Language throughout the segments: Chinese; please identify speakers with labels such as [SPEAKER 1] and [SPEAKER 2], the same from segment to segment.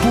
[SPEAKER 1] 波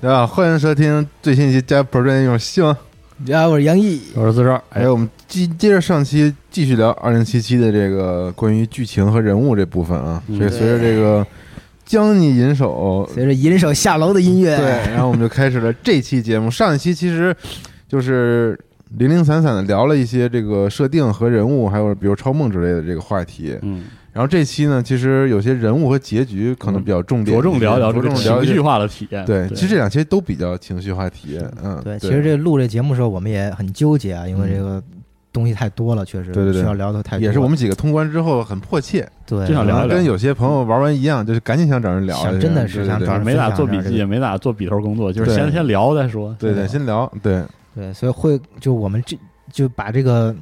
[SPEAKER 2] 大家好，哎欢迎收听最新一期《家婆专业用新闻》，
[SPEAKER 3] 家啊我是杨毅，
[SPEAKER 4] 我是四十二。
[SPEAKER 2] 哎，我们接接着上期继续聊二零七七的这个关于剧情和人物这部分啊。
[SPEAKER 4] 嗯
[SPEAKER 2] 所以随着这个将你引手，
[SPEAKER 3] 随着银手下楼的音乐，
[SPEAKER 2] 对，然后我们就开始了这期节目。上一期其实就是零零散散的聊了一些这个设定和人物，还有比如超梦之类的这个话题。
[SPEAKER 4] 嗯，
[SPEAKER 2] 然后这期呢，其实有些人物和结局可能比较重点，
[SPEAKER 4] 着重聊聊这
[SPEAKER 2] 着
[SPEAKER 4] 个
[SPEAKER 2] 重聊
[SPEAKER 4] 情
[SPEAKER 2] 一些
[SPEAKER 4] 绪化的体验。
[SPEAKER 2] 对，其实这两期都比较情绪化体验，嗯，
[SPEAKER 3] 对，其实这录这节目的时候，我们也很纠结啊，因为
[SPEAKER 2] 嗯
[SPEAKER 3] 这个东西太多了，确实
[SPEAKER 2] 对对对
[SPEAKER 3] 需要聊的太多，
[SPEAKER 2] 也是我们几个通关之后很迫切，嗯
[SPEAKER 3] 对
[SPEAKER 4] 就想聊一聊
[SPEAKER 2] 跟有些朋友玩完一样，就是赶紧想找人聊一下，
[SPEAKER 3] 想真的是想
[SPEAKER 2] 对对对
[SPEAKER 3] 找人
[SPEAKER 4] 没咋做笔
[SPEAKER 3] 分享一下
[SPEAKER 4] 记，
[SPEAKER 3] 这
[SPEAKER 4] 也没咋做笔头工作，就是
[SPEAKER 2] 对
[SPEAKER 4] 先先聊再说。
[SPEAKER 2] 对对，先聊，对
[SPEAKER 3] 对，所以会就我们这就把这个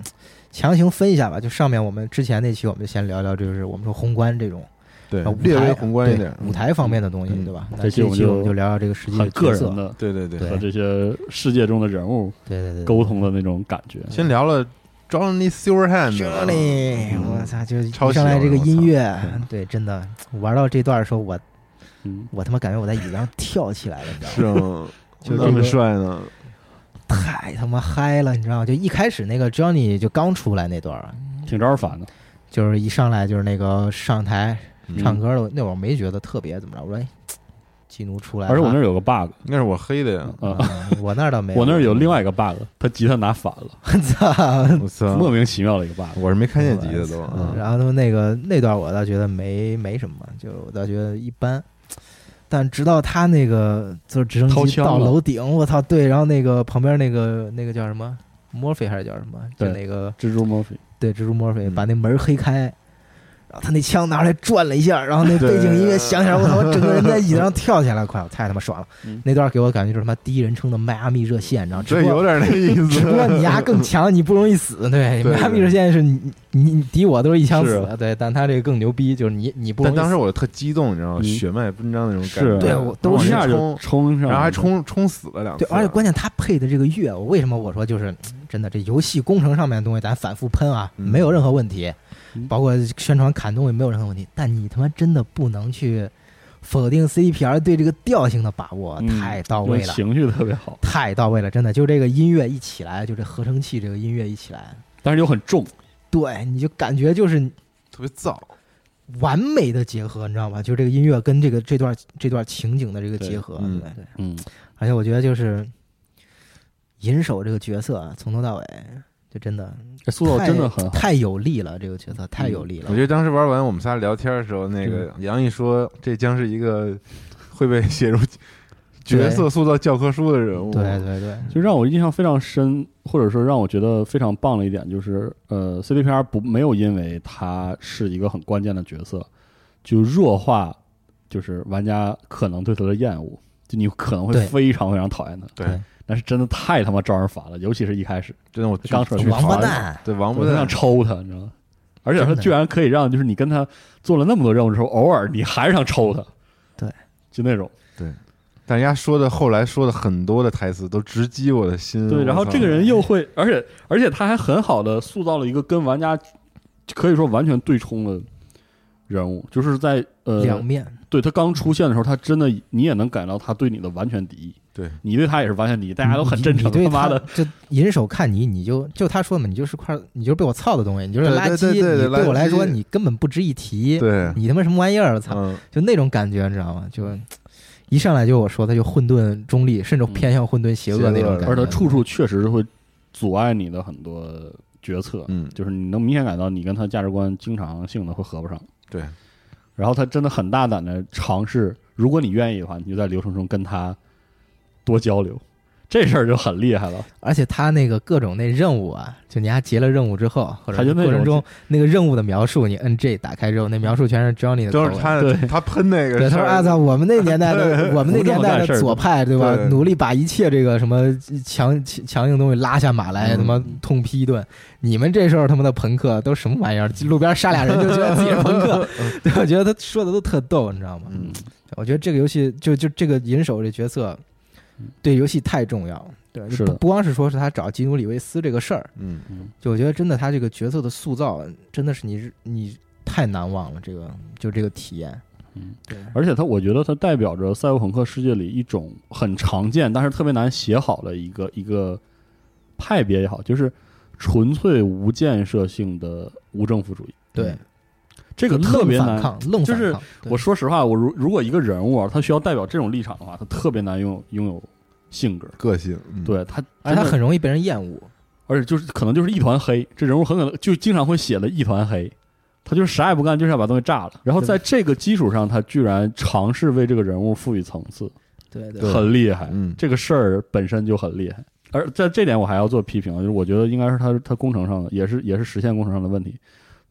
[SPEAKER 3] 强行分一下吧，就上面我们之前那期我们就先聊聊，就是我们说宏观这种
[SPEAKER 2] 对
[SPEAKER 3] 啊舞，台
[SPEAKER 2] 略微宏观一点
[SPEAKER 3] 对，舞台方面的东西，
[SPEAKER 2] 嗯
[SPEAKER 3] 对吧？那
[SPEAKER 4] 这期
[SPEAKER 3] 这
[SPEAKER 4] 我们
[SPEAKER 3] 期
[SPEAKER 4] 就
[SPEAKER 3] 我们就聊聊这个实际的
[SPEAKER 4] 很个
[SPEAKER 3] 角色
[SPEAKER 4] 人的
[SPEAKER 2] 对对对，
[SPEAKER 3] 对
[SPEAKER 4] 和这些世界中的人物
[SPEAKER 3] 对对对，
[SPEAKER 4] 沟通的那种感觉。
[SPEAKER 2] 嗯先聊了 Johnny Silverhand，
[SPEAKER 3] 这里，我操，就
[SPEAKER 2] 嗯抄袭啊
[SPEAKER 3] 一上来这个
[SPEAKER 2] 我操嗯
[SPEAKER 3] 音乐，对，真的玩到这段的时候，我
[SPEAKER 4] 嗯，
[SPEAKER 3] 我他妈感觉我在椅子上跳起来了，你知道
[SPEAKER 2] 是
[SPEAKER 3] 吗？
[SPEAKER 2] 吗？
[SPEAKER 3] 就
[SPEAKER 2] 那
[SPEAKER 3] 这
[SPEAKER 2] 么
[SPEAKER 3] 个
[SPEAKER 2] 帅呢，
[SPEAKER 3] 太他妈嗨了，你知道吗？就一开始那个 Johnny 就刚出来那段儿，
[SPEAKER 4] 挺招人烦的。
[SPEAKER 3] 就是一上来就是那个上台唱
[SPEAKER 4] 嗯，
[SPEAKER 3] 歌的，那会儿没觉得特别怎么着，我说哎，基奴出来了，
[SPEAKER 4] 而且我那儿有个 bug
[SPEAKER 2] 那是我黑的 呀，
[SPEAKER 4] 啊，
[SPEAKER 3] 啊我那儿啊倒没，
[SPEAKER 4] 我那儿有另外一个 bug，他吉他拿反了，
[SPEAKER 3] 操，
[SPEAKER 2] 我操，
[SPEAKER 4] 莫名其妙的一个 bug。
[SPEAKER 2] 我是没看见级的都，
[SPEAKER 3] 嗯
[SPEAKER 2] 嗯
[SPEAKER 3] 然后他们那个那段我倒觉得没没什么，就我倒觉得一般。但直到他那个坐直升
[SPEAKER 4] 掏
[SPEAKER 3] 机
[SPEAKER 4] 枪
[SPEAKER 3] 到
[SPEAKER 4] 了
[SPEAKER 3] 楼顶，我操，对，然后那个旁边那个那个叫什么墨菲还是叫什么？就
[SPEAKER 4] 对
[SPEAKER 3] 那个
[SPEAKER 4] 蜘蛛 Murphy，
[SPEAKER 3] 对蜘蛛墨菲
[SPEAKER 2] 嗯
[SPEAKER 3] 把那门黑开，然后他那枪拿出来转了一下，然后那
[SPEAKER 2] 对
[SPEAKER 3] 背景音乐响起来，我操，我整个人在椅子上跳起来，快，我太他妈爽了
[SPEAKER 4] 嗯！
[SPEAKER 3] 那段给我感觉就是他妈第一人称的迈阿密热线，你知道吗？ 只
[SPEAKER 2] 这
[SPEAKER 3] 不过
[SPEAKER 2] 有点那意
[SPEAKER 3] 只不过
[SPEAKER 2] 思，
[SPEAKER 3] 你丫更强，你不容易 死。对，
[SPEAKER 2] 对
[SPEAKER 3] 迈阿密
[SPEAKER 2] 对
[SPEAKER 3] 热线是你你你敌我都是一枪死
[SPEAKER 4] 是
[SPEAKER 3] 的，对，但他这个更牛逼，就是你你不容
[SPEAKER 2] 但
[SPEAKER 3] 易
[SPEAKER 2] 当
[SPEAKER 3] 死。
[SPEAKER 2] 时我特激动，你知道吗？
[SPEAKER 4] 嗯
[SPEAKER 2] 血脉奔张那种感
[SPEAKER 4] 是
[SPEAKER 2] 觉，
[SPEAKER 4] 啊
[SPEAKER 3] 对我都
[SPEAKER 2] 往
[SPEAKER 4] 一
[SPEAKER 2] 前
[SPEAKER 4] 下就
[SPEAKER 2] 冲
[SPEAKER 4] 冲上，
[SPEAKER 2] 然后还。冲冲死了两次，
[SPEAKER 3] 对，而且关键他配的这个乐，我为什么我说就是嗯真的这游戏工程上面的东西，咱反复喷啊，
[SPEAKER 2] 嗯
[SPEAKER 3] 没有任何问题
[SPEAKER 4] 嗯，
[SPEAKER 3] 包括宣传砍东西没有任何问题，但你他妈真的不能去否定 CDPR 对这个调性的把握
[SPEAKER 4] 嗯
[SPEAKER 3] 太到位
[SPEAKER 4] 这
[SPEAKER 3] 了
[SPEAKER 4] 种，情绪特别好，
[SPEAKER 3] 太到位了，真的就这个音乐一起来，就这合成器这个音乐一起来，
[SPEAKER 4] 但是又很重，
[SPEAKER 3] 对，你就感觉就是
[SPEAKER 2] 特别燥，
[SPEAKER 3] 完美的结合，你知道吗？就这个音乐跟这个这段这段情景的这个
[SPEAKER 4] 对
[SPEAKER 3] 结合，
[SPEAKER 2] 嗯
[SPEAKER 3] 对对。
[SPEAKER 4] 嗯，
[SPEAKER 3] 而且我觉得就是银手这个角色啊，从头到尾就真的
[SPEAKER 4] 这塑造
[SPEAKER 3] 太
[SPEAKER 4] 真的很好，嗯
[SPEAKER 3] 太有力了，这个角色太有力了。
[SPEAKER 2] 我觉得当时玩完我们仨聊天的时候，那个杨毅说，这将是一个会被写入角色塑造教科书的人物。
[SPEAKER 3] 对对对，
[SPEAKER 4] 就让我印象非常深，或者说让我觉得非常棒的一点就是，呃，CDPR 不没有因为他是一个很关键的角色，就弱化就是玩家可能对他的厌恶，就你可能会
[SPEAKER 3] 对
[SPEAKER 4] 非常非常讨厌他，
[SPEAKER 2] 对
[SPEAKER 3] 对
[SPEAKER 4] 但是真的太他妈招人烦了，尤其是一开始，
[SPEAKER 2] 真的我巨
[SPEAKER 4] 刚出来
[SPEAKER 2] 巨
[SPEAKER 4] 就
[SPEAKER 3] 王八
[SPEAKER 2] 烦
[SPEAKER 3] 蛋，
[SPEAKER 2] 对王八
[SPEAKER 4] 我都
[SPEAKER 2] 蛋
[SPEAKER 4] 想，抽他，你知道吗？而且他
[SPEAKER 3] 真的
[SPEAKER 4] 居然可以让，就是你跟他做了那么多任务之后，偶尔你还是想抽他，
[SPEAKER 3] 对，
[SPEAKER 4] 就那种。
[SPEAKER 2] 但人家说的后来说的很多的台词都直击我的心。
[SPEAKER 4] 对，然后
[SPEAKER 2] 我操
[SPEAKER 4] 这个人又会，而且而且他还很好的塑造了一个跟玩家可以说完全对冲的人物，就是在呃，
[SPEAKER 3] 两面，
[SPEAKER 4] 对他刚出现的时候，他真的你也能感到他对你的完全敌意，
[SPEAKER 2] 对
[SPEAKER 4] 你对他也是完全敌意，大家都很真诚，
[SPEAKER 3] 你对
[SPEAKER 4] 他妈的，，
[SPEAKER 3] 就银手看你，你就就他说嘛，你就是块，你就是被我操的东西，你就是
[SPEAKER 2] 对
[SPEAKER 3] 垃
[SPEAKER 2] 对对
[SPEAKER 3] 圾，
[SPEAKER 2] 对对
[SPEAKER 3] 你对
[SPEAKER 2] 垃圾
[SPEAKER 3] 我来说你根本不值一提，
[SPEAKER 2] 对，
[SPEAKER 3] 你他妈什么玩意儿，我操，
[SPEAKER 2] 嗯，
[SPEAKER 3] 就那种感觉，你知道吗？就一上来就我说他就混沌中立，甚至
[SPEAKER 4] 嗯
[SPEAKER 3] 偏向混沌邪恶那种感觉，
[SPEAKER 4] 而他处处确实是会阻碍你的很多决策，
[SPEAKER 2] 嗯
[SPEAKER 4] 就是你能明显感到你跟他价值观经常性的会合不上。
[SPEAKER 2] 对，
[SPEAKER 4] 然后他真的很大胆的尝试，如果你愿意的话，你就在流程中跟他多交流，这事儿就很厉害了。
[SPEAKER 3] 而且他那个各种那任务啊，就你还结了任务之后，或者
[SPEAKER 4] 他就那
[SPEAKER 3] 过程
[SPEAKER 4] 种
[SPEAKER 3] 中那个任务的描述，你 N G 打开之后，那描述全是 Johnny 的口
[SPEAKER 2] 就
[SPEAKER 3] 吻，
[SPEAKER 2] 是他
[SPEAKER 4] 对
[SPEAKER 2] 他喷那个事儿，
[SPEAKER 3] 对，他说：“啊操，我们那年 代的，我们那年代的左派，对吧？
[SPEAKER 2] 对
[SPEAKER 3] 努力把一切这个什么强强强硬东西拉下马
[SPEAKER 2] 嗯
[SPEAKER 3] 来，他妈痛批一顿。你们这时候他妈的朋克都什么玩意儿？路边杀俩人就觉得自己是朋 克，对吧？我觉得他说的都特逗，你知道吗？
[SPEAKER 2] 嗯，
[SPEAKER 3] 我觉得这个游戏就就这个银手这角色，
[SPEAKER 2] 嗯
[SPEAKER 3] 对游戏太重要了。对，
[SPEAKER 4] 是
[SPEAKER 3] 不
[SPEAKER 4] 的
[SPEAKER 3] 不光是说是他找基努里维斯这个事儿，
[SPEAKER 2] 嗯，
[SPEAKER 3] 就我觉得真的他这个角色的塑造，真的是你你太难忘了，这个就这个体验。
[SPEAKER 4] 嗯，
[SPEAKER 3] 对。”
[SPEAKER 4] 而且他，我觉得他代表着赛博朋克世界里一种很常见，但是特别难写好的一个一个派别也好，就是纯粹无建设性的无政府主义。
[SPEAKER 3] 对
[SPEAKER 2] 嗯，
[SPEAKER 4] 这个
[SPEAKER 3] 就
[SPEAKER 4] 特别
[SPEAKER 3] 嗯愣
[SPEAKER 4] 难
[SPEAKER 3] 反。抗，愣
[SPEAKER 4] 就
[SPEAKER 3] 反
[SPEAKER 4] 是
[SPEAKER 3] 抗对
[SPEAKER 4] 我说实话，我如如果一个人物啊，他需要代表这种立场的话，他特别难拥拥有性格。
[SPEAKER 2] 个性，嗯，
[SPEAKER 4] 对他，
[SPEAKER 3] 而哎他
[SPEAKER 4] 真的
[SPEAKER 3] 很容易被人厌恶，
[SPEAKER 4] 而且就是可能就是一团黑，这人物很可能就经常会写的一团黑，他就是啥也不干，就是要把东西炸了。然后在这个基础上，他居然尝试为这个人物赋予层次，
[SPEAKER 3] 对对
[SPEAKER 2] 对
[SPEAKER 4] 很厉害。
[SPEAKER 2] 嗯
[SPEAKER 4] 这个事儿本身就很厉害。而在这点我还要做批评啊，就是我觉得应该是他他工程上的，也是也是实现工程上的问题。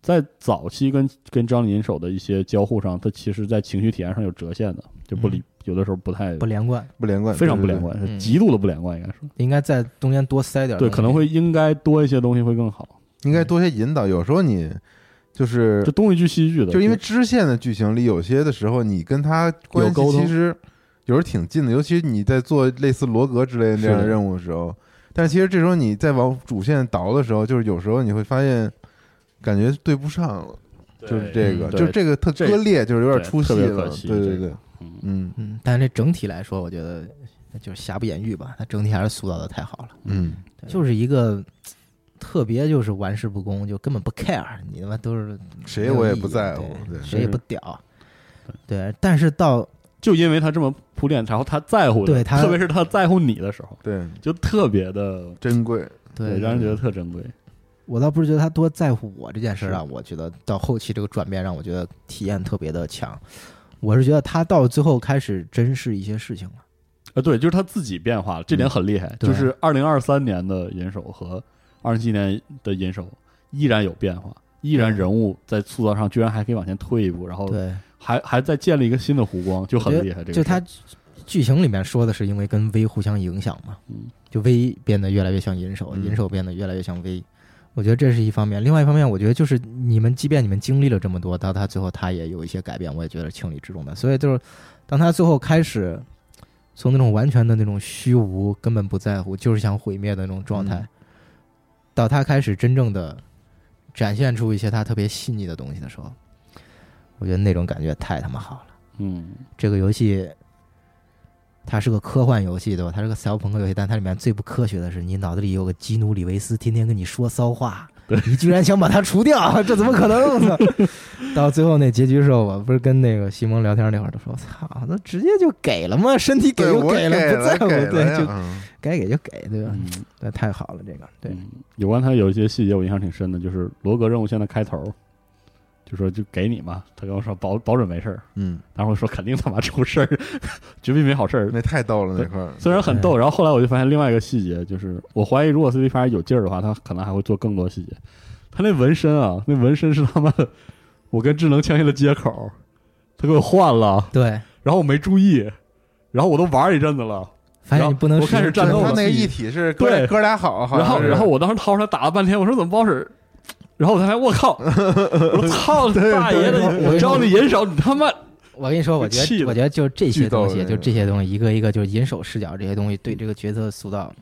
[SPEAKER 4] 在早期跟跟张林手的一些交互上，他其实在情绪体验上有折现的，就不理、有的时候不太
[SPEAKER 3] 不连贯，
[SPEAKER 2] 嗯不嗯连贯，
[SPEAKER 4] 非常不
[SPEAKER 2] 对
[SPEAKER 4] 连，贯，
[SPEAKER 3] 对对
[SPEAKER 4] 是极度的不连贯，应该说
[SPEAKER 3] 应该在中间多塞点儿东
[SPEAKER 4] 对，
[SPEAKER 3] 西。
[SPEAKER 4] 可能会应该多一些东西会更好。
[SPEAKER 2] 对应该多些引导。有时候你就是
[SPEAKER 4] 就东一句西一句
[SPEAKER 2] 嗯
[SPEAKER 4] 的，
[SPEAKER 2] 就因为支线的剧情里，有些的时候你跟他关
[SPEAKER 4] 有
[SPEAKER 2] 系
[SPEAKER 4] 沟通
[SPEAKER 2] 其实有时候挺近的，尤其你在做类似罗格之类的这样
[SPEAKER 4] 是
[SPEAKER 2] 的
[SPEAKER 4] 的
[SPEAKER 2] 任务的时候，但其实这时候你再往主线倒的时候，就是有时候你会发现感觉对不上了，就是这个，
[SPEAKER 4] 嗯对
[SPEAKER 2] 就是这个特
[SPEAKER 4] 这个
[SPEAKER 2] 割裂，就是有点出戏
[SPEAKER 4] 对特别
[SPEAKER 2] 了，
[SPEAKER 4] 可惜
[SPEAKER 2] 对对
[SPEAKER 4] 这
[SPEAKER 2] 对
[SPEAKER 4] 个，嗯
[SPEAKER 2] 嗯
[SPEAKER 3] 嗯，但是这整体来说，我觉得就是瑕不掩瑜吧，它整体还是塑造的太好了，
[SPEAKER 2] 嗯，
[SPEAKER 3] 就是一个特别就是玩世不恭，就根本不 care，你他妈都是嗯没
[SPEAKER 2] 谁
[SPEAKER 3] 有
[SPEAKER 2] 我也
[SPEAKER 3] 意义
[SPEAKER 2] 不在乎，
[SPEAKER 3] 对
[SPEAKER 2] 对，
[SPEAKER 3] 谁也不屌，对，但是到
[SPEAKER 4] 就因为他这么铺垫，然后他在乎的，
[SPEAKER 3] 对他
[SPEAKER 4] 特别是他在乎你的时候，
[SPEAKER 2] 对，
[SPEAKER 4] 就特别的，
[SPEAKER 2] 珍贵，
[SPEAKER 3] 对
[SPEAKER 4] 让人觉得特珍贵。
[SPEAKER 3] 我倒不是觉得他多在乎我这件事儿
[SPEAKER 4] 是
[SPEAKER 3] 啊，我觉得到后期这个转变让我觉得体验特别的强。我是觉得他到最后开始珍视一些事情了，
[SPEAKER 4] 啊，对，就是他自己变化了，这点很厉害。
[SPEAKER 3] 嗯对
[SPEAKER 4] 就是二零二三年的银手和二十七年的银手依然有变化，依然人物在塑造上居然还可以往前退一步，然后
[SPEAKER 3] 对，
[SPEAKER 4] 还还在建立一个新的弧光，就
[SPEAKER 3] 我觉
[SPEAKER 4] 很
[SPEAKER 3] 得
[SPEAKER 4] 厉害。这
[SPEAKER 3] 就
[SPEAKER 4] 个事儿
[SPEAKER 3] 他剧情里面说的是因为跟 V 互相影响嘛，
[SPEAKER 4] 嗯
[SPEAKER 3] 就 V 变得越来越像银手，
[SPEAKER 2] 嗯
[SPEAKER 3] 银手变得越来越像 V。我觉得这是一方面，另外一方面，我觉得就是你们，即便你们经历了这么多，到他最后他也有一些改变，我也觉得情理之中的。所以就是，当他最后开始从那种完全的那种虚无，根本不在乎，就是想毁灭的那种状态，
[SPEAKER 2] 嗯
[SPEAKER 3] 到他开始真正的展现出一些他特别细腻的东西的时候，我觉得那种感觉太他妈好了。
[SPEAKER 4] 嗯，
[SPEAKER 3] 这个游戏它是个科幻游戏，对吧？它是个赛博朋克游戏，但它里面最不科学的是，你脑子里有个基努里维斯，天天跟你说骚话，你居然想把它除掉， 这怎么可能？我操！到最后那结局的时候，我不是跟那个西蒙聊天那会儿，他说：“操，那直接就给了嘛，身体给
[SPEAKER 2] 对
[SPEAKER 3] 就
[SPEAKER 2] 我
[SPEAKER 3] 给
[SPEAKER 2] 了，
[SPEAKER 3] 不在乎，
[SPEAKER 2] 给了
[SPEAKER 3] 对，
[SPEAKER 2] 呀
[SPEAKER 3] 就
[SPEAKER 2] 嗯
[SPEAKER 3] 该给就给，对吧？
[SPEAKER 4] 嗯
[SPEAKER 3] 那太好了，这个对，
[SPEAKER 4] 嗯有关他有一些细节我印象挺深的，就是罗格任务线的开头，就说就给你嘛，他跟我说保保准没事儿，
[SPEAKER 2] 嗯，
[SPEAKER 4] 然后我说肯定他妈出事儿， 绝逼没好事儿。
[SPEAKER 2] 那太逗了那块儿，
[SPEAKER 4] 虽然很逗，然后后来我就发现另外一个细节，就是我怀疑如果 CD 发有劲儿的话，他可能还会做更多细节。他那纹身啊，那纹身是他妈的我跟智能枪械的接口，他给我换了，
[SPEAKER 3] 对，
[SPEAKER 4] 然后我没注意，然后我都玩儿一阵子了，
[SPEAKER 3] 发
[SPEAKER 4] 然
[SPEAKER 3] 现
[SPEAKER 4] 后
[SPEAKER 3] 你不能
[SPEAKER 4] 我开始
[SPEAKER 3] 使
[SPEAKER 4] 战
[SPEAKER 3] 这
[SPEAKER 4] 斗
[SPEAKER 2] 他
[SPEAKER 3] 种
[SPEAKER 4] 了
[SPEAKER 2] 那个一体是哥
[SPEAKER 4] 对
[SPEAKER 2] 哥俩好，好
[SPEAKER 4] 然后
[SPEAKER 2] 像是
[SPEAKER 4] 然后我当时掏出来打了半天，我说怎么不好使？然后我才发现我靠，我操大爷
[SPEAKER 3] 对对
[SPEAKER 4] 的，
[SPEAKER 3] 对
[SPEAKER 4] 招你银手，你他妈
[SPEAKER 3] 我跟你说，我觉
[SPEAKER 4] 气
[SPEAKER 3] 得
[SPEAKER 4] 的
[SPEAKER 3] 我觉得就是这些东
[SPEAKER 2] 巨
[SPEAKER 3] 西，
[SPEAKER 2] 逗
[SPEAKER 3] 就这些东西，一个一个就是引手视角这些东西对这个角色的塑造，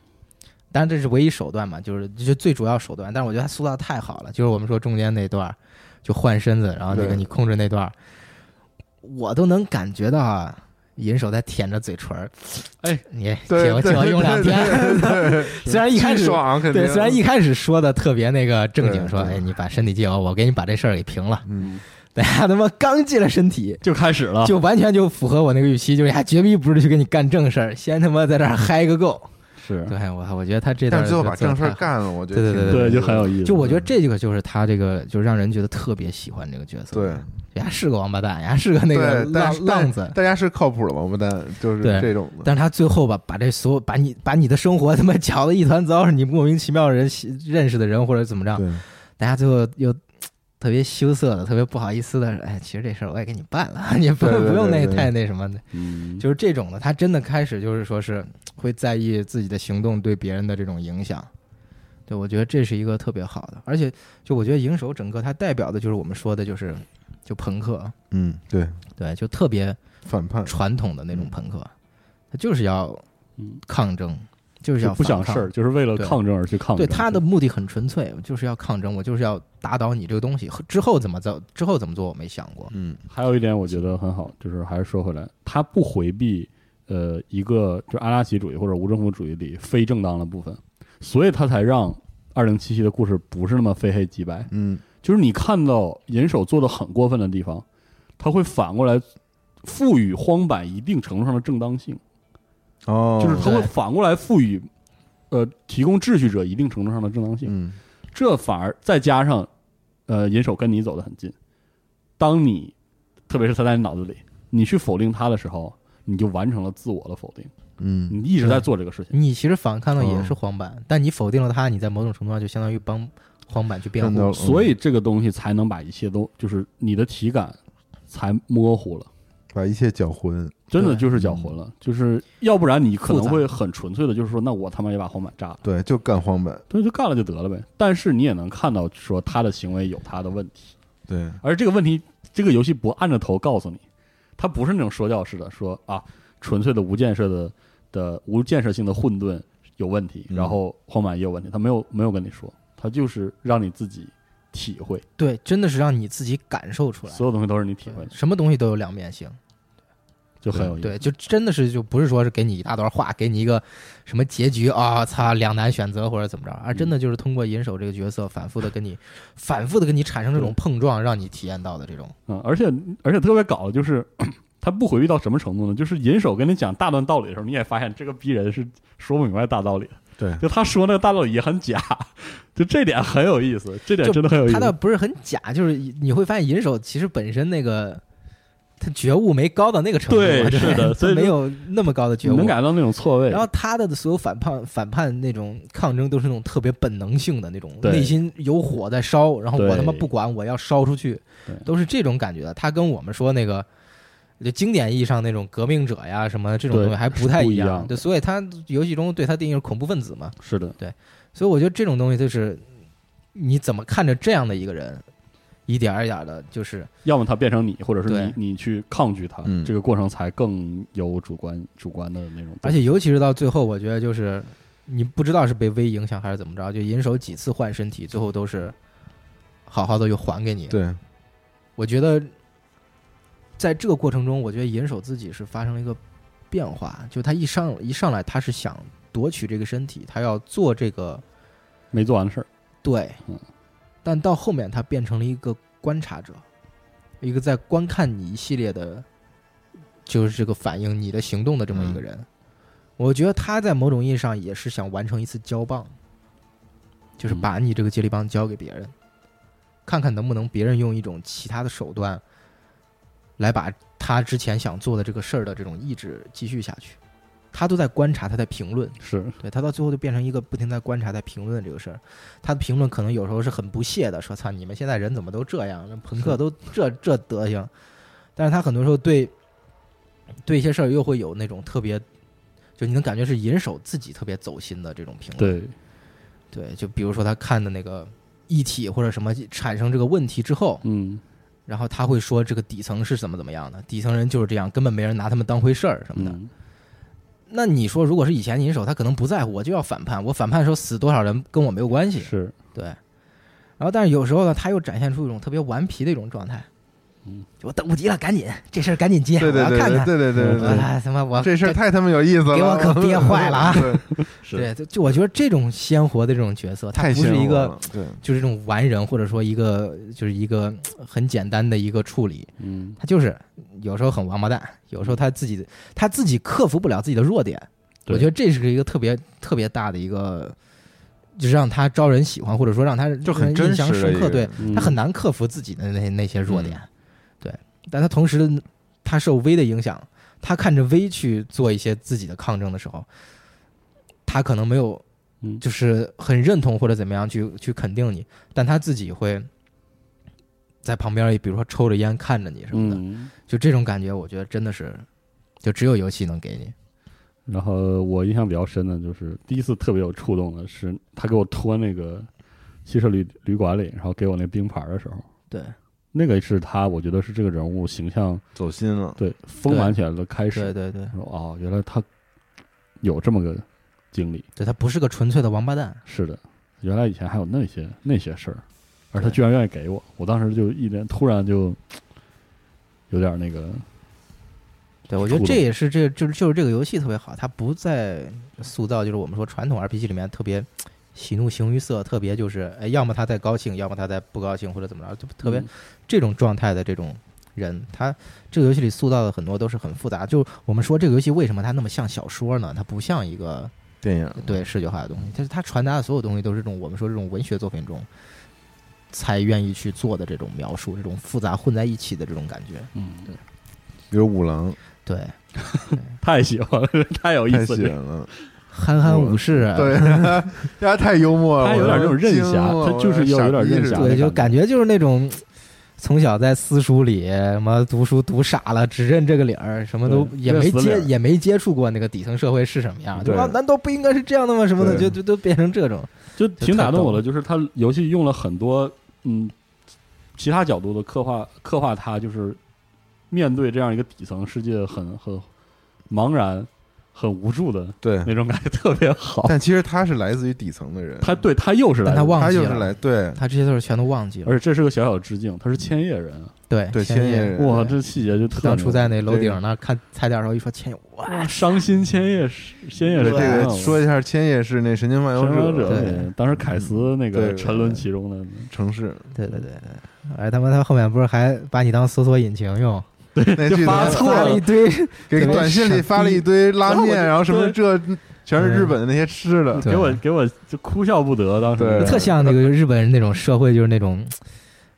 [SPEAKER 3] 当然这是唯一手段嘛，就是就是最主要手段。但是我觉得他塑造得太好了，就是我们说中间那段儿就换身子，然后那个
[SPEAKER 2] 对
[SPEAKER 3] 你控制那段儿，我都能感觉到啊，银手在舔着嘴唇儿，
[SPEAKER 4] 哎，
[SPEAKER 3] 你
[SPEAKER 2] 对
[SPEAKER 3] 借我借我用两天。
[SPEAKER 2] 对，
[SPEAKER 3] 虽然一开
[SPEAKER 2] 巨
[SPEAKER 3] 始
[SPEAKER 2] 爽肯定，
[SPEAKER 3] 对，虽然一开始说的特别那个正经，
[SPEAKER 2] 嗯对
[SPEAKER 3] 说
[SPEAKER 2] 对
[SPEAKER 3] 哎你把身体借我，我给你把这事儿给平了。
[SPEAKER 2] 嗯
[SPEAKER 3] 大家他妈刚借了身体，
[SPEAKER 4] 就开始了，
[SPEAKER 3] 就完全就符合我那个预期，就是他哎绝逼不是去跟你干正事儿，先他妈在这儿嗨个够。
[SPEAKER 4] 是
[SPEAKER 3] 对我，我觉得他这
[SPEAKER 2] 但
[SPEAKER 3] 段
[SPEAKER 2] 是最后
[SPEAKER 3] 就
[SPEAKER 2] 把
[SPEAKER 3] 做
[SPEAKER 2] 正
[SPEAKER 3] 得
[SPEAKER 2] 事儿
[SPEAKER 3] 太好，
[SPEAKER 2] 干了，我觉
[SPEAKER 3] 对
[SPEAKER 2] 得
[SPEAKER 3] 对
[SPEAKER 2] 挺
[SPEAKER 4] 对，就很有意思。
[SPEAKER 3] 就我觉得这个就是他这个，就让人觉得特别喜欢这个角色。
[SPEAKER 2] 对，
[SPEAKER 3] 人家是个王八蛋，人家是个那个
[SPEAKER 2] 对，但
[SPEAKER 3] 浪
[SPEAKER 2] 是
[SPEAKER 3] 浪子
[SPEAKER 2] 但，大家是靠谱的王八蛋，就是
[SPEAKER 3] 对
[SPEAKER 2] 这种的。
[SPEAKER 3] 但是他最后吧，把这所有把你把你的生活他妈搅得一团糟，你莫名其妙的人喜认识的人或者怎么着，
[SPEAKER 2] 对，
[SPEAKER 3] 大家最后又。特别羞涩的，特别不好意思的，哎，其实这事儿我也给你办了， 你不
[SPEAKER 2] 对对对
[SPEAKER 3] 不用那
[SPEAKER 2] 对对
[SPEAKER 3] 太那什么的，
[SPEAKER 4] 嗯
[SPEAKER 3] 就是这种的，他真的开始就是说是会在意自己的行动对别人的这种影响。对，我觉得这是一个特别好的，而且就我觉得影手整个它代表的就是我们说的，就是就朋克，
[SPEAKER 2] 嗯，对，
[SPEAKER 3] 对，就特别
[SPEAKER 2] 反叛，
[SPEAKER 3] 传统的那种朋克，他就是要
[SPEAKER 4] 嗯
[SPEAKER 3] 抗争，就是
[SPEAKER 4] 就
[SPEAKER 3] 要
[SPEAKER 4] 不想
[SPEAKER 3] 反抗
[SPEAKER 4] 事儿，，就是为了
[SPEAKER 3] 对
[SPEAKER 4] 抗争而去抗争。
[SPEAKER 3] 对，他的目的很纯粹，我就是要抗争，我就是要打倒你这个东西，之后怎么走，之后怎么做我没想过，
[SPEAKER 2] 嗯，
[SPEAKER 4] 还有一点我觉得很好，就是还是说回来，他不回避呃一个就是阿拉奇主义或者无政府主义里非正当的部分，所以他才让二零七七的故事不是那么非黑即白。
[SPEAKER 2] 嗯，
[SPEAKER 4] 就是你看到银手做的很过分的地方，他会反过来赋予荒坂一定程度上的正当性，
[SPEAKER 2] 哦，
[SPEAKER 4] 就是他会
[SPEAKER 3] 对
[SPEAKER 4] 反过来赋予呃提供秩序者一定程度上的正当性。
[SPEAKER 2] 嗯，
[SPEAKER 4] 这反而再加上，呃，银手跟你走得很近。当你，特别是他在你脑子里，你去否定他的时候，你就完成了自我的否定。
[SPEAKER 2] 嗯，
[SPEAKER 4] 你一直在做这个事情，
[SPEAKER 3] 你其实反抗的也
[SPEAKER 2] 哦
[SPEAKER 4] 嗯
[SPEAKER 3] 是荒坂，但你否定了他，你在某种程度上就相当于帮荒坂去辩
[SPEAKER 2] 看
[SPEAKER 3] 护
[SPEAKER 2] 到。了，
[SPEAKER 4] 所
[SPEAKER 2] 嗯
[SPEAKER 4] 以这个东西才能把一切都，就是你的体感才模糊了。
[SPEAKER 2] 把一切搅浑，
[SPEAKER 4] 真的
[SPEAKER 3] 对嗯
[SPEAKER 4] 就是搅浑了，就是要不然你可能
[SPEAKER 3] 复杂
[SPEAKER 4] 会很纯粹的，就是说，那我他妈也把黄板炸了，
[SPEAKER 2] 对，就干荒本，
[SPEAKER 4] 对，就干了就得了呗。但是你也能看到，说他的行为有他的问题，
[SPEAKER 2] 对，
[SPEAKER 4] 而这个问题，这个游戏不按着头告诉你，它不是那种说教式的，说啊，纯粹的无建设的的无建设性的混沌有问题，
[SPEAKER 2] 嗯
[SPEAKER 4] 然后荒板也有问题，他没有没有跟你说，他就是让你自己体会，
[SPEAKER 3] 对，真的是让你自己感受出来，
[SPEAKER 4] 所有东西都是你体会的，
[SPEAKER 3] 什么东西都有两面性。
[SPEAKER 4] 就很有意思。
[SPEAKER 3] 对，就真的是就不是说是给你一大段话，给你一个什么结局啊，操，两难选择或者怎么着，而真的就是通过银手这个角色反复的跟 你，反复的跟你产生这种
[SPEAKER 4] 对
[SPEAKER 3] 碰撞，让你体验到的这种。
[SPEAKER 4] 嗯，而且而且特别搞的就是 他不回避到什么程度呢？就是银手跟你讲大段道理的时候，你也发现这个逼人是说不明白大道理的。
[SPEAKER 2] 对
[SPEAKER 4] 就他说那个大道理也很假， 就这点很有意思，这点真的很有意
[SPEAKER 3] 他倒
[SPEAKER 4] 思。
[SPEAKER 3] 不是很假，就是你会发现银手其实本身那个他觉悟没高到那个程度嘛，
[SPEAKER 4] 对
[SPEAKER 3] 对
[SPEAKER 4] 是的
[SPEAKER 3] 他
[SPEAKER 4] 所以
[SPEAKER 3] 没
[SPEAKER 4] 就
[SPEAKER 3] 有那么高的
[SPEAKER 4] 你
[SPEAKER 3] 觉悟
[SPEAKER 4] 能。感觉到那种错位
[SPEAKER 3] 然，后他的所有反叛、反叛那种抗争，都是那种特别本能性的那种，
[SPEAKER 4] 对
[SPEAKER 3] 内心有火在烧，然后我
[SPEAKER 4] 对
[SPEAKER 3] 他妈不管，我要烧出去
[SPEAKER 4] 对，
[SPEAKER 3] 都是这种感觉的。他跟我们说那个，就经典意义上那种革命者呀什么这种
[SPEAKER 4] 对
[SPEAKER 3] 东西还不太
[SPEAKER 4] 是不一
[SPEAKER 3] 样，
[SPEAKER 4] 样的
[SPEAKER 3] 对，所以他游戏中对他定义是恐怖分子嘛，
[SPEAKER 4] 是的，
[SPEAKER 3] 所以我觉得这种东西就是你怎么看着这样的一个人，一点儿一点的，就是
[SPEAKER 4] 要么他变成你，或者是
[SPEAKER 3] 对
[SPEAKER 4] 你你去抗拒他，
[SPEAKER 2] 嗯
[SPEAKER 4] 这个过程才更有主观主观的那种。
[SPEAKER 3] 而且尤其是到最后，我觉得就是你不知道是被微影响还是怎么着，就银手几次换身体，最后都是好好的又还给你。
[SPEAKER 2] 对，
[SPEAKER 3] 我觉得在这个过程中，我觉得银手自己是发生了一个变化，就他一上一上来他是想夺取这个身体，他要做这个
[SPEAKER 4] 没做完的事儿。
[SPEAKER 3] 对
[SPEAKER 4] 嗯，
[SPEAKER 3] 但到后面他变成了一个观察者，一个在观看你一系列的，就是这个反应你的行动的这么一个人。我觉得他在某种意义上也是想完成一次交棒，就是
[SPEAKER 4] 嗯
[SPEAKER 3] 把你这个接力棒交给别人，看看能不能别人用一种其他的手段，来把他之前想做的这个事儿的这种意志继续下去。他都在观察，他在评论，
[SPEAKER 4] 是，
[SPEAKER 3] 对他到最后就变成一个不停在观察、在评论这个事儿。他的评论可能有时候是很不屑的，说：“操，你们现在人怎么都这样？那朋克都这这德行。”但是他很多时候对对一些事儿又会有那种特别，就你能感觉是银手自己特别走心的这种评论。
[SPEAKER 4] 对，
[SPEAKER 3] 对就比如说他看的那个一体或者什么产生这个问题之后，
[SPEAKER 4] 嗯，
[SPEAKER 3] 然后他会说这个底层是怎么怎么样的，底层人就是这样，根本没人拿他们当回事儿什么的。
[SPEAKER 4] 嗯
[SPEAKER 3] 那你说，如果是以前银手，他可能不在乎，我就要反叛，我反叛的时候死多少人跟我没有关系，
[SPEAKER 4] 是，
[SPEAKER 3] 对。然后，但是有时候呢，他又展现出一种特别顽皮的一种状态，
[SPEAKER 4] 嗯，
[SPEAKER 3] 我等不及了，赶紧这事儿赶紧接，
[SPEAKER 2] 对对
[SPEAKER 3] 我要
[SPEAKER 2] 对
[SPEAKER 3] 看
[SPEAKER 2] 对
[SPEAKER 3] 看，嗯
[SPEAKER 2] 对对对对
[SPEAKER 3] 我他妈我
[SPEAKER 2] 这事儿太他妈有意思了，
[SPEAKER 3] 给我可憋坏了啊
[SPEAKER 2] 对
[SPEAKER 4] 是
[SPEAKER 3] 对，就就我觉得这种鲜活的这种角色，他
[SPEAKER 2] 太
[SPEAKER 3] 不
[SPEAKER 2] 鲜
[SPEAKER 3] 是
[SPEAKER 2] 活
[SPEAKER 3] 一个嗯
[SPEAKER 2] 了对
[SPEAKER 3] 就是这种完人，或者说一个就是一个呃很简单的一个处理，
[SPEAKER 4] 嗯，
[SPEAKER 3] 他就是有时候很王八蛋，有时候他自己他自己克服不了自己的弱点，
[SPEAKER 4] 对
[SPEAKER 3] 我觉得这是一个特别特别大的一个，就是让他招人喜欢，或者说让他
[SPEAKER 2] 就很真
[SPEAKER 3] 印象
[SPEAKER 2] 实的一
[SPEAKER 3] 深
[SPEAKER 2] 个嗯
[SPEAKER 3] 刻，对
[SPEAKER 4] 嗯
[SPEAKER 3] 他很难克服自己的那那些弱点，对，但他同时他受 V 的影响，他看着 V 去做一些自己的抗争的时候，他可能没有
[SPEAKER 4] 嗯
[SPEAKER 3] 就是很认同或者怎么样去去肯定你，但他自己会在旁边，比如说抽着烟看着你什么的，
[SPEAKER 4] 嗯。
[SPEAKER 3] 就这种感觉，我觉得真的是就只有游戏能给你。
[SPEAKER 4] 然后我印象比较深的就是第一次特别有触动的是，他给我拖那个汽车旅旅馆里，然后给我那冰牌的时候，
[SPEAKER 3] 对
[SPEAKER 4] 那个是他，我觉得是这个人物形象
[SPEAKER 2] 走心了，
[SPEAKER 4] 对丰满起来的开始。
[SPEAKER 3] 对对对，
[SPEAKER 4] 说哦，原来他有这么个经历，
[SPEAKER 3] 对他不是个纯粹的王八蛋，
[SPEAKER 4] 是的，原来以前还有那些那些事儿，而他
[SPEAKER 3] 对
[SPEAKER 4] 居然愿意给我，我当时就一脸突然就有点那个，
[SPEAKER 3] 对，我觉得
[SPEAKER 4] 触
[SPEAKER 3] 这
[SPEAKER 4] 动
[SPEAKER 3] 也是这就是就是这个游戏特别好，它不再塑造就是我们说传统 RPG 里面特别喜怒形于色，特别就是哎，要么他在高兴，要么他在不高兴或者怎么着，就特别、
[SPEAKER 4] 嗯
[SPEAKER 3] 这种状态的这种人，他这个游戏里塑造的很多都是很复杂。就我们说这个游戏为什么它那么像小说呢？它不像一个
[SPEAKER 2] 电影
[SPEAKER 3] 对视觉化的东西，但是它传达的所有东西都是这种我们说这种文学作品中才愿意去做的这种描述，这种复杂混在一起的这种感觉。
[SPEAKER 4] 嗯，
[SPEAKER 2] 比如五郎
[SPEAKER 3] 对，
[SPEAKER 4] 太喜欢了， 太有意
[SPEAKER 2] 太
[SPEAKER 4] 思
[SPEAKER 2] 写
[SPEAKER 4] 了。
[SPEAKER 2] 了，
[SPEAKER 3] 憨憨武士啊，
[SPEAKER 2] 对， 大家太幽默了，
[SPEAKER 4] 他有点这种任侠
[SPEAKER 2] 我
[SPEAKER 4] 他就是有点任侠
[SPEAKER 2] 傻逼似
[SPEAKER 4] 的
[SPEAKER 2] 的
[SPEAKER 3] 对，就
[SPEAKER 4] 感
[SPEAKER 3] 感觉就是那种从小在私塾里什么读书读傻了，只认这个理儿，什么都
[SPEAKER 4] 对
[SPEAKER 3] 也
[SPEAKER 4] 认
[SPEAKER 3] 没
[SPEAKER 4] 死理
[SPEAKER 3] 接
[SPEAKER 4] 儿
[SPEAKER 3] 也没接触过那个底层社会是什么样，
[SPEAKER 2] 对
[SPEAKER 3] 吧？难道不应该是这样的吗？什么的，
[SPEAKER 2] 对
[SPEAKER 3] 就就都变成这种，
[SPEAKER 4] 就挺打动我的，就是他游戏用了很多嗯其他角度的刻画，刻画他就是面对这样一个底层世界很很茫然、很无助的
[SPEAKER 2] 对，
[SPEAKER 4] 那种感觉，特别好。
[SPEAKER 2] 但其实他是来自于底层的人，
[SPEAKER 4] 他对他又是来
[SPEAKER 3] 但
[SPEAKER 4] 自，
[SPEAKER 3] 他忘
[SPEAKER 2] 他
[SPEAKER 3] 记
[SPEAKER 2] 又是
[SPEAKER 3] 了，
[SPEAKER 2] 来对
[SPEAKER 3] 他这些都是全都忘记了。
[SPEAKER 4] 而且这是个小小的致敬，他是千叶人，啊
[SPEAKER 3] 对
[SPEAKER 2] 对
[SPEAKER 3] 千
[SPEAKER 2] 千叶
[SPEAKER 3] 叶，
[SPEAKER 2] 人，
[SPEAKER 4] 哇，这细节就特
[SPEAKER 3] 当初在
[SPEAKER 4] 那
[SPEAKER 3] 那楼顶那看踩点的时候，一说千叶，哇，
[SPEAKER 4] 伤心千叶是，千叶
[SPEAKER 2] 这
[SPEAKER 4] 是
[SPEAKER 3] 对
[SPEAKER 4] 这
[SPEAKER 2] 个
[SPEAKER 4] 样
[SPEAKER 2] 说一下，千叶是那神经漫游
[SPEAKER 4] 神游
[SPEAKER 3] 者对
[SPEAKER 4] 者，当时凯斯
[SPEAKER 2] 对
[SPEAKER 4] 那个
[SPEAKER 2] 对
[SPEAKER 4] 沉沦其中的，
[SPEAKER 2] 城市，
[SPEAKER 3] 对对对对，而他妈他后面不是还把你当搜索引擎
[SPEAKER 2] 啊
[SPEAKER 3] 用，
[SPEAKER 2] 那句
[SPEAKER 4] 就发
[SPEAKER 2] 他
[SPEAKER 4] 错
[SPEAKER 3] 发
[SPEAKER 4] 了
[SPEAKER 3] 了一堆
[SPEAKER 2] 给短信里发了一堆拉
[SPEAKER 4] 然后我
[SPEAKER 2] 面，
[SPEAKER 4] 就
[SPEAKER 2] 然后什么
[SPEAKER 4] 对
[SPEAKER 2] 这全是日本的那些吃的，
[SPEAKER 3] 对
[SPEAKER 4] 给我给我就哭笑不得，当时
[SPEAKER 2] 对
[SPEAKER 3] 特像那个日本人那种社会，就是那种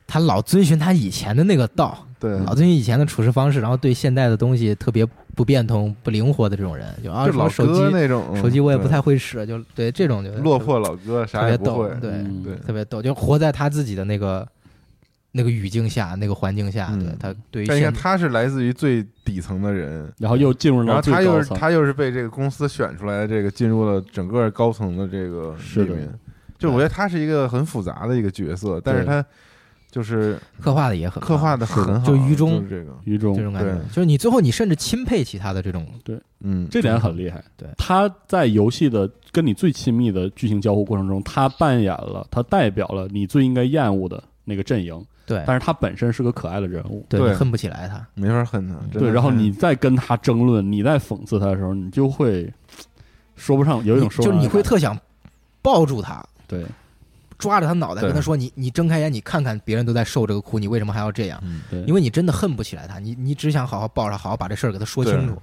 [SPEAKER 3] 他老遵循他以前的那个道，
[SPEAKER 2] 对，
[SPEAKER 3] 老遵循以前的处事方式，然后对现代的东西特别不变通、不灵活的这种人，就啊，
[SPEAKER 2] 就
[SPEAKER 3] 什么
[SPEAKER 2] 老
[SPEAKER 3] 手
[SPEAKER 2] 哥
[SPEAKER 3] 机
[SPEAKER 2] 那种，
[SPEAKER 3] 手机我也不
[SPEAKER 2] 对
[SPEAKER 3] 太会使，就对这种就
[SPEAKER 2] 落魄老哥，
[SPEAKER 3] 特
[SPEAKER 2] 啥
[SPEAKER 3] 别
[SPEAKER 2] 也不
[SPEAKER 3] 逗
[SPEAKER 2] 会，，
[SPEAKER 3] 对，
[SPEAKER 4] 嗯
[SPEAKER 2] 对
[SPEAKER 3] 特别逗，就活在他自己的那个那个语境下、那个环境下，
[SPEAKER 2] 嗯
[SPEAKER 3] 对他对于
[SPEAKER 2] 但你看
[SPEAKER 3] 现
[SPEAKER 2] 他是来自于最底层的人。
[SPEAKER 4] 然后又进入
[SPEAKER 2] 然
[SPEAKER 4] 到
[SPEAKER 2] 后
[SPEAKER 4] 最
[SPEAKER 2] 他又
[SPEAKER 4] 高
[SPEAKER 2] 是
[SPEAKER 4] 层，
[SPEAKER 2] 他又是被这个公司选出来的，这个进入了整个高层的这个
[SPEAKER 4] 是
[SPEAKER 2] 里
[SPEAKER 4] 的
[SPEAKER 2] 面。就我觉得他是一个很复杂的一个角色，但是他就是
[SPEAKER 3] 刻画的也很
[SPEAKER 2] 刻画
[SPEAKER 3] 的
[SPEAKER 2] 的很好，
[SPEAKER 3] 就于中
[SPEAKER 2] 是这个，
[SPEAKER 4] 于中
[SPEAKER 3] 这种感觉
[SPEAKER 2] 对，
[SPEAKER 3] 就是你最后你甚至钦佩起他的这种，
[SPEAKER 2] 嗯，
[SPEAKER 4] 这点很厉害。
[SPEAKER 3] 对
[SPEAKER 4] 他在游戏的跟你最亲密的剧情交互过程中，他扮演了，他代表了你最应该厌恶的那个阵营，
[SPEAKER 3] 对
[SPEAKER 4] 但是他本身是个可爱的人物。
[SPEAKER 3] 对，你
[SPEAKER 2] 对
[SPEAKER 3] 恨不起来他。
[SPEAKER 2] 没法恨他。真的
[SPEAKER 4] 对，
[SPEAKER 2] 是
[SPEAKER 4] 然后你再跟他争论，你再讽刺他的时候，你就会说不上，有一种
[SPEAKER 3] 你
[SPEAKER 4] 说
[SPEAKER 3] 就是你会
[SPEAKER 4] 特
[SPEAKER 3] 特想抱住他，
[SPEAKER 4] 对
[SPEAKER 3] 抓着他脑袋
[SPEAKER 2] 对
[SPEAKER 3] 跟他说：“你你睁开眼，你看看别人都在受这个苦，你为什么还要这样？
[SPEAKER 2] 嗯
[SPEAKER 4] 对，
[SPEAKER 3] 因为你真的恨不起来他，你你只想好好抱着他，好好把这事儿给他说清楚。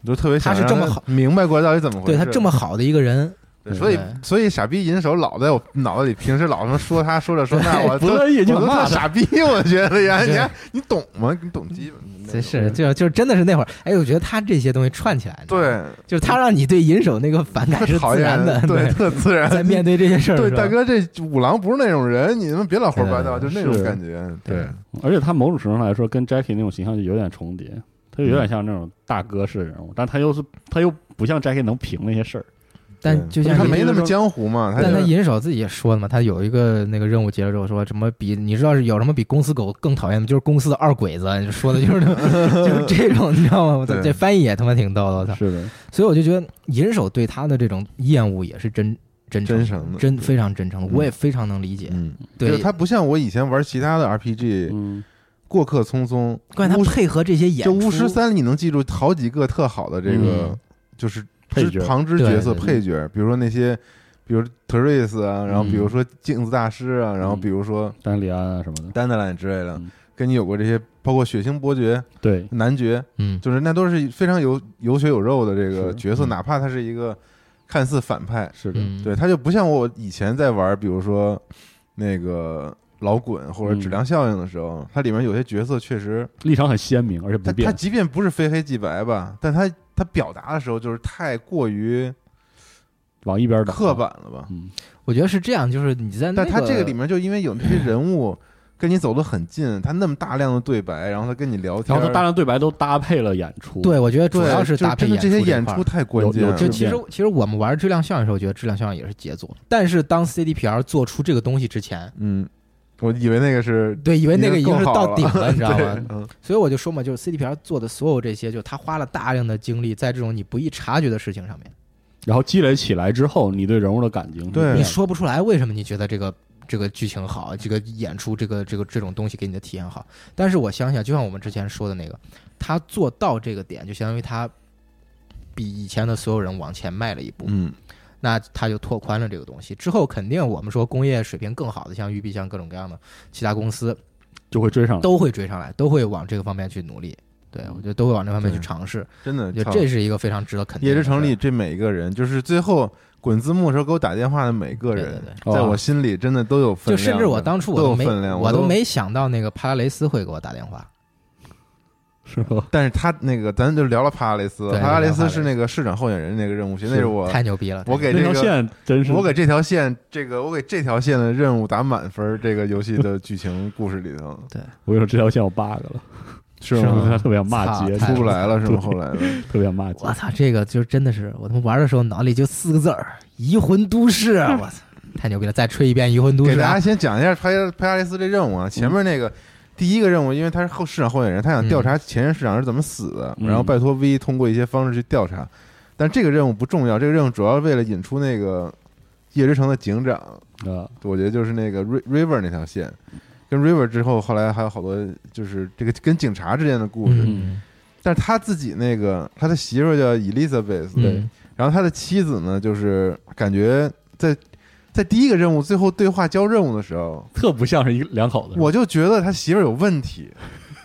[SPEAKER 2] 你就特别想
[SPEAKER 3] 他是这么
[SPEAKER 2] 让
[SPEAKER 3] 好
[SPEAKER 2] 明白过到底怎么回
[SPEAKER 3] 对
[SPEAKER 2] 事，
[SPEAKER 3] 他这么好的一个 人，
[SPEAKER 2] 对，所以
[SPEAKER 3] 对
[SPEAKER 2] 所以傻逼银手老在我脑子里，平时老他妈说他说着说 那，我
[SPEAKER 4] 不
[SPEAKER 2] 都
[SPEAKER 4] 乐意哎就
[SPEAKER 2] 我都
[SPEAKER 4] 骂
[SPEAKER 2] 特
[SPEAKER 4] 他
[SPEAKER 2] 傻逼，我觉得呀，
[SPEAKER 3] 对
[SPEAKER 2] 你还你懂吗？你懂基本那
[SPEAKER 3] 这
[SPEAKER 2] 种
[SPEAKER 3] 是就就是真的是那会儿，哎，我觉得他这些东西串起来，，
[SPEAKER 2] 对，
[SPEAKER 3] 就是他让你对银手 那个反感是
[SPEAKER 2] 讨
[SPEAKER 3] 自然
[SPEAKER 2] 厌
[SPEAKER 3] 的，
[SPEAKER 2] 对，，特自然。
[SPEAKER 3] 在面对这些事儿，
[SPEAKER 2] 对，
[SPEAKER 3] 是吧
[SPEAKER 2] 大，哥，这五郎不是那种人，你们别老胡说八道，就那
[SPEAKER 3] 对
[SPEAKER 2] 种
[SPEAKER 4] 是
[SPEAKER 2] 感觉。对，
[SPEAKER 4] 而且他某种程度上来说，跟 Jackie 那种形象就有点重叠，他就有
[SPEAKER 2] 嗯
[SPEAKER 4] 点像那种大哥式的人物，但他又是他又不像 Jackie 能平那些事儿。
[SPEAKER 3] 但就
[SPEAKER 2] 对
[SPEAKER 3] 像
[SPEAKER 2] 他
[SPEAKER 3] 你
[SPEAKER 2] 没那么江湖嘛，他
[SPEAKER 3] 但他
[SPEAKER 2] 就
[SPEAKER 3] 银手自己也说了嘛，他有一个那个任务结了之后说什么比你知道是有什么比公司狗更讨厌的，就是公司的二鬼子，你说的就 是就是这种，你知道吗？我操，
[SPEAKER 2] 对
[SPEAKER 3] 这翻译也他妈挺逗的，我操！
[SPEAKER 4] 是的，
[SPEAKER 3] 所以我就觉得银手对他的这种厌恶也是真真诚
[SPEAKER 2] 真
[SPEAKER 3] 真
[SPEAKER 2] 诚的对
[SPEAKER 3] 非常真诚的，我也非常能理解。
[SPEAKER 2] 嗯，就是
[SPEAKER 3] 对，
[SPEAKER 2] 他不像我以前玩其他的 RPG，
[SPEAKER 4] 嗯，
[SPEAKER 2] 过客匆匆，
[SPEAKER 3] 关键
[SPEAKER 2] 巫
[SPEAKER 3] 他
[SPEAKER 2] 师
[SPEAKER 3] 配合这些演
[SPEAKER 2] 就
[SPEAKER 3] 出，
[SPEAKER 2] 巫师三，你能记住好几个特好的这个
[SPEAKER 3] 嗯
[SPEAKER 2] 就是
[SPEAKER 4] 配
[SPEAKER 2] 之
[SPEAKER 4] 角
[SPEAKER 2] 旁支
[SPEAKER 3] 对
[SPEAKER 2] 角色
[SPEAKER 4] 对
[SPEAKER 2] 配角，比如说那些，比如 Teresa 啊，然后比如
[SPEAKER 3] 嗯
[SPEAKER 2] 说镜子大师啊，然后
[SPEAKER 4] 嗯
[SPEAKER 2] 比如说
[SPEAKER 4] 丹里安啊什么的，
[SPEAKER 2] 丹德兰之类的
[SPEAKER 4] 嗯，
[SPEAKER 2] 跟你有过这些，包括血腥伯爵、
[SPEAKER 4] 对，
[SPEAKER 2] 男爵，
[SPEAKER 3] 嗯，
[SPEAKER 2] 就是那都是非常有有血有肉的这个
[SPEAKER 4] 是
[SPEAKER 2] 角色，
[SPEAKER 3] 嗯
[SPEAKER 2] 哪怕他是一个看似反派，
[SPEAKER 4] 是的，
[SPEAKER 3] 嗯，
[SPEAKER 2] 对，他就不像我以前在玩，比如说那个老滚或
[SPEAKER 4] 嗯
[SPEAKER 2] 者质量效应的时候，它里面有些角色确实，
[SPEAKER 4] 立场很鲜明，而且
[SPEAKER 2] 他
[SPEAKER 4] 不
[SPEAKER 2] 他
[SPEAKER 4] 变。
[SPEAKER 2] 即便不是非黑即白吧，但他他表达的时候就是太过于
[SPEAKER 4] 往一边倒。
[SPEAKER 2] 刻板了吧？
[SPEAKER 4] 嗯，
[SPEAKER 3] 我觉得是这样，就是你在那
[SPEAKER 2] 但他这个里面就因为有这些人物跟你走得很近，他那么大量的对白，然后他跟你聊天
[SPEAKER 4] 然
[SPEAKER 2] 儿，
[SPEAKER 4] 后他大量对白都搭配了演出。
[SPEAKER 3] 对，我觉得主
[SPEAKER 2] 对
[SPEAKER 3] 要是
[SPEAKER 2] 就
[SPEAKER 3] 搭配
[SPEAKER 2] 真的这些
[SPEAKER 3] 演
[SPEAKER 2] 演
[SPEAKER 3] 块儿
[SPEAKER 2] 出太关键
[SPEAKER 4] 有
[SPEAKER 2] 了
[SPEAKER 4] 有。这
[SPEAKER 3] 就
[SPEAKER 4] 个
[SPEAKER 3] 其实
[SPEAKER 4] 变
[SPEAKER 3] 其实我们玩质量效应的时候，我觉得质量效应也是杰作。但是当 CDPR 做出这个东西之前，
[SPEAKER 2] 嗯，我以为那个是
[SPEAKER 3] 对，以为那个已经
[SPEAKER 2] 更
[SPEAKER 3] 是
[SPEAKER 2] 好
[SPEAKER 3] 到顶了， 你知 道吗？
[SPEAKER 2] 对嗯
[SPEAKER 3] 所以我就说嘛，就是 CDPR 做的所有这些，就是他花了大量的精力在这种你不易察觉的事情上面，
[SPEAKER 4] 然后积累起来之后，你对人物的感情是
[SPEAKER 2] 对
[SPEAKER 4] 变
[SPEAKER 3] 你
[SPEAKER 4] 的
[SPEAKER 3] 说不出来为什么你觉得这个这个剧情好，这个演出，这个这个这种东西给你的体验好。但是我想想，就像我们之前说的那个，他做到这个点，就相当于他比以前的所有人往前迈了一步。
[SPEAKER 2] 嗯
[SPEAKER 3] 那它就拓宽了这个东西。之后肯定我们说工业水平更好的，像育碧、像各种各样的其他公司
[SPEAKER 4] 就会追上来。
[SPEAKER 3] 都会追上来，都会往这个方面去努力。对，我觉得都会往这方面去尝试。
[SPEAKER 2] 真的
[SPEAKER 3] 我觉
[SPEAKER 2] 操
[SPEAKER 3] 得这是一个非常值得肯定
[SPEAKER 2] 夜
[SPEAKER 3] 的
[SPEAKER 2] 之
[SPEAKER 3] 事儿。
[SPEAKER 2] 城里这每一个人，就是最后滚字幕的时候给我打电话的每个
[SPEAKER 3] 对
[SPEAKER 2] 人
[SPEAKER 3] 对，对。
[SPEAKER 4] 哦
[SPEAKER 2] 在我心里真的都有分量
[SPEAKER 3] 就
[SPEAKER 2] 的。
[SPEAKER 3] 甚至我当初我
[SPEAKER 2] 都有
[SPEAKER 3] 没
[SPEAKER 2] 分量，
[SPEAKER 3] 我
[SPEAKER 2] 都
[SPEAKER 3] 都。没想到那个帕拉雷斯会给我打电话，
[SPEAKER 4] 是吧？
[SPEAKER 2] 但是他那个，咱就聊了帕拉雷斯，
[SPEAKER 3] 对
[SPEAKER 2] 帕拉雷
[SPEAKER 3] 聊帕
[SPEAKER 2] 斯
[SPEAKER 3] 拉雷
[SPEAKER 2] 是
[SPEAKER 3] 斯
[SPEAKER 2] 那个市长候选人那个任务群，
[SPEAKER 4] 是
[SPEAKER 2] 那是我
[SPEAKER 3] 太牛逼了！
[SPEAKER 2] 我给
[SPEAKER 4] 那条
[SPEAKER 2] 这个
[SPEAKER 4] 线真是
[SPEAKER 2] 我给这条线这个我给这条线的任务打满分，这个游戏的剧情故事里头
[SPEAKER 4] 我跟你说，这条线有 bug 了，
[SPEAKER 2] 是
[SPEAKER 4] 我
[SPEAKER 2] 吗？
[SPEAKER 4] 特别想骂
[SPEAKER 3] 操
[SPEAKER 4] 街，
[SPEAKER 3] 太
[SPEAKER 2] 出不来了是吗？
[SPEAKER 4] 哎对
[SPEAKER 2] 后来的
[SPEAKER 4] 特别想骂街
[SPEAKER 3] 我。操，这个就真的是我他妈玩的时候脑里就四个字儿“移魂都市”，啊我操，太牛逼了！再吹一遍“移魂都
[SPEAKER 2] 给
[SPEAKER 3] 市”
[SPEAKER 2] 大家
[SPEAKER 3] 啊。
[SPEAKER 2] 先讲一下佩佩拉雷斯这任务啊，前面那个。第一个任务，因为他是后市长候选人，他想调查前任市长是怎么死的，
[SPEAKER 4] 嗯
[SPEAKER 2] 然后拜托 V 通过一些方式去调查。但这个任务不重要，这个任务主要为了引出那个夜之城的警长，
[SPEAKER 4] 啊，
[SPEAKER 2] 我觉得就是那个 Ri- River 那条线，跟 River 之后，后来还有好多就是这个跟警察之间的故事。
[SPEAKER 3] 嗯，
[SPEAKER 2] 但是他自己那个他的媳妇儿叫 Elizabeth，、
[SPEAKER 3] 嗯，
[SPEAKER 2] 然后他的妻子呢，就是感觉在在第一个任务最后对话交任务的时候，
[SPEAKER 4] 特不像是一两口子。
[SPEAKER 2] 我就觉得他媳妇儿有问题。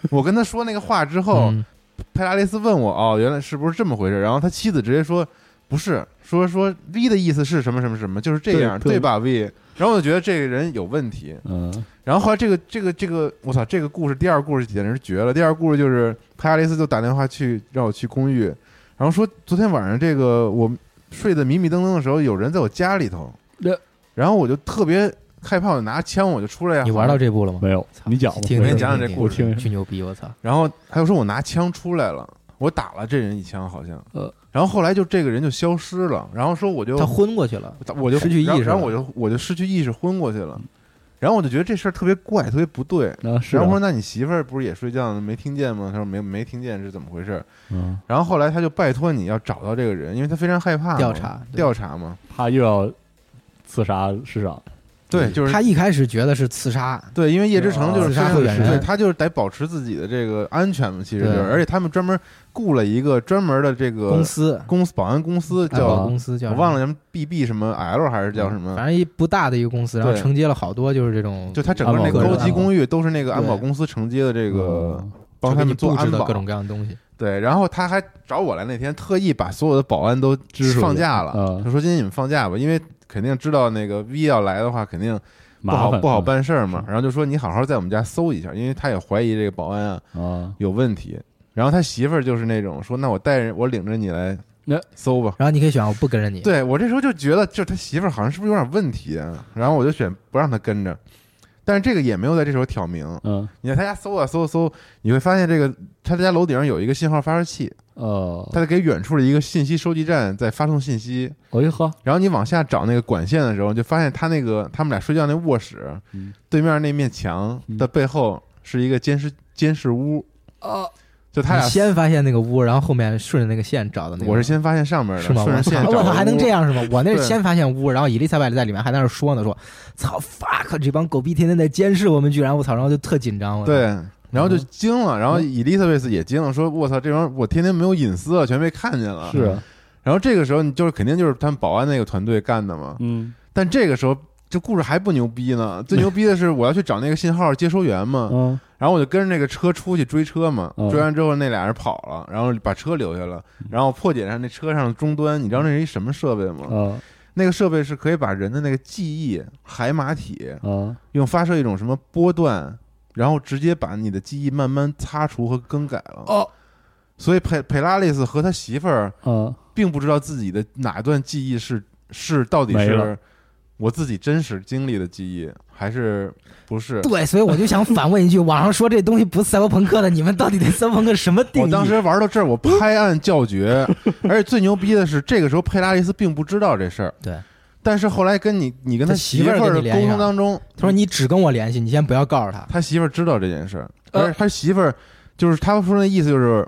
[SPEAKER 2] 我跟他说那个话之后，
[SPEAKER 3] 嗯
[SPEAKER 2] 佩拉雷斯问我哦，原来是不是这么回事？然后他妻子直接说不是，说说 V 的意思是什么什么什么，就是这样，对
[SPEAKER 4] 对对
[SPEAKER 2] 吧？V。然后我就觉得这个人有问题。
[SPEAKER 4] 嗯，
[SPEAKER 2] 然后后来这个这个这个，我操，这个故事第二故事简直是绝了。第二故事就是佩拉雷斯就打电话去让我去公寓，然后说昨天晚上这个我睡得迷迷瞪瞪的时候，有人在我家里头
[SPEAKER 4] 那，
[SPEAKER 2] 然后我就特别害怕，我拿枪我就出来呀。
[SPEAKER 3] 你玩到这步了吗？
[SPEAKER 4] 没有，你讲吧，
[SPEAKER 3] 听
[SPEAKER 2] 我
[SPEAKER 4] 没
[SPEAKER 2] 给
[SPEAKER 4] 事
[SPEAKER 2] 你讲讲这故
[SPEAKER 4] 事我听
[SPEAKER 3] 巨牛逼！我操，
[SPEAKER 2] 然后他又说我拿枪出来了，我打了这人一枪好像，
[SPEAKER 4] 呃
[SPEAKER 2] 然后后来就这个人就消失了，然后说我就
[SPEAKER 3] 他昏过去了。
[SPEAKER 2] 我就
[SPEAKER 3] 失去意识
[SPEAKER 2] 然后
[SPEAKER 3] 了嗯
[SPEAKER 2] 然后我就我就失去意识昏过去了，然后我就觉得这事儿特别怪，特别不对。
[SPEAKER 4] 啊，是
[SPEAKER 2] 然后我说
[SPEAKER 4] 啊，
[SPEAKER 2] 那你媳妇儿不是也睡觉呢，没听见吗？他说没没听见是怎么回事？
[SPEAKER 4] 嗯，
[SPEAKER 2] 然后后来他就拜托你要找到这个人，因为他非常害怕嘛
[SPEAKER 3] 调查对
[SPEAKER 2] 调查嘛。
[SPEAKER 4] 他又要刺杀市长，
[SPEAKER 2] 对，就是
[SPEAKER 3] 他一开始觉得是刺杀，
[SPEAKER 2] 对，因为叶之城就是
[SPEAKER 3] 嗯自杀
[SPEAKER 2] 非常
[SPEAKER 3] 候选人
[SPEAKER 2] 对，他就是得保持自己的这个安全嘛，其实就是，
[SPEAKER 3] 对
[SPEAKER 2] 而且他们专门雇了一个专门的这个
[SPEAKER 3] 公司
[SPEAKER 2] 公司保安公司
[SPEAKER 3] 安保
[SPEAKER 2] 叫
[SPEAKER 3] 公司叫
[SPEAKER 2] 我
[SPEAKER 3] 什么嗯
[SPEAKER 2] 忘了，咱们 BB 什么 L 还是叫什么，
[SPEAKER 3] 反正一不大的一个公司，然后
[SPEAKER 2] 对
[SPEAKER 3] 承接了好多就是这种
[SPEAKER 2] 就他整个那
[SPEAKER 4] 安
[SPEAKER 2] 个
[SPEAKER 4] 保
[SPEAKER 2] 高
[SPEAKER 4] 安
[SPEAKER 2] 级
[SPEAKER 4] 保
[SPEAKER 2] 公寓都是那个安保
[SPEAKER 3] 对嗯
[SPEAKER 2] 公司承接的这
[SPEAKER 4] 这
[SPEAKER 2] 个
[SPEAKER 4] 嗯
[SPEAKER 2] 帮他们做
[SPEAKER 3] 布置
[SPEAKER 2] 安
[SPEAKER 3] 的
[SPEAKER 2] 保
[SPEAKER 3] 各种各样的东西。
[SPEAKER 2] 对，然后他还找我来那天，特意把所有的保安都
[SPEAKER 4] 支出去
[SPEAKER 2] 放假了
[SPEAKER 4] 啊，
[SPEAKER 2] 他说今天你们放假吧，因为肯定知道那个 V 要来的话，肯定不
[SPEAKER 4] 麻
[SPEAKER 2] 好
[SPEAKER 4] 烦
[SPEAKER 2] 不好
[SPEAKER 4] 嗯
[SPEAKER 2] 办事儿嘛。然后就说你好好在我们家搜一下，因为他也怀疑这个保安啊
[SPEAKER 4] 啊，
[SPEAKER 2] 有问题。然后他媳妇儿就是那种说，那我带着我领着你来
[SPEAKER 4] 那
[SPEAKER 2] 搜吧。
[SPEAKER 3] 然后你可以选，啊我不跟着你。
[SPEAKER 2] 对我这时候就觉得，就是他媳妇儿好像是不是有点问题啊？然后我就选不让他跟着，但是这个也没有在这时候挑明。
[SPEAKER 4] 嗯
[SPEAKER 2] 你在他家搜啊搜啊搜，你会发现这个他家楼顶上有一个信号发射器，
[SPEAKER 4] 呃，
[SPEAKER 2] 它在给远处的一个信息收集站在发送信息。
[SPEAKER 4] 哎呵，
[SPEAKER 2] 然后你往下找那个管线的时候，就发现他那个他们俩睡觉那卧室、
[SPEAKER 4] 嗯
[SPEAKER 2] 对面那面墙
[SPEAKER 4] 嗯
[SPEAKER 2] 的背后是一个监视监视屋，
[SPEAKER 4] 啊，
[SPEAKER 2] 就他
[SPEAKER 3] 你
[SPEAKER 2] 俩。
[SPEAKER 3] 先发现那个屋，然后后面顺着那个线找的那个。
[SPEAKER 2] 我是先发现上面的，
[SPEAKER 3] 是吗？
[SPEAKER 2] 顺着线
[SPEAKER 3] 我
[SPEAKER 2] 找
[SPEAKER 3] 操我操，还能这
[SPEAKER 2] 样？
[SPEAKER 3] 样是吗？我那是
[SPEAKER 2] 对
[SPEAKER 3] 先发现屋，然后伊丽莎白在里面还在那儿说呢，说操 fuck，这帮狗逼天天在监视我们，居然我操，然后就特紧张。我操
[SPEAKER 2] 对，然后
[SPEAKER 3] 嗯
[SPEAKER 2] 就惊了，然后伊丽莎白也惊了，说：“我操，这帮我天天没有隐私啊，全被看见了。”
[SPEAKER 4] 是。啊，
[SPEAKER 2] 然后这个时候，你就是肯定就是他们保安那个团队干的嘛。
[SPEAKER 4] 嗯
[SPEAKER 2] 但这个时候，这故事还不牛逼呢，最牛逼的是我要去找那个信号接收员嘛。
[SPEAKER 4] 嗯
[SPEAKER 2] 然后我就跟着那个车出去追车嘛，
[SPEAKER 4] 嗯
[SPEAKER 2] 追完之后那俩人跑了，然后把车留下了，然后破解上那车上的终端，你知道那是一什么设备吗？
[SPEAKER 4] 啊
[SPEAKER 2] 那个设备是可以把人的那个记忆海马体
[SPEAKER 4] 啊
[SPEAKER 2] 用发射一种什么波段，然后直接把你的记忆慢慢擦除和更改了。
[SPEAKER 4] 哦，
[SPEAKER 2] 所以佩佩拉利斯和他媳妇儿
[SPEAKER 4] 啊，
[SPEAKER 2] 并不知道自己的哪一段记忆是是到底
[SPEAKER 4] 没
[SPEAKER 2] 是
[SPEAKER 4] 了
[SPEAKER 2] 我自己真实经历的记忆，还是不是？
[SPEAKER 3] 对，所以我就想反问一 句：网上说这东西不是赛博朋克的，你们到底对赛博朋克什么定义？
[SPEAKER 2] 我当时玩到这儿，我拍案叫 绝，而且最牛逼的是，这个时候佩拉丽斯并不知道这事儿，
[SPEAKER 3] 对，
[SPEAKER 2] 但是后来跟你你跟
[SPEAKER 3] 他
[SPEAKER 2] 他
[SPEAKER 3] 媳
[SPEAKER 2] 媳
[SPEAKER 3] 妇
[SPEAKER 2] 妇儿
[SPEAKER 3] 儿跟
[SPEAKER 2] 的
[SPEAKER 3] 你联系
[SPEAKER 2] 沟
[SPEAKER 3] 上
[SPEAKER 2] 通当中，
[SPEAKER 3] 他说你只跟我联系，你先不要告诉他。
[SPEAKER 2] 他媳妇儿知道这件事儿，
[SPEAKER 3] 呃
[SPEAKER 2] 而且他媳妇儿就是他说那意思就是，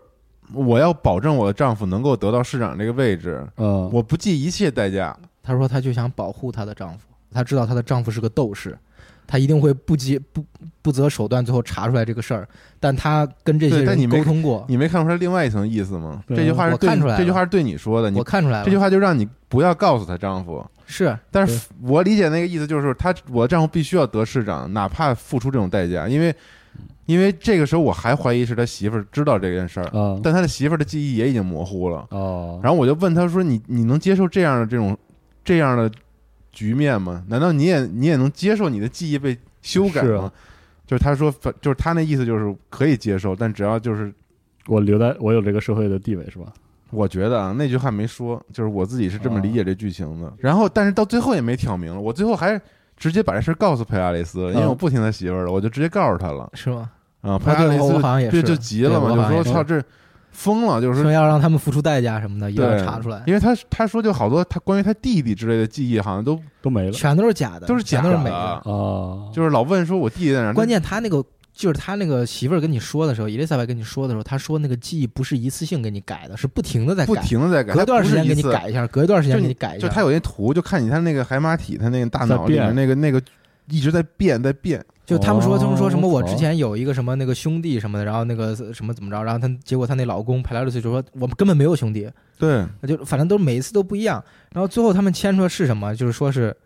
[SPEAKER 2] 我要保证我的丈夫能够得到市长这个位置，
[SPEAKER 4] 嗯，
[SPEAKER 2] 我不计一切代价。
[SPEAKER 3] 她说她就想保护她的丈夫，她知道她的丈夫是个斗士，她一定会不计不不择手段，最后查出来这个事儿。但她跟这些
[SPEAKER 2] 对但你
[SPEAKER 3] 人
[SPEAKER 2] 没
[SPEAKER 3] 沟通过，
[SPEAKER 2] 你没看出来另外一层意思吗？
[SPEAKER 4] 对
[SPEAKER 2] 这句话是
[SPEAKER 3] 我
[SPEAKER 2] 对
[SPEAKER 3] 看出来了
[SPEAKER 2] 这句话是对你说的，你
[SPEAKER 3] 我看出来了，
[SPEAKER 2] 这句话就让你不要告诉她丈夫。
[SPEAKER 3] 是
[SPEAKER 2] 但是我理解那个意思就是，她我的丈夫必须要得市长，哪怕付出这种代价，因为因为这个时候我还怀疑是他媳妇儿知道这件事儿，
[SPEAKER 4] 啊
[SPEAKER 2] 但他的媳妇儿的记忆也已经模糊了。
[SPEAKER 4] 哦，
[SPEAKER 2] 然后我就问他说：“你你能接受这样的这种这样的局面吗？难道你也你也能接受你的记忆被修改
[SPEAKER 4] 是
[SPEAKER 2] 吗
[SPEAKER 4] 啊？”
[SPEAKER 2] 就是他说，反就是他那意思就是可以接受，但只要就是
[SPEAKER 4] 我留在我有这个社会的地位是吧？
[SPEAKER 2] 我觉得啊，那句话没说，就是我自己是这么理
[SPEAKER 3] 啊
[SPEAKER 2] 解这剧情的。然后，但是到最后也没挑明了，我最后还直接把这事儿告诉佩拉雷斯
[SPEAKER 3] 啊
[SPEAKER 2] 了，因为
[SPEAKER 4] 嗯
[SPEAKER 2] 我不听他媳妇儿了，我就直接告诉他了。
[SPEAKER 3] 是吗？
[SPEAKER 2] 啊，佩拉
[SPEAKER 3] 对
[SPEAKER 2] 雷
[SPEAKER 3] 我我好像也
[SPEAKER 2] 斯就是就急了嘛，
[SPEAKER 3] 对我好像
[SPEAKER 2] 就说
[SPEAKER 3] 也是
[SPEAKER 2] 操这疯了，就是
[SPEAKER 3] 说要让他们付出代价什么的，也要
[SPEAKER 2] 对
[SPEAKER 3] 查出来，
[SPEAKER 2] 因为他他说就好多他关于他弟弟之类的记忆好像都
[SPEAKER 4] 都没了
[SPEAKER 3] 全都是假的，
[SPEAKER 2] 都是假
[SPEAKER 3] 全都是
[SPEAKER 2] 的，
[SPEAKER 3] 美的。
[SPEAKER 4] 啊，
[SPEAKER 2] 就是老问说我弟弟在哪儿，
[SPEAKER 3] 关键他那个。就是他那个媳妇儿跟你说的时候，伊丽莎白跟你说的时候，她说那个记忆不是一次性给你改的，是不停的在
[SPEAKER 2] 不
[SPEAKER 3] 改，
[SPEAKER 2] 停的在改，
[SPEAKER 3] 隔段
[SPEAKER 2] 他不
[SPEAKER 3] 时
[SPEAKER 2] 是
[SPEAKER 3] 间给
[SPEAKER 2] 一
[SPEAKER 3] 你
[SPEAKER 2] 次
[SPEAKER 3] 改一下，隔一段时间
[SPEAKER 2] 就
[SPEAKER 3] 给
[SPEAKER 2] 你
[SPEAKER 3] 你改一下。
[SPEAKER 2] 就他有那图，就看你他那个海马体，他那个大脑里
[SPEAKER 4] 在
[SPEAKER 2] 面
[SPEAKER 4] 变
[SPEAKER 2] 那个那个一直在变在变，
[SPEAKER 3] 就他们说，
[SPEAKER 4] 哦
[SPEAKER 3] 他们说什么我
[SPEAKER 4] 好
[SPEAKER 3] 之前有一个什么那个兄弟什么的，然后那个什么怎么着，然后他结果他那老公排来了去就说我们根本没有兄弟，
[SPEAKER 2] 对，
[SPEAKER 3] 那就反正都每一次都不一样。然后最后他们牵出来是什么？就是说是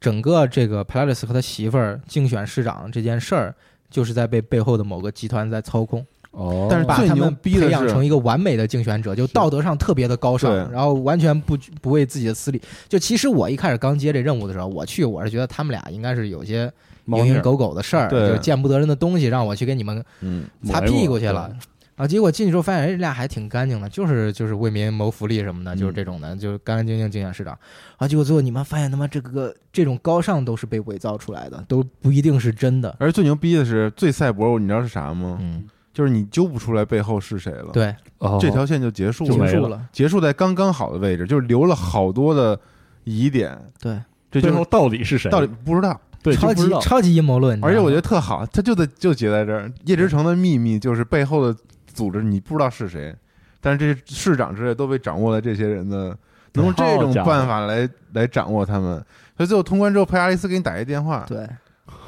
[SPEAKER 3] 整个这个佩拉里斯和他媳妇儿竞选市长这件事儿，就是在被背后的某个集团在操控，
[SPEAKER 4] 哦，
[SPEAKER 2] 但是
[SPEAKER 3] 把
[SPEAKER 2] 最
[SPEAKER 3] 他
[SPEAKER 2] 牛
[SPEAKER 3] 们
[SPEAKER 2] 逼的
[SPEAKER 3] 培养
[SPEAKER 2] 是
[SPEAKER 3] 成一个完美的竞选者，就道德上特别的高尚，
[SPEAKER 2] 对
[SPEAKER 3] 然后完全不不为自己的私利。就其实我一开始刚接这任务的时候，我去我是觉得他们俩应该是有些。
[SPEAKER 4] 猫
[SPEAKER 3] 蝇
[SPEAKER 4] 腻
[SPEAKER 3] 营
[SPEAKER 4] 儿
[SPEAKER 3] 狗苟的事儿，
[SPEAKER 2] 对
[SPEAKER 3] 就见不得人的东西，让我去给你们
[SPEAKER 2] 嗯，
[SPEAKER 3] 擦
[SPEAKER 4] 抹一抹
[SPEAKER 3] 屁股去了。然后结果进去之后发现，哎，这俩还挺干净的，就是就是为民谋福利什么的，
[SPEAKER 2] 嗯
[SPEAKER 3] 就是这种的，就是干干净净竞选市长。然后结果最后你们发现他妈这个这种高尚都是被伪造出来的，都不一定是真的。
[SPEAKER 2] 而最牛逼的是最赛博，你知道是啥吗？
[SPEAKER 3] 嗯，
[SPEAKER 2] 就是你揪不出来背后是谁了，，
[SPEAKER 3] 对，
[SPEAKER 4] 哦
[SPEAKER 2] 这条线就结束
[SPEAKER 4] 就
[SPEAKER 3] 结
[SPEAKER 4] 没
[SPEAKER 3] 束
[SPEAKER 4] 了
[SPEAKER 3] 了。
[SPEAKER 2] 结束在刚刚好的位置，就是留了好多的疑点，
[SPEAKER 3] 对，
[SPEAKER 2] 这
[SPEAKER 4] 最
[SPEAKER 2] 就
[SPEAKER 4] 后
[SPEAKER 2] 是
[SPEAKER 4] 到底是谁？嗯
[SPEAKER 2] 到底不知道，
[SPEAKER 4] 对，
[SPEAKER 3] 超
[SPEAKER 4] 就不
[SPEAKER 3] 级
[SPEAKER 4] 知道
[SPEAKER 3] 超级阴谋论。
[SPEAKER 2] 而且我觉得
[SPEAKER 3] 得
[SPEAKER 2] 特好，它就在就结在这儿，叶之城的秘密就是背后的组织你不知道是谁，但是这些市长之类都被掌握在这些人的能用这
[SPEAKER 4] 好
[SPEAKER 2] 种
[SPEAKER 4] 家伙
[SPEAKER 2] 办法来来掌握他们。所以最后通关之后，佩亚雷斯给你打一电话，
[SPEAKER 3] 对，
[SPEAKER 2] 然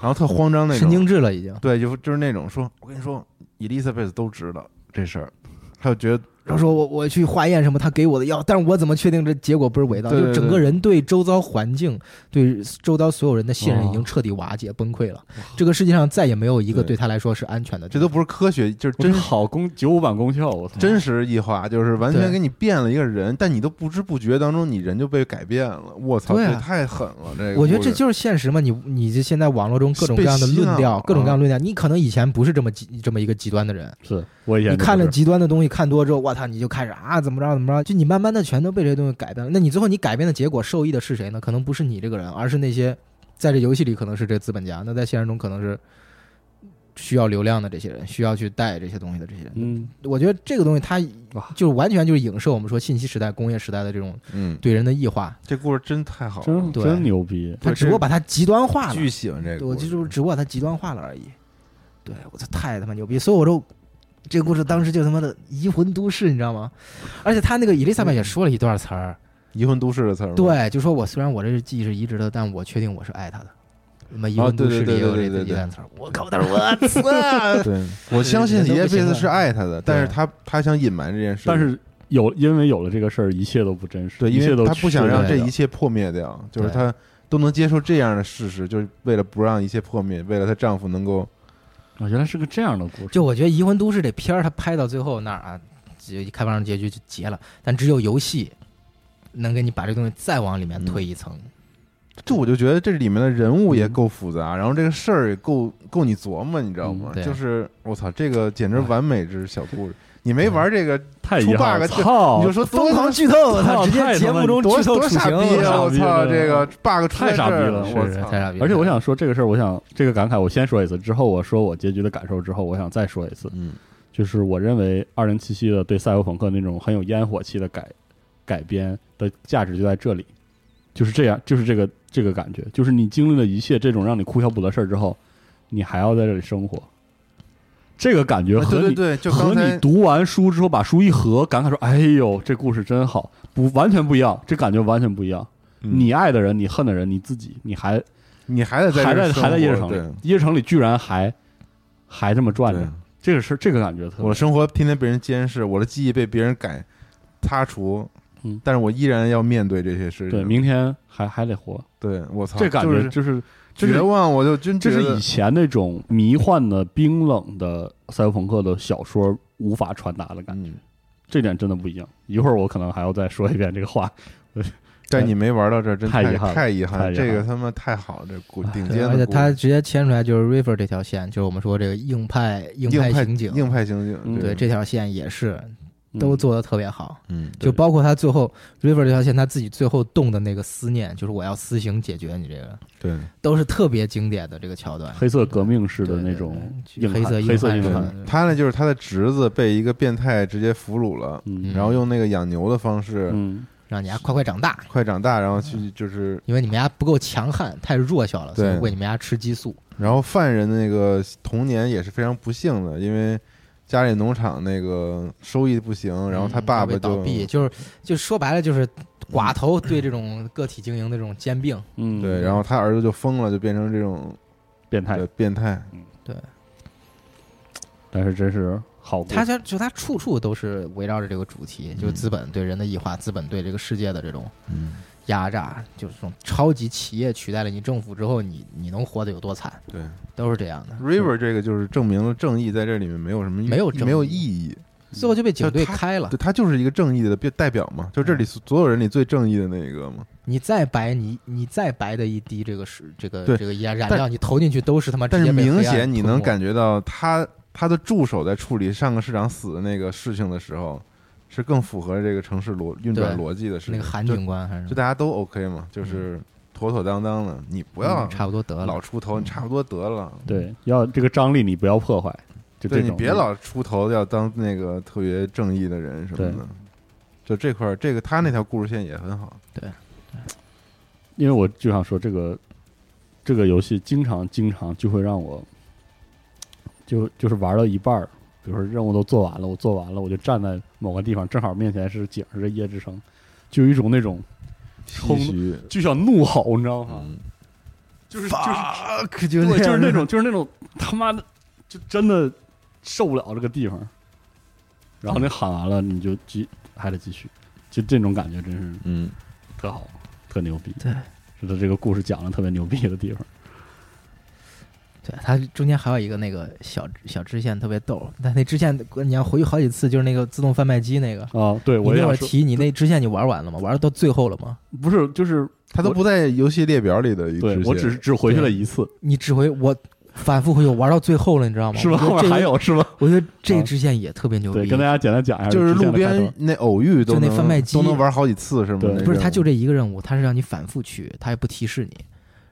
[SPEAKER 2] 后特慌张那
[SPEAKER 3] 神
[SPEAKER 2] 种，
[SPEAKER 3] 经质了已经。
[SPEAKER 2] 对，就就是那种说，我跟你说，伊丽莎贝斯都知道这事儿，他就觉得
[SPEAKER 3] 然后说我我去化验什么，他给我的药，但是我怎么确定这结果不是伪造？
[SPEAKER 2] 对对
[SPEAKER 3] 就整个人对周遭环境、对周遭所有人的信任
[SPEAKER 4] 哦
[SPEAKER 3] 已经彻底瓦解、崩溃了。这个世界上再也没有一个
[SPEAKER 2] 对
[SPEAKER 3] 对他来说是安全的地
[SPEAKER 2] 这
[SPEAKER 3] 方。
[SPEAKER 2] 都不是科学，就是
[SPEAKER 4] 真
[SPEAKER 2] 真
[SPEAKER 4] 好功九五版功效，我操！
[SPEAKER 2] 真实异化，就是完全
[SPEAKER 3] 对
[SPEAKER 2] 给你变了一个人，但你都不知不觉当中，你人就被改变了。我操，
[SPEAKER 3] 对啊
[SPEAKER 2] 这太狠了！这个
[SPEAKER 3] 我觉得
[SPEAKER 2] 故
[SPEAKER 3] 这
[SPEAKER 2] 事
[SPEAKER 3] 就是现实嘛，你你这现在网络中各种各样的
[SPEAKER 2] 被洗脑
[SPEAKER 3] 论调，各种各样
[SPEAKER 2] 啊
[SPEAKER 3] 的论调，你可能以前不是这么极这么一个极端的人，
[SPEAKER 4] 是我以前
[SPEAKER 3] 你
[SPEAKER 4] 就
[SPEAKER 3] 看了
[SPEAKER 4] 是
[SPEAKER 3] 极端的东西看多之后，我操，你就开始啊怎么着怎么着，就你慢慢的全都被这些东西改变了。那你最后你改变的结果受益的是谁呢？可能不是你这个人，而是那些在这游戏里可能是这资本家，那在现实中可能是需要流量的这些人，需要去带这些东西的这些人。
[SPEAKER 4] 嗯，
[SPEAKER 3] 我觉得这个东西它
[SPEAKER 4] 哇
[SPEAKER 3] 就是完全就是影射我们说信息时代、工业时代的这种
[SPEAKER 2] 嗯，
[SPEAKER 3] 对人的异化，
[SPEAKER 2] 这故事真太好了，
[SPEAKER 4] 真
[SPEAKER 3] 对
[SPEAKER 4] 真牛逼！
[SPEAKER 3] 它
[SPEAKER 2] 对
[SPEAKER 3] 只不过把它极端化了。
[SPEAKER 2] 巨喜欢这个
[SPEAKER 3] 我
[SPEAKER 2] 故事。
[SPEAKER 3] 就就是只不过把它极端化了而已。对我操，太他妈牛逼！所以我说，这个故事当时就他妈的移魂都市，你知道吗？而且他那个伊丽莎
[SPEAKER 2] 嗯
[SPEAKER 3] 白也说了一段词儿，
[SPEAKER 2] 移魂都市的词儿吗，
[SPEAKER 3] 对，就说我虽然我这是记忆是移植的，但我确定我是爱他的。那么移魂都市里也有这
[SPEAKER 2] 啊对对对对
[SPEAKER 3] 个
[SPEAKER 2] 对
[SPEAKER 3] 一段词儿， 我靠！但是我操，
[SPEAKER 2] 对，我相信
[SPEAKER 3] 人都不
[SPEAKER 2] 耶贝
[SPEAKER 3] 行
[SPEAKER 2] 斯
[SPEAKER 3] 了
[SPEAKER 2] 是爱他的，但是
[SPEAKER 3] 对
[SPEAKER 2] 他他想隐瞒这件事，
[SPEAKER 4] 但是有因为有了这个事儿，一切都不真实，
[SPEAKER 2] 对，
[SPEAKER 4] 一
[SPEAKER 2] 因
[SPEAKER 4] 切
[SPEAKER 2] 为
[SPEAKER 4] 都
[SPEAKER 2] 他不想
[SPEAKER 4] 是
[SPEAKER 2] 让
[SPEAKER 4] 伪
[SPEAKER 2] 这
[SPEAKER 4] 的
[SPEAKER 2] 一切破灭掉，就是
[SPEAKER 3] 对
[SPEAKER 2] 他都能接受这样的事实，就是为了不让一切破灭，为了她丈夫能够
[SPEAKER 4] 啊，原来是个这样的故事，
[SPEAKER 3] 就我觉得《移魂都市》这片儿，它拍到最后那儿啊，就开放式结局就结了，但只有游戏能给你把这东西再往里面推
[SPEAKER 2] 嗯
[SPEAKER 3] 一层。
[SPEAKER 2] 这我就觉得这里面的人物也
[SPEAKER 4] 嗯
[SPEAKER 2] 够复杂，然后这个事儿也够够你琢磨，你知道吗？
[SPEAKER 3] 嗯对
[SPEAKER 2] 就是我操，这个简
[SPEAKER 4] 嗯
[SPEAKER 2] 直完美之小故事。你没玩这个，
[SPEAKER 4] 太遗
[SPEAKER 2] 出
[SPEAKER 4] 憾了，
[SPEAKER 2] bug 就
[SPEAKER 4] 操！
[SPEAKER 2] 你就说多
[SPEAKER 3] 疯狂剧透，我操！
[SPEAKER 4] 操
[SPEAKER 3] 直接
[SPEAKER 4] 太他
[SPEAKER 3] 节
[SPEAKER 4] 妈
[SPEAKER 3] 目中
[SPEAKER 2] 多
[SPEAKER 3] 剧透
[SPEAKER 2] 多
[SPEAKER 3] 出
[SPEAKER 2] 傻
[SPEAKER 3] 行了，
[SPEAKER 2] 逼
[SPEAKER 3] 我
[SPEAKER 2] 啊！
[SPEAKER 3] 操
[SPEAKER 2] 我
[SPEAKER 4] 太傻逼
[SPEAKER 2] 操，
[SPEAKER 4] 了嗯
[SPEAKER 2] 这个 bug 出在
[SPEAKER 4] 太傻
[SPEAKER 2] 这儿
[SPEAKER 4] 逼了
[SPEAKER 2] 我
[SPEAKER 3] 是是
[SPEAKER 2] 操！
[SPEAKER 3] 太傻逼了。
[SPEAKER 4] 而且我想说这个事儿，我想这个感慨我先说一次，之后我说我结局的感受之后，我想再说一次，
[SPEAKER 2] 嗯，
[SPEAKER 4] 就是我认为二零七七的对赛博朋克那种很有烟火气的改改编的价值就在这里，就是这样，就是这个这个感觉，就是你经历了一切这种让你哭笑不得事儿之后，你还要在这里生活，这个感觉
[SPEAKER 2] 啊
[SPEAKER 4] 和
[SPEAKER 2] 对
[SPEAKER 4] 你
[SPEAKER 2] 对对，就刚
[SPEAKER 4] 和你
[SPEAKER 2] 才
[SPEAKER 4] 读完书之后把书一合，感慨说：“哎呦，这故事真好，不完全不一样，这感觉完全不一样。
[SPEAKER 2] 嗯
[SPEAKER 4] 你爱的人，你恨的人，你自己，你还
[SPEAKER 2] 你还得在
[SPEAKER 4] 还
[SPEAKER 2] 这儿
[SPEAKER 4] 在
[SPEAKER 2] 生
[SPEAKER 4] 还在夜市
[SPEAKER 2] 活
[SPEAKER 4] 城
[SPEAKER 2] 对
[SPEAKER 4] 里，夜市城里居然还还这么转
[SPEAKER 2] 对
[SPEAKER 4] 着，这个是这个感觉特别
[SPEAKER 2] 我的生活天天被人监视，我的记忆被别人改擦除，
[SPEAKER 4] 嗯
[SPEAKER 2] 但是我依然要面对这些事情。
[SPEAKER 4] 对，明天还还得活，
[SPEAKER 2] 对我操，
[SPEAKER 4] 这感
[SPEAKER 2] 就
[SPEAKER 4] 觉
[SPEAKER 2] 是
[SPEAKER 4] 就是这
[SPEAKER 2] 绝
[SPEAKER 4] 是
[SPEAKER 2] 望，我就真
[SPEAKER 4] 这
[SPEAKER 2] 觉
[SPEAKER 4] 是
[SPEAKER 2] 得
[SPEAKER 4] 以前那种迷幻的、冰冷的赛博朋克的小说无法传达的感觉，
[SPEAKER 2] 嗯，
[SPEAKER 4] 这点真的不一样。一会儿我可能还要再说一遍这个话，
[SPEAKER 2] 但你没玩到这儿，真
[SPEAKER 4] 太
[SPEAKER 2] 遗
[SPEAKER 4] 遗憾了
[SPEAKER 2] 太遗憾
[SPEAKER 4] 太
[SPEAKER 2] 了，
[SPEAKER 4] 遗憾
[SPEAKER 2] 这
[SPEAKER 4] 了
[SPEAKER 2] 个他妈太好了，这古
[SPEAKER 4] 哎
[SPEAKER 2] 顶
[SPEAKER 3] 对，
[SPEAKER 2] 尖
[SPEAKER 3] 而
[SPEAKER 2] 的
[SPEAKER 3] 且
[SPEAKER 2] 故
[SPEAKER 3] 他
[SPEAKER 2] 事
[SPEAKER 3] 直接牵出来就是 River 这条线，就是我们说这个硬派硬
[SPEAKER 2] 硬
[SPEAKER 3] 派
[SPEAKER 2] 派
[SPEAKER 3] 刑警，
[SPEAKER 2] 硬派刑警，
[SPEAKER 4] 嗯
[SPEAKER 3] 对这条线也是
[SPEAKER 4] 嗯
[SPEAKER 3] 都做的特别好。
[SPEAKER 2] 嗯，
[SPEAKER 4] 对
[SPEAKER 3] 就包括他最后 River 这条线，他自己最后动的那个思念，就是我要私刑解决你这个，
[SPEAKER 2] 对，
[SPEAKER 3] 都是特别经典的这个桥段。
[SPEAKER 4] 黑色革命式的
[SPEAKER 3] 对
[SPEAKER 4] 那
[SPEAKER 3] 对
[SPEAKER 4] 种
[SPEAKER 3] 对
[SPEAKER 4] 硬汉
[SPEAKER 3] 黑色
[SPEAKER 4] 黑
[SPEAKER 3] 硬
[SPEAKER 4] 色硬
[SPEAKER 3] 汉
[SPEAKER 4] 汉，
[SPEAKER 3] 是吧
[SPEAKER 2] 他呢就是他的侄子被一个变态直接俘虏了，
[SPEAKER 4] 嗯
[SPEAKER 2] 然后用那个养牛的方式
[SPEAKER 4] 嗯，
[SPEAKER 3] 让你家快快长大，
[SPEAKER 2] 快长大，然后去就是，
[SPEAKER 3] 因为你们家不够强悍，太弱小了，所以
[SPEAKER 2] 对
[SPEAKER 3] 喂你们家吃激素。
[SPEAKER 2] 然后犯人的那个童年也是非常不幸的，因为。家里农场那个收益不行，然后他
[SPEAKER 3] 嗯
[SPEAKER 2] 爸
[SPEAKER 3] 要
[SPEAKER 2] 爸
[SPEAKER 3] 被
[SPEAKER 2] 就
[SPEAKER 3] 倒闭，就是就说白了就是寡头对这种个体经营的这种兼并，
[SPEAKER 4] 嗯，
[SPEAKER 2] 对，然后他儿子就疯了，就变成这种
[SPEAKER 4] 变态
[SPEAKER 2] 对，变态，
[SPEAKER 4] 但是真是好故事，
[SPEAKER 3] 他就就他处处都是围绕着这个主题，就是资本对人的异化，资本对这个世界的这种
[SPEAKER 2] 嗯，
[SPEAKER 3] 压榨，就是这种超级企业取代了你政府之后，你你能活得有多惨，
[SPEAKER 2] 对。
[SPEAKER 3] 都是这样的。
[SPEAKER 2] River 这个就是证明了正义在这里面没有什么意
[SPEAKER 3] 没有正义啊
[SPEAKER 2] 没有意义，
[SPEAKER 3] 最后就被警队
[SPEAKER 2] 就他
[SPEAKER 3] 开了
[SPEAKER 2] 对，，他就是一个正义的代代表嘛，就这里
[SPEAKER 3] 嗯
[SPEAKER 2] 所所有人里最正义的那一个嘛。
[SPEAKER 3] 你再白你你再白的一滴这个是这个
[SPEAKER 2] 对
[SPEAKER 3] 这个烟染
[SPEAKER 2] 但
[SPEAKER 3] 料，你投进去都是他妈直
[SPEAKER 2] 但
[SPEAKER 3] 接
[SPEAKER 2] 是
[SPEAKER 3] 被黑暗
[SPEAKER 2] 明显你能
[SPEAKER 3] 吞没
[SPEAKER 2] 感觉到他他的助手在处理上个市长死的那个事情的时候，是更符合这个城市逻运转
[SPEAKER 3] 对
[SPEAKER 2] 逻辑的事情。
[SPEAKER 3] 那个韩
[SPEAKER 2] 就
[SPEAKER 3] 警官还是
[SPEAKER 2] 就大家都 OK 嘛，就是妥妥当当的，你不要
[SPEAKER 3] 嗯差不多得了，嗯
[SPEAKER 2] 老出头，你差不多得了。
[SPEAKER 4] 对，要这个张力你不要破坏，就这
[SPEAKER 2] 对
[SPEAKER 4] 种
[SPEAKER 2] 你别老出头，要当那个特别正义的人什么
[SPEAKER 4] 对
[SPEAKER 2] 的。就这块儿，这个他那条故事线也很好。
[SPEAKER 4] 因为我就想说这个这个游戏经常经常就会让我就就是玩到一半儿，比如说任务都做完了，我做完了，我就站在某个地方，正好面前是景儿是夜之城，就有一种那种
[SPEAKER 2] 唏嘘，
[SPEAKER 4] 就想怒吼，你知道吗？
[SPEAKER 2] 嗯
[SPEAKER 4] 就是就是
[SPEAKER 3] 可就
[SPEAKER 4] 对，就是那种就是那种他妈的，就真的受不了这个地方。然后那喊完了，你就继还得继续，就这种感觉真是
[SPEAKER 2] 嗯，
[SPEAKER 4] 特好，特牛逼。
[SPEAKER 3] 对，
[SPEAKER 4] 是他这个故事讲的特别牛逼的地方。
[SPEAKER 3] 对，它中间还有一个那个小小支线特别逗，但那支线你要回去好几次，就是那个自动贩卖机那个。
[SPEAKER 4] 啊，对
[SPEAKER 3] 你
[SPEAKER 4] 我也
[SPEAKER 3] 那会
[SPEAKER 4] 想
[SPEAKER 3] 儿
[SPEAKER 4] 说，
[SPEAKER 3] 提你那支线你玩完了吗？玩到最后了吗？
[SPEAKER 4] 不是，就是
[SPEAKER 2] 它都不在游戏列表里的一个
[SPEAKER 4] 对
[SPEAKER 2] 支线
[SPEAKER 4] 我只是只回去了
[SPEAKER 3] 对
[SPEAKER 4] 一次，
[SPEAKER 3] 你指挥我反复回去我玩到最后了，你知道吗？
[SPEAKER 4] 是吧？后
[SPEAKER 3] 我觉得
[SPEAKER 4] 面
[SPEAKER 3] 这个
[SPEAKER 4] 还，有是吧？
[SPEAKER 3] 我觉得这
[SPEAKER 4] 啊
[SPEAKER 3] 个支线也特别牛逼。
[SPEAKER 4] 对，跟大家简单讲一下，
[SPEAKER 2] 就是
[SPEAKER 4] 支线
[SPEAKER 2] 路
[SPEAKER 4] 的开头
[SPEAKER 2] 边那偶遇都
[SPEAKER 3] 就
[SPEAKER 2] 能
[SPEAKER 3] 那贩卖机
[SPEAKER 2] 都能玩好几次是吗？
[SPEAKER 4] 对
[SPEAKER 2] 那
[SPEAKER 3] 不是，
[SPEAKER 2] 种
[SPEAKER 3] 他就这一个任务，他是让你反复去，他也不提示你。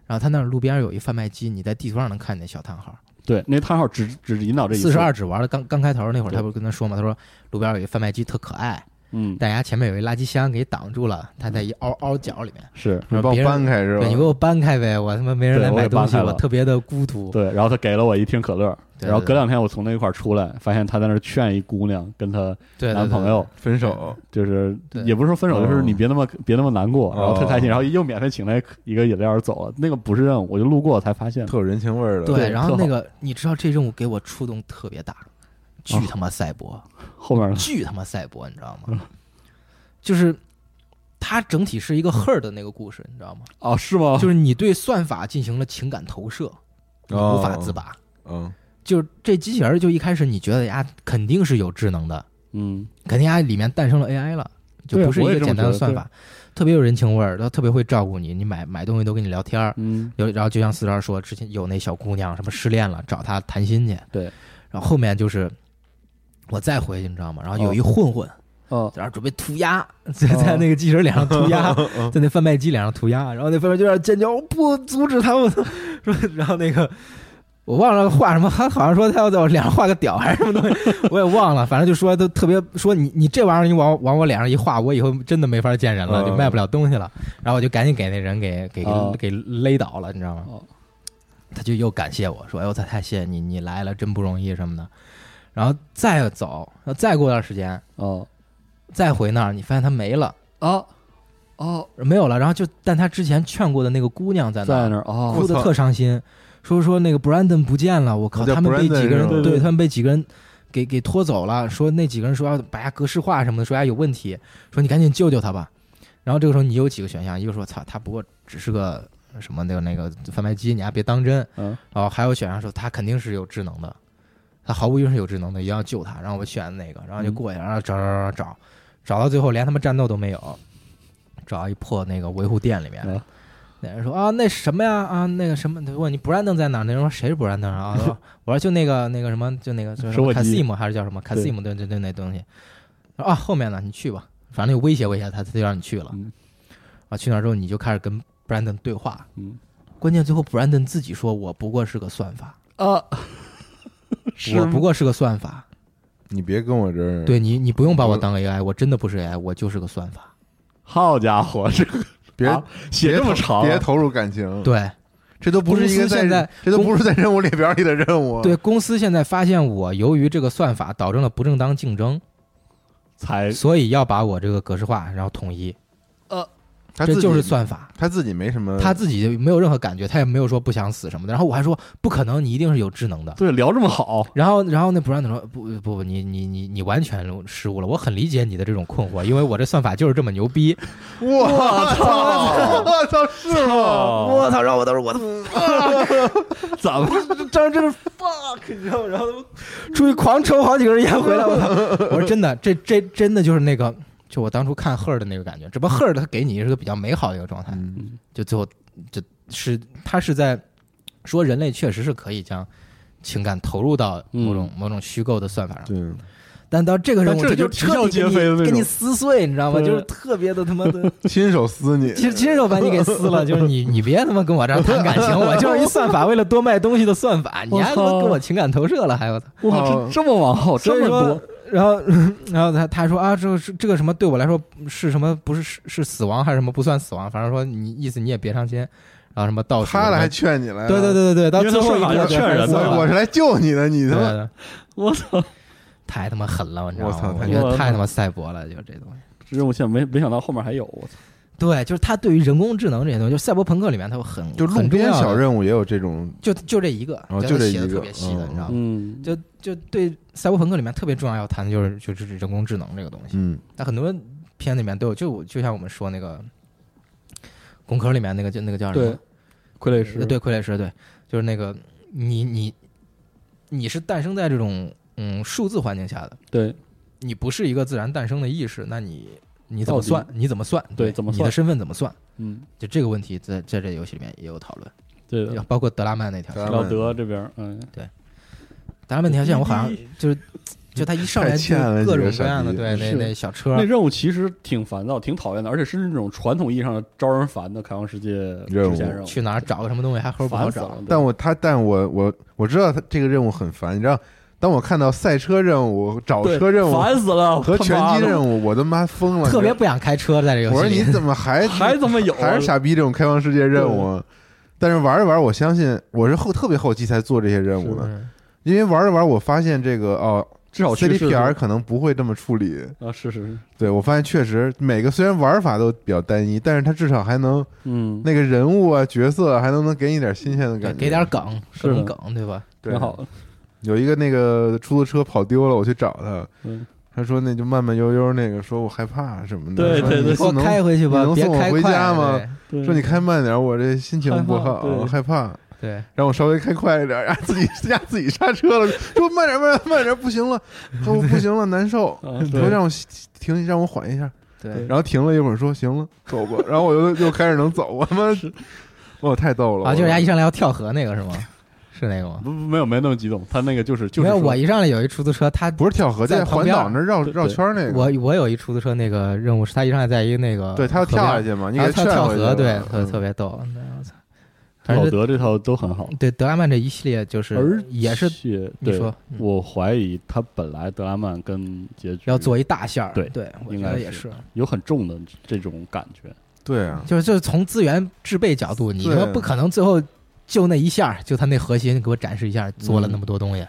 [SPEAKER 3] 然后他那儿路边有一贩卖机，你在地图上能看见小叹号。
[SPEAKER 4] 对，那叹号只只引导这一次
[SPEAKER 3] 四十二，只玩了刚刚开头那会儿，
[SPEAKER 4] 对
[SPEAKER 3] 他不是跟他说嘛？他说路边有一贩卖机特可爱，
[SPEAKER 4] 嗯，
[SPEAKER 3] 但人家前面有一垃圾箱给挡住了，他在一凹凹角里面。
[SPEAKER 4] 是
[SPEAKER 2] 你帮
[SPEAKER 3] 别
[SPEAKER 2] 我
[SPEAKER 3] 人
[SPEAKER 2] 搬开是吧
[SPEAKER 3] 对，你？给我搬开呗，我他妈没人
[SPEAKER 4] 对
[SPEAKER 3] 来
[SPEAKER 4] 我也
[SPEAKER 3] 买东
[SPEAKER 4] 搬
[SPEAKER 3] 西，
[SPEAKER 4] 开
[SPEAKER 3] 我
[SPEAKER 4] 了
[SPEAKER 3] 特别的孤独。
[SPEAKER 4] 对，然后他给了我一瓶可乐，
[SPEAKER 3] 对
[SPEAKER 4] 然后
[SPEAKER 3] 对
[SPEAKER 4] 隔两天我从那块儿出来，发现他在那儿劝一姑娘跟她
[SPEAKER 3] 对，对
[SPEAKER 4] 男朋。友，
[SPEAKER 2] 分手，
[SPEAKER 4] 就是
[SPEAKER 3] 对
[SPEAKER 4] 也不是说分手，就是
[SPEAKER 2] 哦
[SPEAKER 4] 你别那么别那么难过，然后特开心，
[SPEAKER 2] 哦
[SPEAKER 4] 然后又免费请了一个饮料走了，那个不是任务，我就路过才发现，
[SPEAKER 2] 特有人情味儿的。
[SPEAKER 3] 对对，
[SPEAKER 4] 对
[SPEAKER 3] 然后
[SPEAKER 4] 特
[SPEAKER 3] 那
[SPEAKER 4] 好
[SPEAKER 3] 个你知道这任务给我触动特别大，
[SPEAKER 4] 啊
[SPEAKER 3] 巨他妈赛博，
[SPEAKER 4] 后 面
[SPEAKER 3] 巨他妈赛博，你知道
[SPEAKER 4] 嗯
[SPEAKER 3] 吗？就是它整体是一个 her 的那个故事，你知道吗？
[SPEAKER 4] 啊是吗？
[SPEAKER 3] 就是你对算法进行了情感投射，你
[SPEAKER 2] 哦
[SPEAKER 3] 无法自拔。
[SPEAKER 2] 嗯，
[SPEAKER 3] 就是这机器人，就一开始你觉得呀，肯定是有智能的，
[SPEAKER 4] 嗯，
[SPEAKER 3] 肯定呀里面诞生了 AI 了，就
[SPEAKER 4] 对啊
[SPEAKER 3] 不是一
[SPEAKER 4] 我也
[SPEAKER 3] 个
[SPEAKER 4] 这么
[SPEAKER 3] 简单的
[SPEAKER 4] 觉得
[SPEAKER 3] 算法，特别有人情味儿，它特别会照顾你，你买买东西都跟你聊天儿，
[SPEAKER 4] 嗯
[SPEAKER 3] 有，然后就像四十二说，之前有那小姑娘什么失恋了，找他谈心去。
[SPEAKER 4] 对，
[SPEAKER 3] 然后后面就是我再回去，你知道吗？然后有一混混，
[SPEAKER 4] 哦
[SPEAKER 3] 然后准备涂鸦， 哦在在那个机器人脸上涂 鸦，在那贩卖机脸上涂鸦，然后那贩卖机有点尖叫，我不阻止他们，说，然后那个。我忘了画什么，他好像说他要在我脸上画个屌还是什么东西，我也忘了。反正就说都特别说你你这玩意儿你往往我脸上一画，我以后真的没法见人了，
[SPEAKER 2] 嗯
[SPEAKER 3] 就卖不了东西了。然后我就赶紧给那人给给
[SPEAKER 4] 哦
[SPEAKER 3] 给勒倒了，你知道吗
[SPEAKER 4] 哦？
[SPEAKER 3] 他就又感谢我说：“哎呦，太太谢谢你，你来了真不容易什么的。”然后再走，然后再过段时间，
[SPEAKER 4] 哦
[SPEAKER 3] 再回那儿，你发现他没了，
[SPEAKER 4] 啊哦，
[SPEAKER 3] 没有了。然后就，但他之前劝过的那个姑娘在那
[SPEAKER 4] 在
[SPEAKER 3] 儿
[SPEAKER 4] 那儿啊
[SPEAKER 3] 哭的
[SPEAKER 2] 我操
[SPEAKER 3] 特伤心，说说那个 Brandon 不见了，我
[SPEAKER 4] 啊
[SPEAKER 3] 靠，
[SPEAKER 2] 叫
[SPEAKER 3] 他们被
[SPEAKER 2] Brandon
[SPEAKER 3] 几个人
[SPEAKER 2] 是吧
[SPEAKER 4] 对对
[SPEAKER 3] 对他们被几个人给给拖走了，说那几个人说要把他格式化什么的，说呀有问题，说你赶紧救救他吧。然后这个时候你有几个选项，一个说操，他不过只是个什么那个那个贩卖机，你还别当真。
[SPEAKER 4] 嗯
[SPEAKER 3] 然哦后还有选项说他肯定是有智能的，他毫无疑问是有智能的，一定要救他。然后我选那个，然后
[SPEAKER 4] 嗯
[SPEAKER 3] 就过去，然后找找找找，找到最后连他妈战斗都没有，找一破那个维护店里面
[SPEAKER 4] 嗯。
[SPEAKER 3] 那人说啊，那什么呀啊，那个什么，问你 Brandon 在哪儿？那人说谁是 Brandon 啊？ 我说我说就那个那个什么，就那个叫什
[SPEAKER 4] 收
[SPEAKER 3] 么
[SPEAKER 4] 获机
[SPEAKER 3] Casim 还是叫什么 Casim？对对对，那东西。啊，后面呢，你去吧，反正就威胁威胁他，他就让你去了
[SPEAKER 4] 嗯。
[SPEAKER 3] 啊，去那儿之后你就开始跟 Brandon 对话，
[SPEAKER 4] 嗯
[SPEAKER 3] 关键最后 Brandon 自己说我不过是个算 法，
[SPEAKER 4] 啊，
[SPEAKER 3] 我不过是个算法。
[SPEAKER 2] 你别跟我这儿
[SPEAKER 3] 对你，你不用把
[SPEAKER 2] 嗯
[SPEAKER 3] 我当个 AI，我真的不是 AI，我就是个算法。
[SPEAKER 4] 好家伙， 这个
[SPEAKER 2] 别
[SPEAKER 4] 啊写
[SPEAKER 2] 别
[SPEAKER 4] 这么
[SPEAKER 2] 投
[SPEAKER 4] 长啊，
[SPEAKER 2] 别投入感情。，
[SPEAKER 3] 对
[SPEAKER 2] 这都不是一个
[SPEAKER 3] 公司现在
[SPEAKER 2] 这都不是在任务列表里的任务。啊
[SPEAKER 3] 对，，公司现在发现我由于这个算法导致了不正当竞争，
[SPEAKER 4] 才
[SPEAKER 2] 嗯
[SPEAKER 3] 所以要把我这个格式化，然后统一。
[SPEAKER 2] 他自
[SPEAKER 3] 这
[SPEAKER 2] 己嗯
[SPEAKER 3] 就是算法，
[SPEAKER 2] 他自己没什么，
[SPEAKER 3] 他自己就没有任何感觉，他也没有说不想死什么的。然后我还说不可能，你一定是有智能的。
[SPEAKER 4] 对聊这么好，
[SPEAKER 3] 然后，然后那 Brand 说不不不，你你你你完全失误了。我很理解你的这种困惑，因为我这算法就是这么牛逼。
[SPEAKER 2] 我操，我操，是吗？
[SPEAKER 4] 我
[SPEAKER 3] 操！然啊后我当时我他
[SPEAKER 4] 怎么
[SPEAKER 3] 当时真是 fuck，你知道吗？然后出去狂抽好几根烟回来，我操！ 我说真的，这这真的就是那个，就我当初看 Her 的那个感觉，只
[SPEAKER 4] 嗯
[SPEAKER 3] 不过 Her 他给你是个比较美好的一个状态，
[SPEAKER 2] 嗯
[SPEAKER 3] 就最后就是他是在说人类确实是可以将情感投入到某种、某种虚构的算法上，
[SPEAKER 2] 对，
[SPEAKER 3] 但到这个任务
[SPEAKER 4] 嗯但这
[SPEAKER 3] 就
[SPEAKER 4] 就
[SPEAKER 3] 彻底
[SPEAKER 4] 啼笑皆非的
[SPEAKER 3] 给
[SPEAKER 4] 那种
[SPEAKER 3] 你给你撕碎，你知道吗？
[SPEAKER 4] 对
[SPEAKER 3] 就是特别的他妈 的。
[SPEAKER 2] 亲手撕你，
[SPEAKER 3] 亲亲手把你给撕了，就是你你别他妈跟我这儿谈感情，我就是一算法，为了多卖东西的算法，你还他妈跟我情感投射了，还有他。
[SPEAKER 4] 我
[SPEAKER 2] 哦
[SPEAKER 4] 这这么往后
[SPEAKER 3] 所
[SPEAKER 4] 这
[SPEAKER 3] 以
[SPEAKER 4] 么
[SPEAKER 3] 说
[SPEAKER 4] 多，，
[SPEAKER 3] 然后 然后他他说啊，这个是这个什么对我来说是什么不是是是死亡还是什么不算死亡，反正说你意思你也别伤心，然后什么倒数
[SPEAKER 2] 他来还
[SPEAKER 3] 什
[SPEAKER 2] 劝你来，
[SPEAKER 3] 么对对，对对对，到
[SPEAKER 4] 因为他
[SPEAKER 3] 最后一
[SPEAKER 4] 算法
[SPEAKER 3] 个
[SPEAKER 4] 要劝
[SPEAKER 3] 还是
[SPEAKER 4] 人
[SPEAKER 3] 死
[SPEAKER 4] 的
[SPEAKER 3] 亡
[SPEAKER 2] 我我是来救你的，你
[SPEAKER 3] 对
[SPEAKER 2] 他
[SPEAKER 3] 对
[SPEAKER 2] 妈
[SPEAKER 3] 对
[SPEAKER 4] 我操，
[SPEAKER 3] 太他妈狠了，你知道
[SPEAKER 2] 我操
[SPEAKER 3] 吗？我
[SPEAKER 2] 太
[SPEAKER 3] 觉得
[SPEAKER 4] 狠
[SPEAKER 3] 太
[SPEAKER 4] 了
[SPEAKER 3] 他妈赛博了，就这东西。
[SPEAKER 4] 这任务线没没想到后面还有，我操！
[SPEAKER 3] 对，就是他对于人工智能这些东西，就是赛博朋克里面他会很
[SPEAKER 2] 就路
[SPEAKER 3] 很重
[SPEAKER 2] 边
[SPEAKER 3] 要的
[SPEAKER 2] 小任务也有这种，
[SPEAKER 3] 就就这一个，
[SPEAKER 2] 哦
[SPEAKER 3] 觉得
[SPEAKER 2] 就这
[SPEAKER 3] 写的
[SPEAKER 2] 一个
[SPEAKER 3] 特别细
[SPEAKER 2] 嗯
[SPEAKER 3] 的，你知道吗？
[SPEAKER 4] 嗯，
[SPEAKER 3] 就就对赛博朋克里面特别重要要谈的就是就是人工智能这个东西，
[SPEAKER 2] 嗯
[SPEAKER 3] 那很多片里面都有，就我就像我们说那个工科里面那个就那个叫什
[SPEAKER 4] 对
[SPEAKER 3] 么？，
[SPEAKER 4] 傀儡
[SPEAKER 3] 呃
[SPEAKER 4] 师，
[SPEAKER 3] 对，傀儡师，对，就是那个你你你是诞生在这种嗯数字环境下的，
[SPEAKER 4] 对
[SPEAKER 3] 你不是一个自然诞生的意识，那你你怎么
[SPEAKER 4] 到底
[SPEAKER 3] 算？你怎么算？
[SPEAKER 4] 对怎么
[SPEAKER 3] 你
[SPEAKER 4] 算
[SPEAKER 3] 的身份怎么算？
[SPEAKER 4] 嗯，
[SPEAKER 3] 就这个问题在在这游戏里面也有讨论，
[SPEAKER 4] 对的，
[SPEAKER 3] 包括德拉曼那条
[SPEAKER 2] 德
[SPEAKER 3] 线
[SPEAKER 2] 拉
[SPEAKER 4] 老德这边，嗯，
[SPEAKER 3] 达拉曼那条线，我好像就是就他一上来
[SPEAKER 2] 太
[SPEAKER 3] 就
[SPEAKER 2] 欠了
[SPEAKER 3] 各
[SPEAKER 2] 你这
[SPEAKER 3] 种
[SPEAKER 2] 个
[SPEAKER 3] 各
[SPEAKER 2] 傻
[SPEAKER 3] 样的，
[SPEAKER 2] 逼
[SPEAKER 3] 对那
[SPEAKER 4] 是
[SPEAKER 3] 那小车
[SPEAKER 4] 那，任务其实挺烦躁、挺讨厌的，而且是那种传统意义上的招人烦的开放世界
[SPEAKER 2] 任
[SPEAKER 4] 支线
[SPEAKER 2] 务
[SPEAKER 4] 任务，
[SPEAKER 3] 去哪儿找个什么东西还齁不好
[SPEAKER 4] 烦死了
[SPEAKER 3] 找，。
[SPEAKER 2] 但我他但我我我知道他这个任务很烦，你知道，当我看到赛车任务、找
[SPEAKER 4] 对
[SPEAKER 2] 车任务
[SPEAKER 4] 烦死了，
[SPEAKER 2] 和拳击任
[SPEAKER 4] 务
[SPEAKER 2] 务，我他妈疯了，
[SPEAKER 3] 特别不想开车在这个
[SPEAKER 2] 我
[SPEAKER 3] 游
[SPEAKER 2] 说
[SPEAKER 3] 戏
[SPEAKER 2] 你
[SPEAKER 3] 里。
[SPEAKER 2] 怎么还
[SPEAKER 4] 还怎么有？
[SPEAKER 2] 还是傻逼这种开放世界任务？但是玩着玩，我相信我是后特别后期才做这些任务的，
[SPEAKER 3] 嗯
[SPEAKER 2] 因为玩着玩，我发现这个哦
[SPEAKER 4] 至少趋势
[SPEAKER 2] ，CDPR 可能不会这么处理。
[SPEAKER 4] 啊，是是是，
[SPEAKER 2] 对我发现确实每个虽然玩法都比较单一，但是它至少还能
[SPEAKER 4] 嗯，
[SPEAKER 2] 那个人物啊角色还能能给你点新鲜的
[SPEAKER 3] 对
[SPEAKER 2] 感觉，
[SPEAKER 3] 给点梗，
[SPEAKER 4] 是
[SPEAKER 3] 各
[SPEAKER 4] 的
[SPEAKER 3] 种梗，对吧？
[SPEAKER 2] 对
[SPEAKER 4] 挺好。的，
[SPEAKER 2] 有一个那个出租车跑丢了，我去找他，
[SPEAKER 4] 嗯，
[SPEAKER 2] 他说那就慢慢悠悠那个，说我害怕什么的，
[SPEAKER 4] 对
[SPEAKER 2] 说
[SPEAKER 4] 对对
[SPEAKER 2] 你
[SPEAKER 3] 给我
[SPEAKER 2] 不能
[SPEAKER 3] 开回去吧
[SPEAKER 2] 你，能
[SPEAKER 3] 别
[SPEAKER 2] 送我
[SPEAKER 3] 开
[SPEAKER 2] 回
[SPEAKER 3] 快
[SPEAKER 2] 家吗？
[SPEAKER 4] 对
[SPEAKER 2] 说你开慢点，我这心情不
[SPEAKER 4] 害怕
[SPEAKER 2] 好，我
[SPEAKER 4] 对
[SPEAKER 2] 害怕。
[SPEAKER 3] 对
[SPEAKER 2] 让我稍微开快一点， 然后自己自家自己刹车了，说慢点慢点慢点，不行了，我不行了，难受。
[SPEAKER 4] 啊
[SPEAKER 2] 他说
[SPEAKER 4] 对
[SPEAKER 2] 让我停，让我缓一下，
[SPEAKER 3] 对
[SPEAKER 4] 对
[SPEAKER 3] 对
[SPEAKER 2] 然后停了一会儿，说行了，走 吧。然后我又又开始能走，我他妈，我太逗了
[SPEAKER 3] 啊，就是人家一
[SPEAKER 2] 我
[SPEAKER 3] 上来要跳河那个是吗？ 是那个吗？
[SPEAKER 4] 不不没有没那么激动，他那个就是就是
[SPEAKER 3] 没有，
[SPEAKER 4] 说
[SPEAKER 3] 我一上来有一出租车，他
[SPEAKER 2] 不是跳河，
[SPEAKER 3] 在
[SPEAKER 2] 在
[SPEAKER 3] 旁
[SPEAKER 2] 环
[SPEAKER 3] 边
[SPEAKER 2] 岛那儿绕
[SPEAKER 4] 对
[SPEAKER 2] 绕圈儿那个，
[SPEAKER 3] 我我有一出租车那个任务是他一上来在一个那个
[SPEAKER 2] 对他要
[SPEAKER 3] 河边
[SPEAKER 2] 跳下，去嘛，你
[SPEAKER 3] 然
[SPEAKER 2] 给
[SPEAKER 3] 后他
[SPEAKER 2] 劝
[SPEAKER 3] 跳
[SPEAKER 2] 回去
[SPEAKER 3] 河，
[SPEAKER 2] 了
[SPEAKER 3] 对，
[SPEAKER 2] 嗯
[SPEAKER 3] 特特别逗。对我操反
[SPEAKER 4] 老
[SPEAKER 3] 正
[SPEAKER 4] 德这套都很好，
[SPEAKER 3] 对德拉曼这一系列就是
[SPEAKER 4] 而
[SPEAKER 3] 嗯也是
[SPEAKER 4] 且
[SPEAKER 3] 你
[SPEAKER 4] 对
[SPEAKER 3] 说嗯
[SPEAKER 4] 我怀疑他本来德拉曼跟结局
[SPEAKER 3] 要做一大线儿，
[SPEAKER 4] 对
[SPEAKER 3] 对，我
[SPEAKER 4] 应
[SPEAKER 3] 觉
[SPEAKER 4] 该
[SPEAKER 3] 得也
[SPEAKER 4] 是
[SPEAKER 3] 是，
[SPEAKER 4] 有很重的这种感觉，
[SPEAKER 2] 对啊，
[SPEAKER 3] 就是就是从资源制备角度，你
[SPEAKER 2] 对
[SPEAKER 3] 说不可能最后就那一下儿，就他那核心给我展示一下儿，做了那么多东西，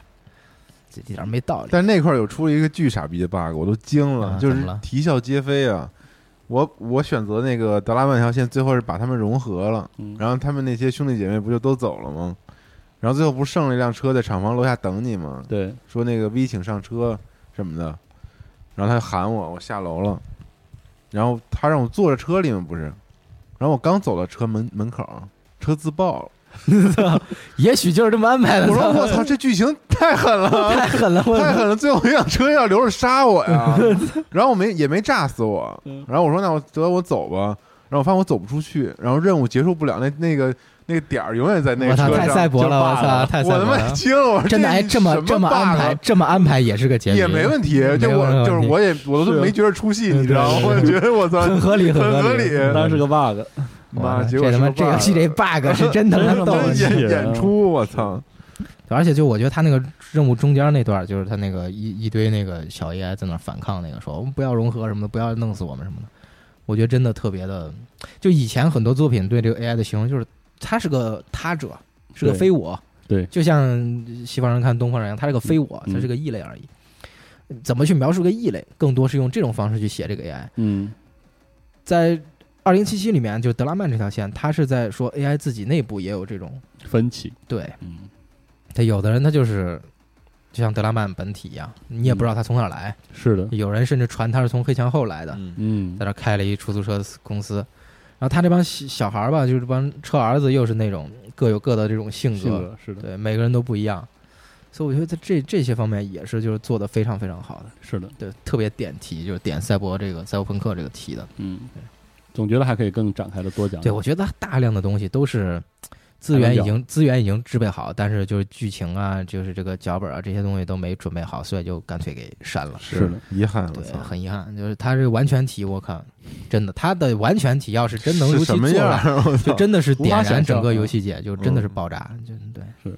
[SPEAKER 3] 这一点儿没道理。
[SPEAKER 2] 嗯但是那块儿有出了一个巨傻逼的 bug，我都惊了，
[SPEAKER 3] 啊
[SPEAKER 2] 就
[SPEAKER 3] 怎
[SPEAKER 2] 是
[SPEAKER 3] 么了
[SPEAKER 2] 啼笑皆非啊！我我选择那个德拉曼条线，最后是把他们融合了，
[SPEAKER 4] 嗯
[SPEAKER 2] 然后他们那些兄弟姐妹不就都走了吗？然后最后不是剩了一辆车在厂房楼下等你吗？
[SPEAKER 4] 对，
[SPEAKER 2] 说那个 V 请上车什么的，然后他就喊我，我下楼了，然后他让我坐着车里面不是，然后我刚走到车门门口，车自爆了，
[SPEAKER 3] 也许就是这么安排的
[SPEAKER 2] 我。 说我操，这剧情太狠了，啊
[SPEAKER 3] 太狠了，我
[SPEAKER 2] 太狠了！最后一辆车要留着杀我 呀，然后我没也没炸死我
[SPEAKER 4] 嗯，
[SPEAKER 2] 然后我说那我得我走吧，然后我发现我走不出去，然后任务结束不了，那那个那个点儿永远在那
[SPEAKER 3] 我
[SPEAKER 2] 个
[SPEAKER 3] 操，
[SPEAKER 2] 车
[SPEAKER 3] 太赛
[SPEAKER 2] 上，
[SPEAKER 3] 博了，我
[SPEAKER 4] 就罢
[SPEAKER 3] 操，
[SPEAKER 4] 了
[SPEAKER 3] 太赛
[SPEAKER 2] 我
[SPEAKER 3] 博
[SPEAKER 2] 他妈
[SPEAKER 3] 了。
[SPEAKER 2] 惊了，我说
[SPEAKER 3] 真的，哎，
[SPEAKER 2] 这
[SPEAKER 3] 这么
[SPEAKER 2] 什
[SPEAKER 3] 这么
[SPEAKER 2] bug
[SPEAKER 3] 安排，这么安排也是个结局，
[SPEAKER 2] 也没问题，就
[SPEAKER 3] 没问
[SPEAKER 2] 我
[SPEAKER 3] 题
[SPEAKER 2] 就是我也我都
[SPEAKER 4] 是
[SPEAKER 2] 没觉得出戏，
[SPEAKER 3] 对
[SPEAKER 2] 你知道吗？
[SPEAKER 3] 对
[SPEAKER 2] 我
[SPEAKER 3] 对
[SPEAKER 2] 觉得我操，
[SPEAKER 3] 很合理，
[SPEAKER 2] 很合理
[SPEAKER 3] 嗯
[SPEAKER 4] 当然是个 bug，
[SPEAKER 2] 妈，
[SPEAKER 3] 哇
[SPEAKER 2] 结果
[SPEAKER 3] 这他
[SPEAKER 2] 是
[SPEAKER 3] 妈
[SPEAKER 2] 个
[SPEAKER 3] 这游戏
[SPEAKER 2] bug
[SPEAKER 3] 这 bug 是真他妈
[SPEAKER 4] 真的
[SPEAKER 3] 逗啊
[SPEAKER 4] 逗
[SPEAKER 3] 我
[SPEAKER 2] 真
[SPEAKER 4] 人
[SPEAKER 3] 气。
[SPEAKER 2] 演
[SPEAKER 4] 气
[SPEAKER 2] 演出，我操！
[SPEAKER 3] 而且就我觉得他那个任务中间那段，就是他那个一一堆那个小 AI 在那儿反抗那个，说我们不要融合什么的，不要弄死我们什么的。我觉得真的特别的，就以前很多作品对这个 AI 的形容就是它是个他者，是个
[SPEAKER 4] 对
[SPEAKER 3] 非我，
[SPEAKER 4] 对
[SPEAKER 3] 就像西方人看东方人一样，它是个非我，
[SPEAKER 4] 嗯
[SPEAKER 3] 它是个异类而已。怎么去描述个异类，更多是用这种方式去写这个 AI。
[SPEAKER 4] 嗯，
[SPEAKER 3] 在二零七七里面，就德拉曼这条线，他是在说 AI 自己内部也有这种
[SPEAKER 4] 分歧，
[SPEAKER 3] 对
[SPEAKER 4] 嗯，
[SPEAKER 3] 他有的人他就是就像德拉曼本体一样，你也不知道
[SPEAKER 4] 嗯
[SPEAKER 3] 他从哪儿来。
[SPEAKER 4] 是的，
[SPEAKER 3] 有人甚至传他是从黑墙后来的，
[SPEAKER 2] 嗯
[SPEAKER 4] 嗯
[SPEAKER 3] 在那儿开了一出租车公司。然后他这帮小小孩儿吧，就是这帮车儿子，又是那种各有各的这种性格，
[SPEAKER 4] 性格是的，
[SPEAKER 3] 对，每个人都不一样。所以我觉得在这这些方面也是就是做的非常非常好的，
[SPEAKER 4] 是的，
[SPEAKER 3] 对，特别点题，就是点赛博这个赛博朋克这个题的。
[SPEAKER 4] 嗯，总觉得还可以更展开的多讲，
[SPEAKER 3] 对，我觉得大量的东西都是资源已经资源已经制备好，但是就是剧情啊，就是这个脚本啊这些东西都没准备好，所以就干脆给删了。
[SPEAKER 4] 是的，
[SPEAKER 2] 遗憾，我
[SPEAKER 3] 对，
[SPEAKER 2] 操！
[SPEAKER 3] 很遗憾，就是他这个完全体，我靠，真的，他的完全体要是真能
[SPEAKER 2] 是
[SPEAKER 3] 如期
[SPEAKER 2] 什么
[SPEAKER 3] 做
[SPEAKER 2] 样
[SPEAKER 3] 来，
[SPEAKER 2] 儿？我
[SPEAKER 3] 就
[SPEAKER 2] 操！
[SPEAKER 3] 真的是
[SPEAKER 4] 无
[SPEAKER 3] 点
[SPEAKER 4] 法想
[SPEAKER 3] 燃
[SPEAKER 4] 象
[SPEAKER 3] 整
[SPEAKER 4] 啊嗯
[SPEAKER 3] 个游戏界，就真的是爆炸，就对。
[SPEAKER 4] 是，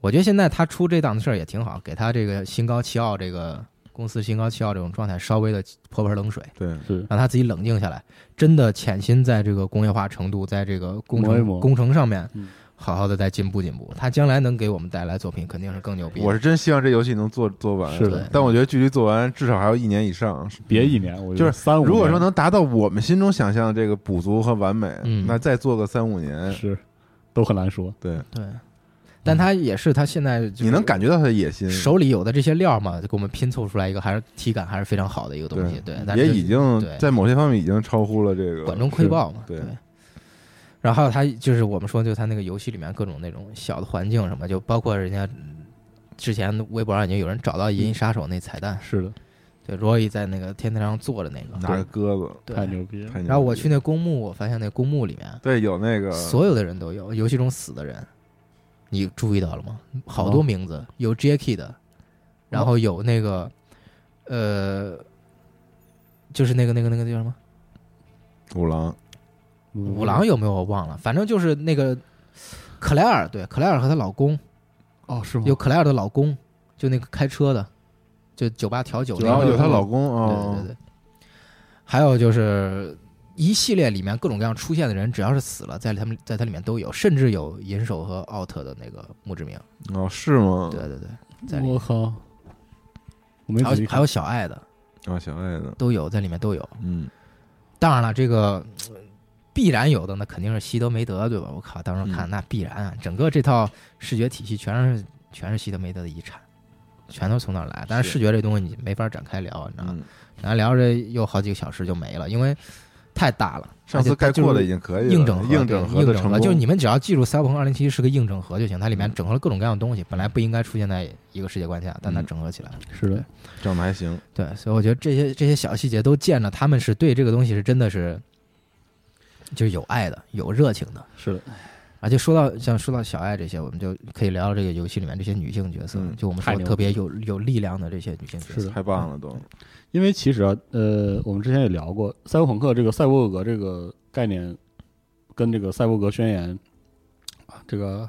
[SPEAKER 3] 我觉得现在他出这档子事儿也挺好，给他这个心高气傲这个公司心高气傲这种状态稍微的泼盆冷水，
[SPEAKER 2] 对，
[SPEAKER 4] 是
[SPEAKER 3] 让他自己冷静下来，真的潜心在这个工业化程度，在这个工程
[SPEAKER 4] 磨一磨
[SPEAKER 3] 工程上面
[SPEAKER 4] 嗯。
[SPEAKER 3] 好好的再进步进步。他将来能给我们带来作品，肯定是更牛逼的。
[SPEAKER 2] 我是真希望这游戏能做做完，
[SPEAKER 4] 是的
[SPEAKER 2] 但我觉得距离做完至少还有一年以上。
[SPEAKER 4] 别一年，我觉
[SPEAKER 2] 就
[SPEAKER 4] 得
[SPEAKER 2] 是
[SPEAKER 4] 三五年。
[SPEAKER 2] 如果说能达到我们心中想象的这个补足和完美，
[SPEAKER 3] 嗯
[SPEAKER 2] 那再做个三五年，
[SPEAKER 4] 是，都很难说。
[SPEAKER 2] 对，
[SPEAKER 3] 对，但他也是他现在就是
[SPEAKER 2] 你能感觉到他的野心，
[SPEAKER 3] 手里有的这些料嘛，就给我们拼凑出来一个还是体感还是非常好的一个东西。对，但
[SPEAKER 2] 也
[SPEAKER 3] 是
[SPEAKER 2] 已经
[SPEAKER 3] 对
[SPEAKER 2] 在某些方面已经超乎了这个
[SPEAKER 3] 管中窥豹嘛，
[SPEAKER 2] 是对
[SPEAKER 3] 然后还有他就是我们说，就他那个游戏里面各种那种小的环境什么，就包括人家嗯之前微博上已经有人找到《银翼杀手》那彩蛋，
[SPEAKER 4] 是的，
[SPEAKER 3] 对，罗伊在那个天台上坐着那个，
[SPEAKER 2] 拿着鸽子，
[SPEAKER 3] 对
[SPEAKER 4] 太。牛逼了
[SPEAKER 2] 太。牛
[SPEAKER 3] 嗯然后我
[SPEAKER 2] 逼
[SPEAKER 3] 去那公墓，我发现那公墓里面
[SPEAKER 2] 对有那个
[SPEAKER 3] 所有的人都有，游戏中死的人，你注意到了吗？好多
[SPEAKER 4] 哦
[SPEAKER 3] 名字，有 Jackie 的，然后有那个，呃，就是那个那个那个叫什么？
[SPEAKER 2] 五郎，嗯
[SPEAKER 3] 五
[SPEAKER 4] 嗯
[SPEAKER 3] 郎有没有我忘了，反正就是那个克莱尔，对，克莱尔和她老公，
[SPEAKER 4] 哦，是吗？
[SPEAKER 3] 有克莱尔的老公，就那个开车的，就酒吧调酒那个，嗯
[SPEAKER 2] 然后有她老公
[SPEAKER 3] 对
[SPEAKER 2] 啊，
[SPEAKER 3] 对对对，还有就是一系列里面各种各样出现的人，只要是死了，在他们在它里面都有，甚至有银手和奥特的那个墓志铭，
[SPEAKER 2] 哦是吗？
[SPEAKER 3] 对对对，在里面
[SPEAKER 4] 我靠，我没
[SPEAKER 3] 还
[SPEAKER 4] 仔细
[SPEAKER 3] 有还
[SPEAKER 4] 看。
[SPEAKER 3] 有小爱的
[SPEAKER 2] 啊小爱的，
[SPEAKER 3] 都有在里面都有，
[SPEAKER 2] 嗯，
[SPEAKER 3] 当然了，这个呃必然有的，那肯定是西德梅德，对吧？我靠，当时看那必然啊，整个这套视觉体系全是全是西德梅德的遗产，全都从那儿来。但是
[SPEAKER 2] 是
[SPEAKER 3] 视觉这东西你没法展开聊，啊你知道吗？
[SPEAKER 2] 嗯
[SPEAKER 3] 展开聊这又好几个小时就没了，因为太大了。
[SPEAKER 2] 上次
[SPEAKER 3] 而且它
[SPEAKER 2] 概
[SPEAKER 3] 就是
[SPEAKER 2] 括的已经可以了，
[SPEAKER 3] 硬整合，
[SPEAKER 2] 硬
[SPEAKER 3] 对
[SPEAKER 2] 整合
[SPEAKER 3] 硬
[SPEAKER 2] 的成
[SPEAKER 3] 整合，
[SPEAKER 2] 功，嗯
[SPEAKER 3] 就是你们只要记住《赛博朋克2077》是个硬整合就行，它里面整合了各种各样的东西，本来不应该出现在一个世界观下，但它
[SPEAKER 2] 嗯
[SPEAKER 3] 整合起来了。
[SPEAKER 4] 是的，
[SPEAKER 2] 整的还行，
[SPEAKER 3] 对，所以我觉得这些这些小细节都见了，他们是对这个东西是真的是，就是有爱的，有热情的。
[SPEAKER 4] 是的，
[SPEAKER 3] 而且说到像说到小爱这些，我们就可以聊聊这个游戏里面这些女性角色，
[SPEAKER 2] 嗯
[SPEAKER 3] 就我们
[SPEAKER 4] 太
[SPEAKER 3] 说
[SPEAKER 4] 牛
[SPEAKER 3] 特别有有力量的这些女性角色。
[SPEAKER 4] 是的
[SPEAKER 2] 太棒了
[SPEAKER 3] 嗯
[SPEAKER 2] 都，
[SPEAKER 4] 因为其实啊，呃，我们之前也聊过，赛博朋克这个赛博格这个概念，跟这个赛博格宣言，啊这个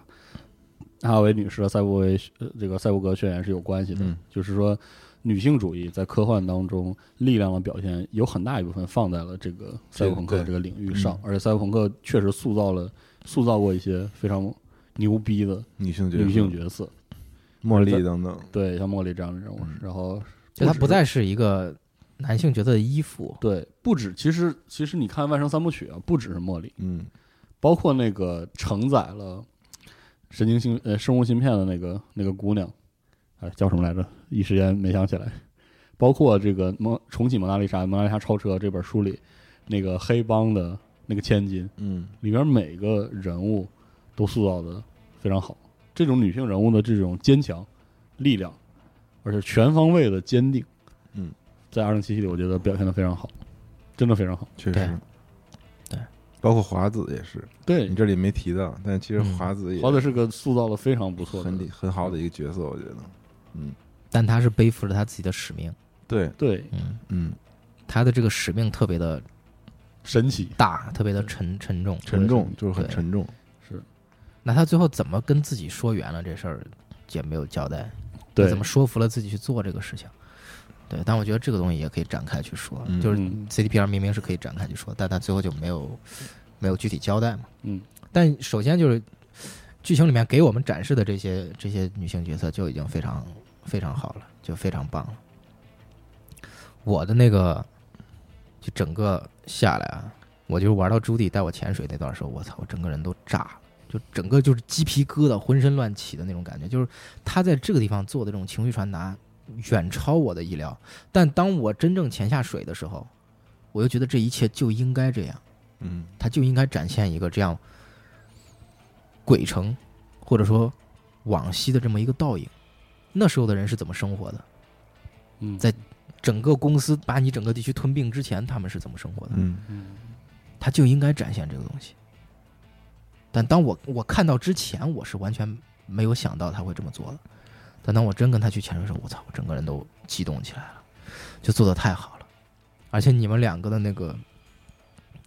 [SPEAKER 4] 哈维女士的赛博维呃这个赛博格宣言是有关系的。
[SPEAKER 2] 嗯
[SPEAKER 4] 就是说，女性主义在科幻当中力量的表现，有很大一部分放在了这个赛博朋克
[SPEAKER 2] 对嗯
[SPEAKER 4] 这个领域上，而且赛博朋克确实塑造了塑造过一些非常牛逼的
[SPEAKER 2] 女性角色
[SPEAKER 4] 女性角色，
[SPEAKER 2] 茉莉等等，
[SPEAKER 4] 对，像茉莉这样的人物，
[SPEAKER 2] 嗯
[SPEAKER 4] 然后
[SPEAKER 3] 就它
[SPEAKER 4] 止
[SPEAKER 3] 不再是一个男性角色的依附，
[SPEAKER 4] 对，不止，其实其实你看《万圣三部曲》啊，不只是茉莉，
[SPEAKER 2] 嗯，
[SPEAKER 4] 包括那个承载了神经性呃生物芯片的那个那个姑娘，哎，叫什么来着？一时间没想起来。包括这个《蒙重启蒙娜丽莎》《蒙娜丽莎超车》这本书里，那个黑帮的那个千金，
[SPEAKER 2] 嗯，
[SPEAKER 4] 里边每个人物都塑造的非常好。这种女性人物的这种坚强、力量，而且全方位的坚定，
[SPEAKER 2] 嗯，
[SPEAKER 4] 在二零七七里，我觉得表现的非常好，真的非常好。
[SPEAKER 2] 确
[SPEAKER 3] 对
[SPEAKER 2] 实，
[SPEAKER 3] 对，
[SPEAKER 2] 包括华子也是，
[SPEAKER 4] 对
[SPEAKER 2] 你，这里没提到，但其实
[SPEAKER 3] 嗯
[SPEAKER 2] 华子也
[SPEAKER 4] 华子嗯是个塑造的非常不错的
[SPEAKER 2] 很厉
[SPEAKER 4] 人，
[SPEAKER 2] 很好的一个角色，我觉得，
[SPEAKER 3] 但她是背负着她自己的使命。
[SPEAKER 2] 对，
[SPEAKER 4] 对，
[SPEAKER 3] 嗯，
[SPEAKER 2] 嗯，
[SPEAKER 3] 她的这个使命特别的
[SPEAKER 4] 神奇。
[SPEAKER 3] 大，特别的沉沉重。
[SPEAKER 2] 沉重就是很
[SPEAKER 3] 对
[SPEAKER 2] 沉重，
[SPEAKER 3] 那她最后怎么跟自己说圆了这事儿，也没有交代。
[SPEAKER 4] 对，
[SPEAKER 3] 怎么说服了自己去做这个事情。对，但我觉得这个东西也可以展开去说，
[SPEAKER 2] 嗯
[SPEAKER 3] 就是
[SPEAKER 4] 嗯
[SPEAKER 3] CDPR 明明是可以展开去说，但他最后就没有没有具体交代嘛。
[SPEAKER 4] 嗯，
[SPEAKER 3] 但首先就是剧情里面给我们展示的这些这些女性角色就已经非常非常好了，就非常棒了。我的那个就整个下来啊，我就是玩到朱棣带我潜水那段时候，我操，我整个人都炸了，就整个就是鸡皮疙瘩、浑身乱起的那种感觉。就是他在这个地方做的这种情绪传达，远超我的意料。但当我真正潜下水的时候，我又觉得这一切就应该这样，
[SPEAKER 2] 嗯，
[SPEAKER 3] 他就应该展现一个这样鬼城，或者说往昔的这么一个倒影。那时候的人是怎么生活的？
[SPEAKER 4] 嗯
[SPEAKER 3] 在整个公司把你整个地区吞并之前，他们是怎么生活的？
[SPEAKER 2] 嗯，
[SPEAKER 4] 嗯
[SPEAKER 3] 他就应该展现这个东西。但当我我看到之前，我是完全没有想到他会这么做的。但当我真跟他去潜水的时候，我操，我整个人都激动起来了，就做的太好了。而且你们两个的那个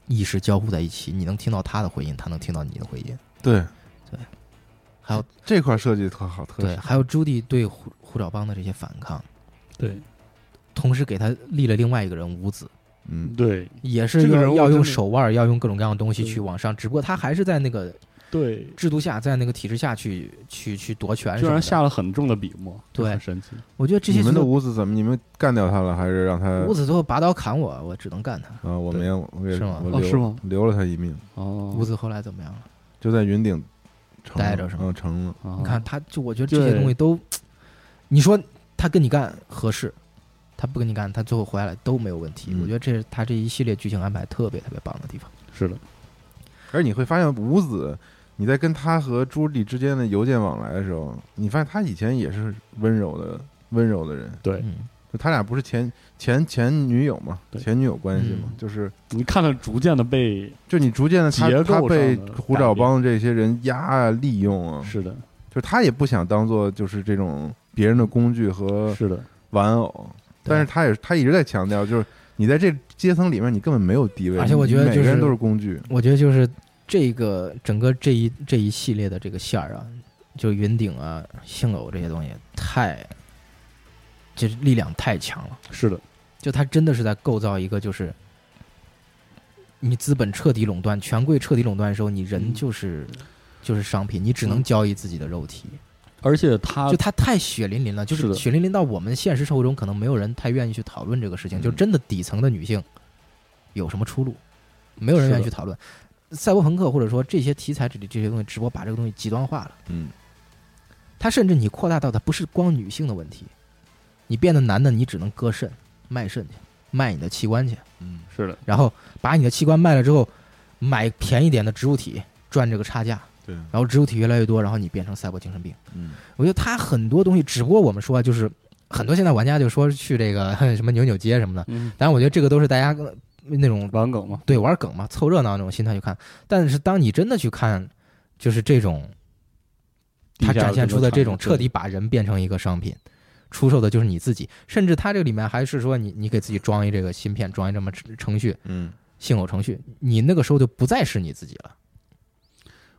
[SPEAKER 3] 意识交互在一起，你能听到他的回音，他能听到你的回音。
[SPEAKER 2] 对
[SPEAKER 3] 对，还有
[SPEAKER 2] 这块设计特好，特
[SPEAKER 3] 对，还有朱棣对胡胡找帮的这些反抗，
[SPEAKER 4] 对
[SPEAKER 3] 同时给他立了另外一个人五子，
[SPEAKER 2] 嗯，
[SPEAKER 4] 对
[SPEAKER 3] 也是
[SPEAKER 4] 这个
[SPEAKER 3] 要
[SPEAKER 4] 人物
[SPEAKER 3] 要
[SPEAKER 4] 真
[SPEAKER 3] 用
[SPEAKER 4] 的
[SPEAKER 3] 手腕儿，要用各种各样的东西
[SPEAKER 4] 对
[SPEAKER 3] 去往上，只不过他还是在那个
[SPEAKER 4] 对，
[SPEAKER 3] 制度下，在那个体制下去去去夺权什
[SPEAKER 4] 居
[SPEAKER 3] 么的，
[SPEAKER 4] 然下了很重的笔墨，
[SPEAKER 3] 对
[SPEAKER 4] 很神奇。
[SPEAKER 3] 我觉得这些
[SPEAKER 2] 你们
[SPEAKER 3] 所
[SPEAKER 2] 的
[SPEAKER 3] 有
[SPEAKER 2] 伍子呃怎么？你们干掉他了，还是让他？
[SPEAKER 3] 伍子最后拔刀砍我，我只能干他。
[SPEAKER 2] 啊，我没有，我也
[SPEAKER 3] 是吗
[SPEAKER 2] 我
[SPEAKER 4] 哦
[SPEAKER 2] 留
[SPEAKER 4] 是吗
[SPEAKER 2] 留了他一命，
[SPEAKER 4] 哦，
[SPEAKER 3] 伍子后来怎么样了？
[SPEAKER 2] 就在云顶成了
[SPEAKER 3] 待着是吗
[SPEAKER 2] 嗯，成了。
[SPEAKER 4] 啊
[SPEAKER 3] 你看，他就我觉得这些
[SPEAKER 4] 对
[SPEAKER 3] 东西都，你说他跟你干合适，他不跟你干，他最后活下来都没有问题。
[SPEAKER 2] 嗯
[SPEAKER 3] 我觉得这是他这一系列剧情安排特别特别棒的地方。
[SPEAKER 4] 是的，
[SPEAKER 2] 而你会发现，伍子，你在跟他和朱莉之间的邮件往来的时候，你发现他以前也是温柔的温柔的人，
[SPEAKER 4] 对
[SPEAKER 3] 嗯，
[SPEAKER 2] 就他俩不是前前前女友嘛，
[SPEAKER 4] 对
[SPEAKER 2] 前女友关系嘛，
[SPEAKER 3] 嗯
[SPEAKER 2] 就是
[SPEAKER 4] 你看他逐渐的被
[SPEAKER 2] 就你逐渐的他
[SPEAKER 4] 结构
[SPEAKER 2] 他
[SPEAKER 4] 上的
[SPEAKER 2] 被
[SPEAKER 4] 改
[SPEAKER 2] 胡找帮这些人压啊利用
[SPEAKER 3] 嗯
[SPEAKER 2] 啊，
[SPEAKER 4] 是的，
[SPEAKER 2] 就是他也不想当做就是这种别人的工具
[SPEAKER 3] 嗯
[SPEAKER 2] 和
[SPEAKER 4] 是的，
[SPEAKER 2] 玩偶，但是他也他一直在强调，就是你在这阶层里面你根本没有地位，
[SPEAKER 3] 而且我觉得
[SPEAKER 2] 每个
[SPEAKER 3] 就
[SPEAKER 2] 人
[SPEAKER 3] 是
[SPEAKER 2] 都是工具，
[SPEAKER 3] 我觉得就是这个整个这一这一系列的这个线儿啊，就云顶啊、性偶这些东西，太就是力量太强了。
[SPEAKER 4] 是的，
[SPEAKER 3] 就他真的是在构造一个，就是你资本彻底垄断、权贵彻底垄断的时候，你人就是、就是商品，你只能交易自己的肉体。
[SPEAKER 4] 而且他
[SPEAKER 3] 就他太血淋淋了，就是是
[SPEAKER 4] 啊的
[SPEAKER 3] 血淋淋到我们现实生活中可能没有人太愿意去讨论这个事情。
[SPEAKER 2] 嗯
[SPEAKER 3] 就真的底层的女性有什么出路，没有人
[SPEAKER 4] 是的
[SPEAKER 3] 愿意去讨论。赛博朋克或者说这些题材这里这些东西，只不过把这个东西极端化了。
[SPEAKER 2] 嗯，
[SPEAKER 3] 它甚至你扩大到它不是光女性的问题，你变得男的，你只能割肾、卖肾去，卖你的器官去，
[SPEAKER 2] 嗯，
[SPEAKER 4] 是的，
[SPEAKER 3] 然后把你的器官卖了之后，买便宜点的植物体赚这个差价，
[SPEAKER 2] 对，
[SPEAKER 3] 然后植物体越来越多，然后你变成赛博精神病。
[SPEAKER 2] 嗯，
[SPEAKER 3] 我觉得它很多东西，只不过我们说啊就是很多现在玩家就说去这个什么扭扭街什么的，
[SPEAKER 4] 嗯，
[SPEAKER 3] 当然我觉得这个都是大家呃那种
[SPEAKER 4] 玩梗嘛，
[SPEAKER 3] 对玩梗嘛，凑热闹那种心态去看。但是当你真的去看，就是这种它
[SPEAKER 4] 地下
[SPEAKER 3] 展现出的这种
[SPEAKER 4] 什么
[SPEAKER 3] 彻
[SPEAKER 4] 场景
[SPEAKER 3] 底把人变成一个商品，出售的就是你自己。甚至它这个里面还是说你你给自己装一这个芯片，装一这么程序
[SPEAKER 2] 嗯，
[SPEAKER 3] 性偶程序，你那个时候就不再是你自己
[SPEAKER 4] 嗯
[SPEAKER 3] 了。
[SPEAKER 4] 对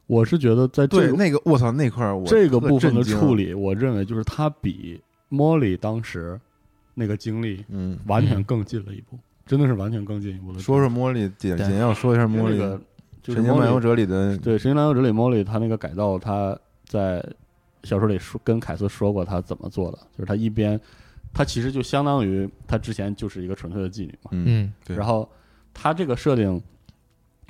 [SPEAKER 4] 我是觉得在这
[SPEAKER 2] 对，
[SPEAKER 4] 个
[SPEAKER 2] 那个我操那块儿我
[SPEAKER 4] 这个部分的处
[SPEAKER 2] 理，
[SPEAKER 4] 理，我认为就是他比莫莉当时那个经历
[SPEAKER 2] 嗯，
[SPEAKER 4] 完全更进了一步，真的是完全更进一步的。
[SPEAKER 2] 说说茉莉，简
[SPEAKER 3] 对
[SPEAKER 2] 简要说一下
[SPEAKER 4] 因
[SPEAKER 2] 茉
[SPEAKER 4] 为
[SPEAKER 2] 莉
[SPEAKER 4] 那，个就是
[SPEAKER 2] 神经漫游
[SPEAKER 4] 莫莉
[SPEAKER 2] 者》里的
[SPEAKER 4] 对《神经漫游者》里莫莉她那个改造，她在小说里说跟凯斯说过她怎么做的，就是她一边她其实就相当于她之前就是一个纯粹的妓女嘛，
[SPEAKER 2] 嗯，
[SPEAKER 3] 嗯
[SPEAKER 2] 对
[SPEAKER 4] 然后她这个设定，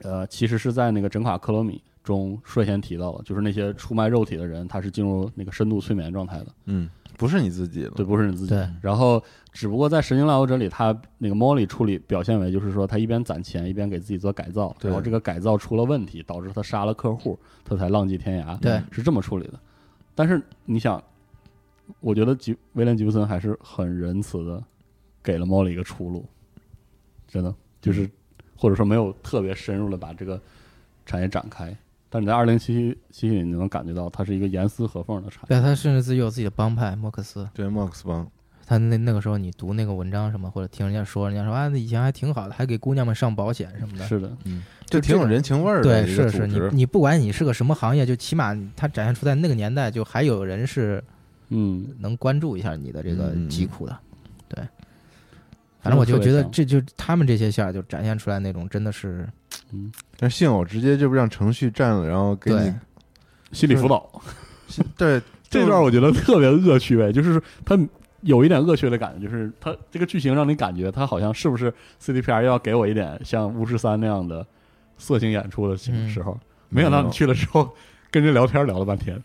[SPEAKER 4] 呃，其实是在那个《整卡克罗米》中率先提到了，就是那些出卖肉体的人，他是进入那个深度催眠状态的，
[SPEAKER 2] 嗯，不是你自己了，
[SPEAKER 4] 对，不是你自己。嗯
[SPEAKER 3] 对
[SPEAKER 4] 然后，只不过在《神经浪游者》里，他那个 Molly 处理表现为就是说，他一边攒钱，一边给自己做改造，
[SPEAKER 2] 对
[SPEAKER 4] 然后这个改造出了问题，导致他杀了客户，他才浪迹天涯。
[SPEAKER 3] 对，
[SPEAKER 4] 是这么处理的。但是你想，我觉得吉威廉吉布森还是很仁慈的，给了 Molly 一个出路，真的
[SPEAKER 3] 嗯
[SPEAKER 4] 就是或者说没有特别深入的把这个产业展开。但你在二零七七七里，你能感觉到它是一个严丝合缝的产业。
[SPEAKER 3] 对，他甚至自己有自己的帮派莫克斯。
[SPEAKER 2] 对，Max 帮，
[SPEAKER 3] 他那那个时候你读那个文章什么，或者听人家说，人家说啊，以前还挺好的，还给姑娘们上保险什么的。
[SPEAKER 4] 是的，
[SPEAKER 2] 嗯，就挺
[SPEAKER 3] 这
[SPEAKER 2] 有
[SPEAKER 3] 个
[SPEAKER 2] 人情味儿的
[SPEAKER 3] 对，
[SPEAKER 2] 一个
[SPEAKER 3] 是
[SPEAKER 2] 组
[SPEAKER 3] 是，你
[SPEAKER 2] 织，
[SPEAKER 3] 你不管你是个什么行业，就起码它展现出在那个年代，就还有人是
[SPEAKER 4] 嗯，
[SPEAKER 3] 能关注一下你的这个
[SPEAKER 2] 嗯嗯
[SPEAKER 3] 疾苦的。对，反正我就觉得这就他们这些线儿就展现出来那种真的是
[SPEAKER 2] 但是性偶直接就让程序占了，然后给
[SPEAKER 3] 对
[SPEAKER 2] 你，
[SPEAKER 4] 心理辅导
[SPEAKER 2] 对，
[SPEAKER 4] 这段，我觉得特别恶趣味，就是他有一点恶趣味的感觉，就是他这个剧情让你感觉他好像是不是 CDPR 要给我一点像巫师三那样的色情演出的
[SPEAKER 3] 嗯
[SPEAKER 4] 时候，没想到你去了之后跟人聊天聊了半天，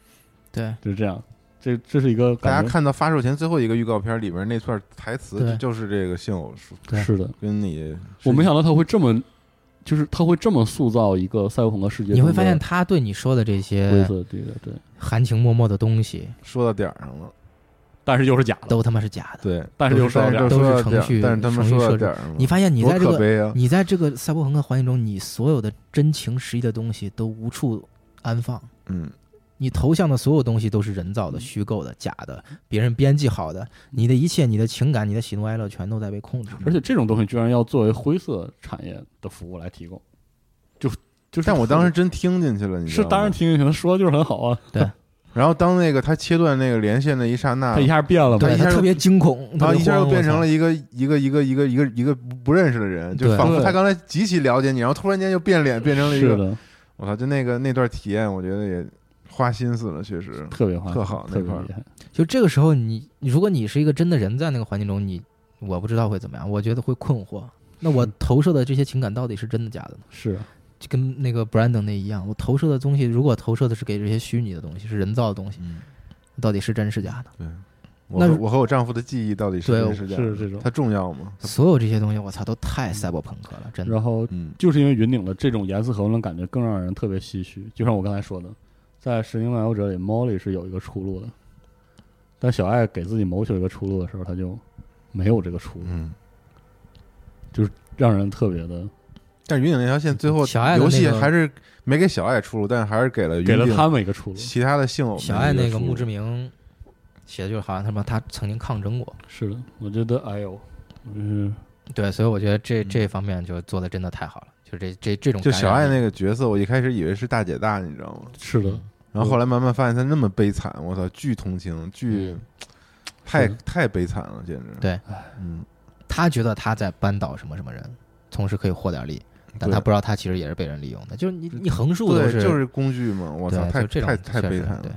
[SPEAKER 3] 对
[SPEAKER 4] 就是这样。这这是一个
[SPEAKER 2] 大
[SPEAKER 4] 感
[SPEAKER 2] 家
[SPEAKER 4] 觉
[SPEAKER 2] 看到发售前最后一个预告片里边那段台词
[SPEAKER 3] 对，
[SPEAKER 2] 就是这个性偶说
[SPEAKER 3] 对
[SPEAKER 4] 是的，
[SPEAKER 2] 跟你，
[SPEAKER 4] 我没想到他会这么，就是他会这么塑造一个赛博朋克世界中的
[SPEAKER 3] 你会发现他对你说的这
[SPEAKER 4] 灰
[SPEAKER 3] 些
[SPEAKER 4] 色地带，对，
[SPEAKER 3] 含情脉脉的东西，
[SPEAKER 2] 说到点儿上了，
[SPEAKER 4] 但是又是假的，
[SPEAKER 3] 都他妈是假的。
[SPEAKER 2] 对，
[SPEAKER 4] 但是
[SPEAKER 2] 都
[SPEAKER 4] 又说到
[SPEAKER 2] 但是
[SPEAKER 4] 点儿
[SPEAKER 2] 都
[SPEAKER 3] 都是
[SPEAKER 2] 说到
[SPEAKER 3] 程
[SPEAKER 2] 点儿
[SPEAKER 3] 序
[SPEAKER 2] 但是他们
[SPEAKER 3] 程序
[SPEAKER 2] 说到
[SPEAKER 3] 设置
[SPEAKER 2] 点儿上了，
[SPEAKER 3] 你发现你
[SPEAKER 2] 多
[SPEAKER 3] 在这
[SPEAKER 2] 可
[SPEAKER 3] 个
[SPEAKER 2] 悲啊！
[SPEAKER 3] 你在这个赛博朋克环境中，你所有的真情实意的东西都无处安放。
[SPEAKER 2] 嗯，
[SPEAKER 3] 你头像的所有东西都是人造的、虚构的、假的，别人编辑好
[SPEAKER 2] 嗯
[SPEAKER 3] 的。你的一切、你的情感、你的喜怒哀乐，全都在被控制。
[SPEAKER 4] 而且这种东西居然要作为灰色产业的服务来提供，就就是
[SPEAKER 2] 但我当
[SPEAKER 4] 时。
[SPEAKER 2] 时真听进去了，你知
[SPEAKER 4] 是
[SPEAKER 2] 道吗
[SPEAKER 4] 当然听进去，说就是很好啊。
[SPEAKER 2] 然后当那个他切断那个连线的一刹那，
[SPEAKER 4] 他一下变了嘛，
[SPEAKER 3] 对
[SPEAKER 2] 一下
[SPEAKER 3] 他
[SPEAKER 2] 就
[SPEAKER 3] 特别惊恐，
[SPEAKER 2] 然后
[SPEAKER 3] 特别
[SPEAKER 2] 一下又
[SPEAKER 3] 慌
[SPEAKER 2] 变成
[SPEAKER 3] 我
[SPEAKER 2] 了
[SPEAKER 3] 操
[SPEAKER 2] 一个一个一个一个一个一个不认识的人，就
[SPEAKER 3] 对
[SPEAKER 2] 仿佛
[SPEAKER 4] 对
[SPEAKER 2] 他刚才极其了解你，然后突然间就变脸，变成了一
[SPEAKER 4] 是
[SPEAKER 2] 个
[SPEAKER 4] 的，
[SPEAKER 2] 我操，就那个那段体验，我觉得也花心思了，确实。
[SPEAKER 4] 特别好，
[SPEAKER 2] 特好
[SPEAKER 4] 特
[SPEAKER 2] 那块
[SPEAKER 4] 别
[SPEAKER 2] 儿
[SPEAKER 4] 厉害。
[SPEAKER 3] 就这个时候你，你如果你是一个真的人在那个环境中，你我不知道会怎么样，我觉得会困惑。那我
[SPEAKER 2] 嗯
[SPEAKER 3] 投射的这些情感到底是真的假的呢？
[SPEAKER 4] 是
[SPEAKER 3] 就跟那个 Brandon 那一样，我投射的东西，如果投射的是给这些虚拟的东西，是人造的东西，
[SPEAKER 2] 嗯，
[SPEAKER 3] 到底是真是假的？
[SPEAKER 2] 我和
[SPEAKER 3] 那如
[SPEAKER 2] 我和我丈夫的记忆到底是
[SPEAKER 3] 对
[SPEAKER 2] 真是假的？
[SPEAKER 4] 是这种
[SPEAKER 2] 它重要吗？
[SPEAKER 3] 所有这些东西，我操，都太赛博朋克了，真的。
[SPEAKER 4] 然后
[SPEAKER 2] 嗯，
[SPEAKER 4] 就是因为云顶的这种严丝合缝的感觉，更让人特别唏嘘。就像我刚才说的，在《神灵漫游者》里，Molly 是有一个出路的，但小爱给自己谋求一个出路的时候，他就没有这个出路，
[SPEAKER 2] 嗯，
[SPEAKER 4] 让人特别的
[SPEAKER 2] 但是云顶那条线最后
[SPEAKER 3] 小爱的那
[SPEAKER 2] 游
[SPEAKER 3] 个
[SPEAKER 2] 戏还是没给小爱出路，但还是给了云
[SPEAKER 4] 给了
[SPEAKER 2] 顶
[SPEAKER 4] 他们一个出路。
[SPEAKER 2] 其他的性偶们
[SPEAKER 3] 小爱那
[SPEAKER 2] 一
[SPEAKER 3] 个
[SPEAKER 2] 出路
[SPEAKER 3] 墓志铭写的就是好像他妈他曾经抗争过，
[SPEAKER 4] 是的，我觉得，哎呦，嗯，
[SPEAKER 3] 对，所以我觉得这
[SPEAKER 2] 嗯
[SPEAKER 3] 这方面就做的真的太好了，就这这这种
[SPEAKER 2] 就小爱
[SPEAKER 3] 感染力
[SPEAKER 2] 那个角色，我一开始以为是大姐大，你知道吗？
[SPEAKER 4] 是的，
[SPEAKER 2] 然后后来慢慢发现她那么悲惨，我操，巨同情，巨
[SPEAKER 3] 嗯
[SPEAKER 2] 太
[SPEAKER 4] 是的
[SPEAKER 2] 太悲惨了，简直。
[SPEAKER 3] 对，
[SPEAKER 2] 嗯，
[SPEAKER 3] 他觉得他在扳倒什么什么人，同时可以获点利，但
[SPEAKER 2] 对
[SPEAKER 3] 他不知道他其实也是被人利用的，就是你你横竖都
[SPEAKER 2] 对，
[SPEAKER 3] 是
[SPEAKER 2] 就是工具嘛，我
[SPEAKER 3] 对
[SPEAKER 2] 操，太
[SPEAKER 3] 就这种
[SPEAKER 2] 太太
[SPEAKER 3] 确
[SPEAKER 2] 悲
[SPEAKER 3] 实
[SPEAKER 2] 惨
[SPEAKER 3] 对
[SPEAKER 2] 了。，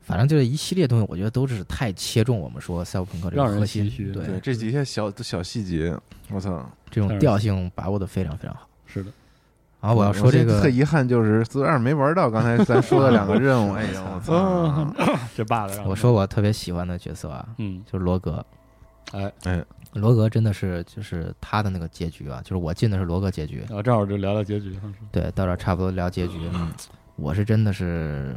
[SPEAKER 3] 反正就是一系列东西，我觉得都是太切中我们说赛博朋克这
[SPEAKER 4] 让
[SPEAKER 3] 个
[SPEAKER 4] 人
[SPEAKER 3] 核心
[SPEAKER 4] 唏嘘，
[SPEAKER 3] 对嗯啊
[SPEAKER 2] 对，这几些小小细节，我操！
[SPEAKER 3] 这种
[SPEAKER 4] 让人
[SPEAKER 3] 调性把握的非常非常好。
[SPEAKER 4] 是的，
[SPEAKER 3] 然后我要说这
[SPEAKER 2] 现在
[SPEAKER 3] 个
[SPEAKER 2] 特遗憾就是四二没玩到刚才咱说的两个 任务，哎呀，我操！
[SPEAKER 3] 啊
[SPEAKER 4] 这 bug 让人
[SPEAKER 3] 我说，我特别喜欢的角色啊，
[SPEAKER 4] 嗯，
[SPEAKER 3] 就是罗格。
[SPEAKER 4] 哎，
[SPEAKER 3] 罗格真的是就是他的那个结局啊，就是我进的是罗格结局，
[SPEAKER 4] 然后正好就聊聊结局，
[SPEAKER 3] 对，到这儿差不多聊结局。我是真的是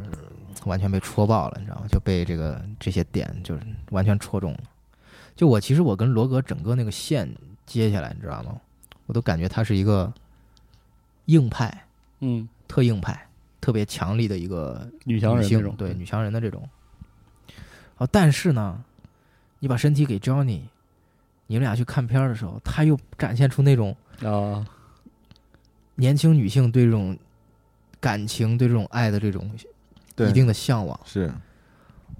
[SPEAKER 3] 完全被戳爆了，你知道吗？就被这个这些点就是完全戳中了。就我其实我跟罗格整个那个线接下来，你知道吗？我都感觉他是一个硬派，
[SPEAKER 4] 嗯，
[SPEAKER 3] 特硬派，特别强力的一个
[SPEAKER 4] 女强
[SPEAKER 3] 女
[SPEAKER 4] 人那
[SPEAKER 3] 性
[SPEAKER 4] 种，
[SPEAKER 3] 对女强人的这种。哦，但是呢，你把身体给 Johnny，你们俩去看片儿的时候，他又展现出那种
[SPEAKER 4] 啊，
[SPEAKER 3] 年轻女性对这种感情、对这种爱的这种
[SPEAKER 2] 对
[SPEAKER 3] 一，定的向往。
[SPEAKER 2] 是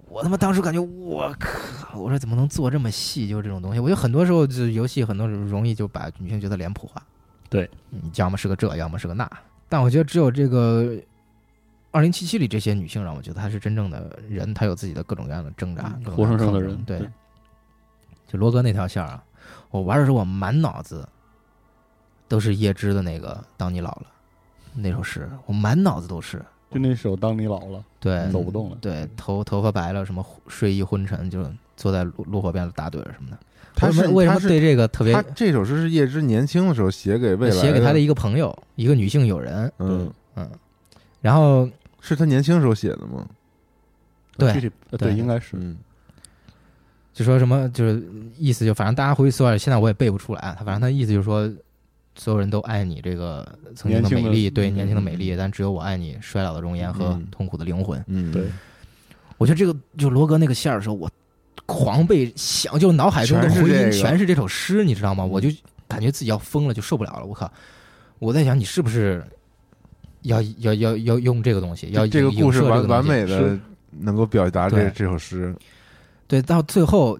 [SPEAKER 3] 我他妈当时感觉，我靠！我说怎么能做这么细？就是这种东西，我觉得很多时候就是游戏很多时候容易就把女性角色脸谱化，
[SPEAKER 4] 对
[SPEAKER 3] 嗯，要么是个这，要么是个那。但我觉得只有这个二零七七里这些女性，让我觉得她是真正的人，她有自己的各种各样的挣扎，各种
[SPEAKER 4] 活生生
[SPEAKER 3] 各
[SPEAKER 4] 的
[SPEAKER 3] 样抗争
[SPEAKER 4] 人，
[SPEAKER 3] 对，就罗格那条线儿啊，我玩的时候我满脑子都是叶芝的那个“当你老了”那首诗，我满脑子都是。
[SPEAKER 4] 就那首《当你老了
[SPEAKER 3] 对，
[SPEAKER 4] 走不动了
[SPEAKER 3] 对，头头发白了，什么睡意昏沉，就是坐在路路火边打盹儿什么的。
[SPEAKER 2] 他
[SPEAKER 3] 为
[SPEAKER 2] 是
[SPEAKER 3] 什么为什
[SPEAKER 2] 他
[SPEAKER 3] 么
[SPEAKER 2] 是
[SPEAKER 3] 对这个特别呃
[SPEAKER 2] 他这首诗是叶芝年轻的时候写给未来
[SPEAKER 3] 写给他的一个朋友，一个女性友人，
[SPEAKER 2] 嗯，
[SPEAKER 3] 嗯，然后
[SPEAKER 2] 是他年轻时候写的吗？》，
[SPEAKER 3] 对
[SPEAKER 4] 具体呃
[SPEAKER 3] 对
[SPEAKER 4] 对，应该是
[SPEAKER 2] 嗯，
[SPEAKER 3] 就说什么就是意思就反正大家回去搜一下，现在我也背不出来啊。他反正他意思就是说，所有人都爱你这个曾经
[SPEAKER 4] 年
[SPEAKER 3] 的
[SPEAKER 4] 轻
[SPEAKER 3] 美
[SPEAKER 4] 的
[SPEAKER 3] 丽，对年轻的美丽，但只有我爱你衰老的容颜和
[SPEAKER 2] 嗯
[SPEAKER 3] 痛苦的灵魂。
[SPEAKER 2] 嗯，
[SPEAKER 4] 对，
[SPEAKER 3] 我觉得这个就罗格那个线儿的时候，我狂被想，就脑海中的
[SPEAKER 2] 全是
[SPEAKER 3] 回
[SPEAKER 2] 这
[SPEAKER 3] 音
[SPEAKER 2] 个嗯
[SPEAKER 3] 全是这首诗，你知道吗？我就感觉自己要疯了，就受不了了。我靠！我在想，你是不是要要要要用这个东西？要
[SPEAKER 2] 这个
[SPEAKER 3] 影
[SPEAKER 2] 故事
[SPEAKER 3] 射这个
[SPEAKER 2] 完
[SPEAKER 3] 东西
[SPEAKER 2] 完美的
[SPEAKER 4] 是
[SPEAKER 2] 能够表达这
[SPEAKER 3] 对
[SPEAKER 2] 这首诗，
[SPEAKER 3] 对，到最后，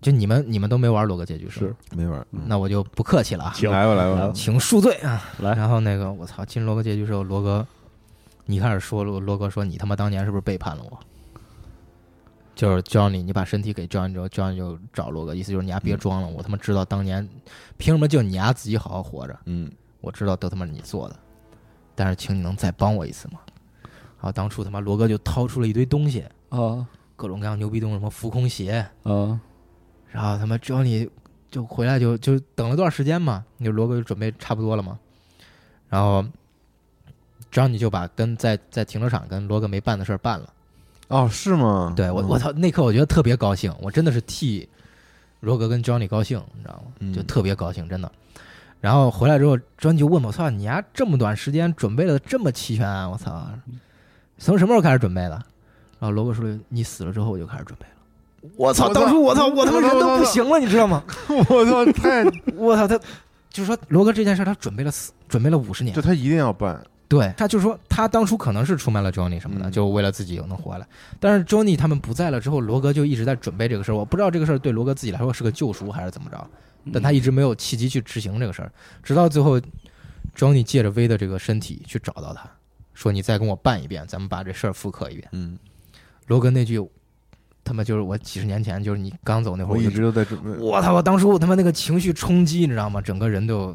[SPEAKER 3] 就你们你们都没玩罗格结局是嗯吗？
[SPEAKER 2] 没玩儿，
[SPEAKER 3] 那我就不客气了啊，
[SPEAKER 4] 行
[SPEAKER 2] 来吧来
[SPEAKER 4] 来
[SPEAKER 2] 吧
[SPEAKER 4] 吧，
[SPEAKER 3] 请恕罪啊！
[SPEAKER 4] 来
[SPEAKER 3] 然后那个我操，进罗格结局时候，罗格你开始说罗罗格说你他妈当年是不是背叛了我？就是 Johnny，你把身体给 Johnny 之后，Johnny 就找罗格，意思就是你丫别装了，我他妈知道当年凭什么就你丫自己好好活着，
[SPEAKER 2] 嗯，
[SPEAKER 3] 我知道都他妈是你做的，但是请你能再帮我一次吗？然后当初他妈罗哥就掏出了一堆东西，
[SPEAKER 4] 啊
[SPEAKER 3] 各种各样牛逼东西，什么浮空鞋，
[SPEAKER 4] 啊，
[SPEAKER 3] 然后他妈 Johnny 就回来就就等了段时间嘛，就罗哥就准备差不多了嘛，然后 Johnny 就把跟在在停车场跟罗哥没办的事儿办了。
[SPEAKER 2] 哦，是吗？
[SPEAKER 3] 对我
[SPEAKER 2] 嗯
[SPEAKER 3] 我，操，那刻我觉得特别高兴，我真的是替罗哥跟 Johnny 高兴，你知道
[SPEAKER 2] 嗯
[SPEAKER 3] 吗？就特别高兴，真的。然后回来之后，Johnny 就问我：“操，你丫这么短时间准备的这么齐全啊！我操，从什么时候开始准备的？”然后罗哥说：“你死了之后我就开始准备了。”我操！
[SPEAKER 2] 我操
[SPEAKER 3] 当时我操，我他妈人都不行了，你知道吗？
[SPEAKER 2] 我操，太
[SPEAKER 3] 我操，他就是说罗哥这件事，他准备了四，准备了五十年
[SPEAKER 2] 就，他一定要 办，
[SPEAKER 3] 对，他就说他当初可能是出卖了 Johnny 什么
[SPEAKER 2] 嗯
[SPEAKER 3] 的，就为了自己能活下来。但是 Johnny 他们不在了之后，罗格就一直在准备这个事儿。我不知道这个事儿对罗格自己来说是个救赎还是怎么着，
[SPEAKER 2] 嗯
[SPEAKER 3] 但他一直没有契机去执行这个事儿，直到最后 Johnny 借着威的这个身体去找到他，说你再跟我办一遍，咱们把这事儿复刻一遍。
[SPEAKER 2] 嗯，
[SPEAKER 3] 罗根那句，他妈就是我几十年前，就是你刚走那会
[SPEAKER 2] 我
[SPEAKER 3] 儿，
[SPEAKER 2] 一
[SPEAKER 3] 就
[SPEAKER 2] 直都在准备。
[SPEAKER 3] 我操！我当时我他妈那个情绪冲击，你知道吗？整个人都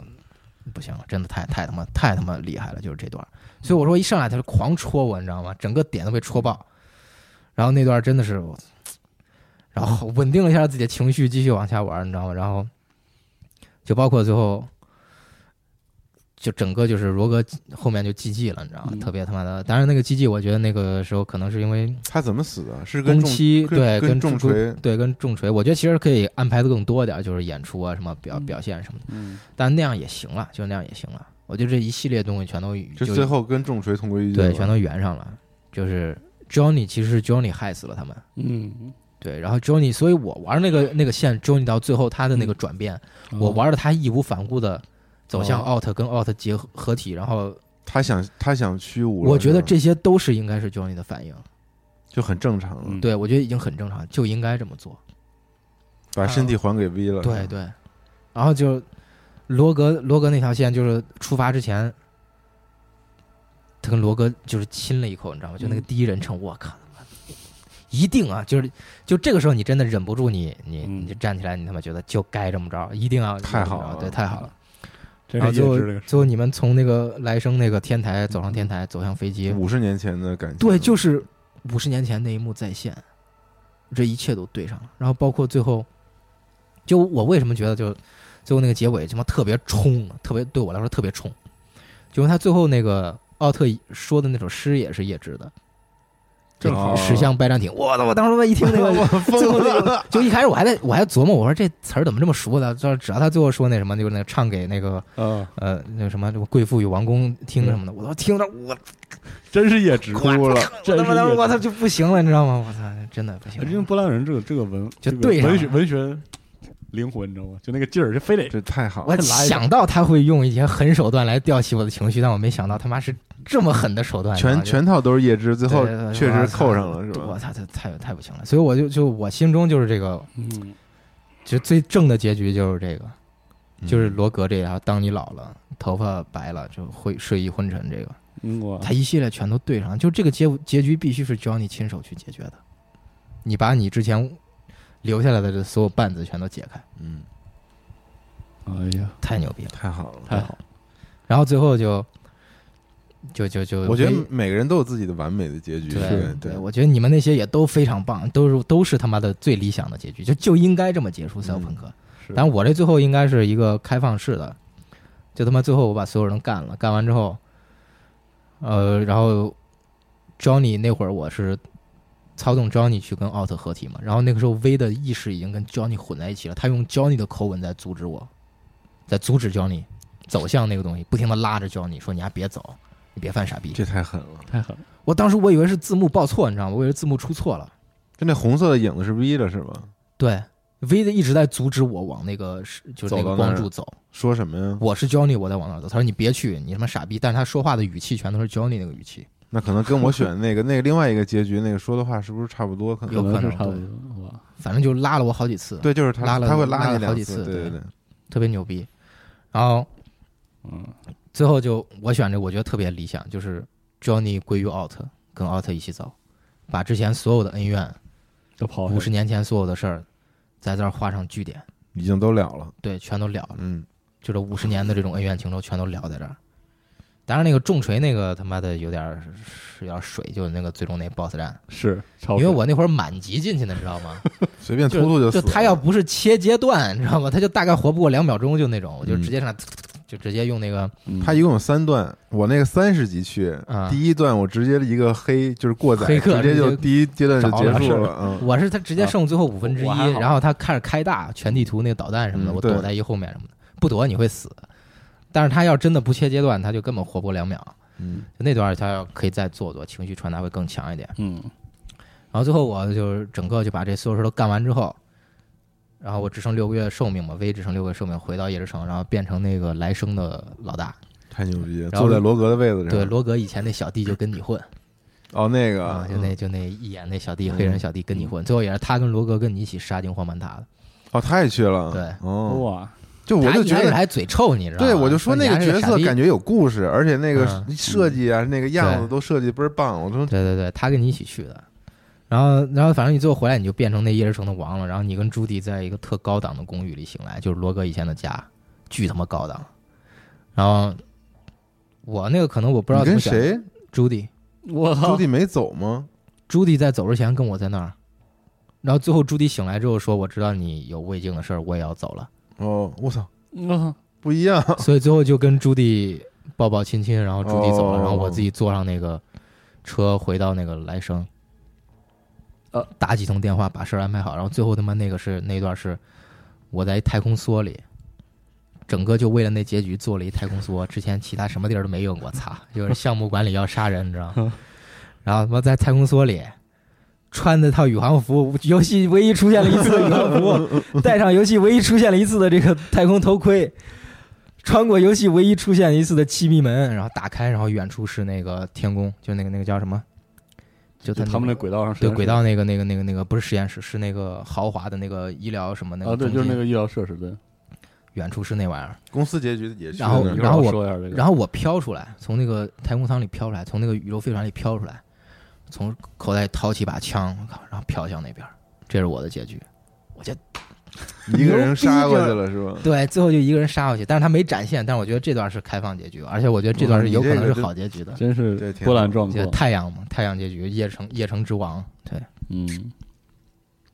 [SPEAKER 3] 不行了，真的太太他妈太他妈厉害了，就是这段。所以我说一上来他就狂戳我，你知道吗？整个点都被戳爆。然后那段真的是我，然后稳定了一下自己的情绪，继续往下玩，你知道吗？然后就包括最后，就整个就是罗格后面就 GG 了，你知道吗？
[SPEAKER 4] 嗯
[SPEAKER 3] 特别他妈的，当然那个 GG 我觉得那个时候可能是因为
[SPEAKER 2] 他怎么死的？是跟
[SPEAKER 3] 工
[SPEAKER 2] 重
[SPEAKER 3] 期对
[SPEAKER 2] 跟
[SPEAKER 3] 重
[SPEAKER 2] 重锤
[SPEAKER 3] 对跟重锤，我觉得其实可以安排的更多点儿，就是演出啊什么表
[SPEAKER 4] 嗯
[SPEAKER 3] 表现什么的，
[SPEAKER 4] 嗯，
[SPEAKER 3] 但那样也行了，就那样也行了。我觉得这一系列东西全都
[SPEAKER 2] 就
[SPEAKER 3] 就
[SPEAKER 2] 最后跟重锤同归于尽了。
[SPEAKER 3] 对全都圆上了，就是 Johnny 其实是 Johnny 害死了他们，
[SPEAKER 4] 嗯，
[SPEAKER 3] 对，然后 Johnny，所以我玩那个那个线 Johnny 到最后他的那
[SPEAKER 4] 嗯
[SPEAKER 3] 个转变，
[SPEAKER 4] 哦
[SPEAKER 3] 我玩的他义无反顾的走向 out 跟 out 结合合体，然后
[SPEAKER 2] 他想他想虚无了，
[SPEAKER 3] 我觉得
[SPEAKER 2] 是吧
[SPEAKER 3] 这些都是应该是 Johnny 的反应，
[SPEAKER 2] 就很正常了，
[SPEAKER 4] 嗯
[SPEAKER 3] 对我觉得已经很正常，就应该这么做。
[SPEAKER 2] 把身体还给 V 了。
[SPEAKER 3] 对对，然后就罗格罗格那条线就是出发之前，他跟罗格就是亲了一口，你知道吗？就那个
[SPEAKER 4] 嗯
[SPEAKER 3] 第一人称，我靠，他妈一定啊！就是就这个时候，你真的忍不住你，你你
[SPEAKER 4] 嗯
[SPEAKER 3] 就站起来，你他妈觉得就该这么着，一定要
[SPEAKER 2] 太好
[SPEAKER 3] 这么着
[SPEAKER 2] 了
[SPEAKER 3] 对，太好了。
[SPEAKER 4] 这
[SPEAKER 3] 然后
[SPEAKER 4] 是
[SPEAKER 3] 最
[SPEAKER 4] 叶
[SPEAKER 3] 后
[SPEAKER 4] 芝这个事
[SPEAKER 3] 最后你们从那个来生那个天台走上天台，走向飞
[SPEAKER 4] 嗯
[SPEAKER 3] 机，
[SPEAKER 2] 五十年前的感觉。
[SPEAKER 3] 对，就是五十年前那一幕再现，这一切都对上了。然后包括最后，就我为什么觉得就最后那个结尾他妈特别冲，特别对我来说特别冲，就是他最后那个奥特说的那首诗也是叶芝的，
[SPEAKER 2] 正好
[SPEAKER 3] 驶向拜占庭。 我操！我当时他妈一听 那个。最后
[SPEAKER 2] 疯
[SPEAKER 3] 那
[SPEAKER 2] 了
[SPEAKER 3] 个，就一开始我还在我还琢磨，我说这词儿怎么这么熟的？就是只要他最后说那什么，就是那个唱给那个
[SPEAKER 4] 儿啊，
[SPEAKER 3] 呃那个什么贵妇与王宫听什么的，我都听着我
[SPEAKER 4] 真是 叶芝，
[SPEAKER 2] 哭了，
[SPEAKER 3] 我
[SPEAKER 4] 真
[SPEAKER 3] 他妈
[SPEAKER 4] 是叶
[SPEAKER 3] 当时我
[SPEAKER 4] 芝
[SPEAKER 3] 操就不行了，你知道吗？我操，真的不行了。
[SPEAKER 4] 因为波兰人这个这个文
[SPEAKER 3] 就
[SPEAKER 4] 这个
[SPEAKER 3] 对上
[SPEAKER 4] 文学
[SPEAKER 3] 了
[SPEAKER 4] 文学灵魂，你知道吗？就那个劲儿，就非得
[SPEAKER 2] 这太好了。
[SPEAKER 3] 我想到他会用一些狠手段来吊起我的情绪，但我没想到他妈是这么狠的手段。
[SPEAKER 2] 全全套都是叶芝，最
[SPEAKER 3] 最
[SPEAKER 2] 后确实扣上了，是吧
[SPEAKER 3] 我？操，这太太不行了！所以我就就我心中就是这个，
[SPEAKER 4] 嗯
[SPEAKER 3] 就最正的结局就是这个，
[SPEAKER 2] 嗯
[SPEAKER 3] 就是罗格这条。当你老了，头发白了，就会睡意昏沉。这个
[SPEAKER 4] 嗯
[SPEAKER 2] 哦
[SPEAKER 4] 我
[SPEAKER 3] 他一系列全都对上，就这个结结局必须是 Johnny 亲手去解决的。你把你之前留下来的这所有绊子全都解开，
[SPEAKER 2] 嗯，
[SPEAKER 4] 哎呀，
[SPEAKER 3] 太牛逼了！
[SPEAKER 2] 太好了。
[SPEAKER 4] 太好了，
[SPEAKER 3] 然后最后就就就就
[SPEAKER 2] 我觉得
[SPEAKER 3] 回
[SPEAKER 2] 每个人都有自己的完美的结局，
[SPEAKER 3] 对
[SPEAKER 2] 对对，
[SPEAKER 3] 我觉得你们那些也都非常棒，都是都是他妈的最理想的结局，就就应该这么结
[SPEAKER 2] 嗯
[SPEAKER 3] 束赛博朋克。
[SPEAKER 4] 是
[SPEAKER 3] 但我这最后应该是一个开放式的，就他妈最后我把所有人干了，干完之后，呃，然后 Johnny 那会儿我是操纵 Johnny 去跟奥特合体嘛，然后那个时候 V 的意识已经跟 Johnny 混在一起了，他用 Johnny 的口吻在阻止我，在阻止 Johnny 走向那个东西，不停的拉着 Johnny 说你还别走，你别犯傻逼。
[SPEAKER 2] 这太狠了。
[SPEAKER 4] 太狠了，
[SPEAKER 3] 我当时我以为是字幕报错，你知道吗？我以为字幕出错了。
[SPEAKER 2] 就那红色的影子是 V 了，是吗？
[SPEAKER 3] 对，V 的一直在阻止我往那个是就是那
[SPEAKER 2] 走
[SPEAKER 3] 个
[SPEAKER 2] 到那儿
[SPEAKER 3] 光柱走。
[SPEAKER 2] 说什么呀？
[SPEAKER 3] 我是 Johnny，我在往哪儿走？他说你别去，你他妈傻逼！但是他说话的语气全都是 Johnny 那个语气，
[SPEAKER 2] 那可能跟我选的那个那个另外一个结局那个说的话是不是差不多？可能
[SPEAKER 3] 有可
[SPEAKER 4] 可
[SPEAKER 3] 能
[SPEAKER 4] 是差不多哇，
[SPEAKER 3] 反正就拉了我好几次，
[SPEAKER 2] 对，就是他
[SPEAKER 3] 拉了
[SPEAKER 2] 他会
[SPEAKER 3] 拉了
[SPEAKER 2] 你
[SPEAKER 3] 好
[SPEAKER 2] 两
[SPEAKER 3] 几次
[SPEAKER 2] 对
[SPEAKER 3] 对
[SPEAKER 2] 对。
[SPEAKER 3] 特别牛逼。然后
[SPEAKER 4] 嗯
[SPEAKER 3] 最后就我选这，我觉得特别理想，就是 Johnny 归于 Out，跟 Out 一起走，把之前所有的恩怨，
[SPEAKER 4] 都跑
[SPEAKER 3] 五十年前所有的事儿，在这儿画上句点，
[SPEAKER 2] 已经都了了，
[SPEAKER 3] 对，全都了了。
[SPEAKER 2] 嗯，
[SPEAKER 3] 就这五十年的这种恩怨情仇全都聊在这儿。当然，那个重锤那个他妈的有点儿是有点儿水，就是那个最终那 BOSS 战，
[SPEAKER 4] 是超
[SPEAKER 3] 因
[SPEAKER 4] 狠，
[SPEAKER 3] 为我那会儿满级进去的，你知道吗？
[SPEAKER 2] 随便突
[SPEAKER 3] 就
[SPEAKER 2] 突死
[SPEAKER 3] 就
[SPEAKER 2] 了。
[SPEAKER 3] 他要不是切阶段， 你知道吗？他就大概活不过两秒钟，就那种，我就
[SPEAKER 2] 嗯
[SPEAKER 3] 直接上来，就直接用那个
[SPEAKER 4] 嗯
[SPEAKER 2] 他一共有三段，我那个三十级去
[SPEAKER 3] 啊，
[SPEAKER 2] 第一段我直接一个黑就是过载，
[SPEAKER 3] 黑客
[SPEAKER 2] 直接
[SPEAKER 3] 直
[SPEAKER 2] 就
[SPEAKER 3] 接
[SPEAKER 2] 第一阶段就结束
[SPEAKER 4] 着
[SPEAKER 2] 了
[SPEAKER 4] 了
[SPEAKER 2] 啊。嗯
[SPEAKER 3] 我是他直接剩最后五分之一，
[SPEAKER 4] 我还好
[SPEAKER 3] 然后他开始开大全地图那个导弹什么的，
[SPEAKER 2] 嗯
[SPEAKER 3] 我
[SPEAKER 2] 对
[SPEAKER 3] 躲在一后面什么的，不躲你会死。但是他要真的不切阶段，他就根本活不过两秒。
[SPEAKER 2] 嗯，
[SPEAKER 3] 就那段儿他要可以再做做，情绪传达会更强一点。
[SPEAKER 4] 嗯
[SPEAKER 3] 然后最后我就是整个就把这所有事都干完之后，然后我只剩六个月寿命嘛，V 只剩六个月寿命，回到叶之城，然后变成那个来生的老大。
[SPEAKER 2] 太牛逼了，
[SPEAKER 3] 然后
[SPEAKER 2] 坐在罗格的位子上。
[SPEAKER 3] 对，罗格以前那小弟就跟你混
[SPEAKER 2] 哦，那个
[SPEAKER 3] 啊，
[SPEAKER 2] 啊嗯
[SPEAKER 3] 就那就那一眼那小弟黑人小弟跟你混，最后也是他跟罗格跟你一起杀进荒蛮塔的。
[SPEAKER 2] 哦，他也去了。
[SPEAKER 3] 对
[SPEAKER 2] 哦，
[SPEAKER 4] 哇，
[SPEAKER 2] 就我就觉
[SPEAKER 3] 他一开始
[SPEAKER 2] 得，
[SPEAKER 3] 还嘴臭，你知道吗？
[SPEAKER 2] 对我就说那个角色感
[SPEAKER 3] 觉，
[SPEAKER 2] 觉有故事，而且那个
[SPEAKER 3] 嗯
[SPEAKER 2] 设计啊，那个样子
[SPEAKER 3] 对
[SPEAKER 2] 都设计倍儿棒。我说
[SPEAKER 3] 对对对，他跟你一起去的。然后，然后，反正你最后回来，你就变成那夜之城的王了。然后你跟朱迪在一个特高档的公寓里醒来，就是罗格以前的家，巨他妈高档。然后我那个可能我不知道
[SPEAKER 2] 你跟
[SPEAKER 3] 怎么选，
[SPEAKER 2] 谁？
[SPEAKER 3] 朱迪，
[SPEAKER 4] 我
[SPEAKER 2] 朱
[SPEAKER 4] 靠，
[SPEAKER 2] 棣没走吗？
[SPEAKER 3] 朱迪在走之前跟我在那儿，然后最后朱迪醒来之后说：“我知道你有胃镜的事儿，我也要走了。
[SPEAKER 2] 哦，我操，
[SPEAKER 4] 嗯
[SPEAKER 2] 不一样。”
[SPEAKER 3] 所以最后就跟朱迪抱抱亲亲，然后朱迪走了，
[SPEAKER 2] 哦
[SPEAKER 3] 然后我自己坐上那个车回到那个来生，
[SPEAKER 4] 呃，
[SPEAKER 3] 打几通电话把事儿安排好，然后最后他妈那个是那一段是我在一太空梭里。整个就为了那结局做了一太空梭，之前其他什么地儿都没用过，操！就是项目管理要杀人，你知道吗？然后他妈在太空梭里穿那套宇航服， 游戏唯一出现了一次 的宇航服，戴上游戏唯一出现了一次的这个太空头盔，穿过游戏唯一出现一次的气密门，然后打开，然后远处是那个天宫，就那个那个叫什么？就
[SPEAKER 4] 就
[SPEAKER 3] 他
[SPEAKER 4] 他们那轨道上实
[SPEAKER 3] 对
[SPEAKER 4] 验室，
[SPEAKER 3] 轨道那个那个那个那个不是实验室，是那个豪华的那个医疗什么那个
[SPEAKER 4] 啊，对，
[SPEAKER 3] 中
[SPEAKER 4] 就是
[SPEAKER 3] 心
[SPEAKER 4] 那个医疗设施，对。
[SPEAKER 3] 远处是那玩意儿。
[SPEAKER 2] 公司结局也去
[SPEAKER 3] 然后
[SPEAKER 2] 那儿
[SPEAKER 4] 一会
[SPEAKER 3] 然
[SPEAKER 4] 儿
[SPEAKER 3] 后
[SPEAKER 4] 我
[SPEAKER 3] 我
[SPEAKER 4] 说一下这个，
[SPEAKER 3] 然后我飘出来，从那个太空舱里飘出来，从那个宇宙飞船里飘出来，从口袋掏起把枪，我靠，然后飘向那边儿，这是我的结局。我觉得
[SPEAKER 2] 一个人杀过去了是吧？
[SPEAKER 3] 对，最后就一个人杀过去，但是他没展现，但是我觉得这段是开放结局，而且我觉得这段是有可能是好结局的。
[SPEAKER 2] 对
[SPEAKER 4] 真是
[SPEAKER 2] 挺
[SPEAKER 4] 波澜壮
[SPEAKER 3] 就
[SPEAKER 4] 阔，
[SPEAKER 3] 太阳嘛，太阳结局，夜城夜城之王，对。
[SPEAKER 4] 嗯。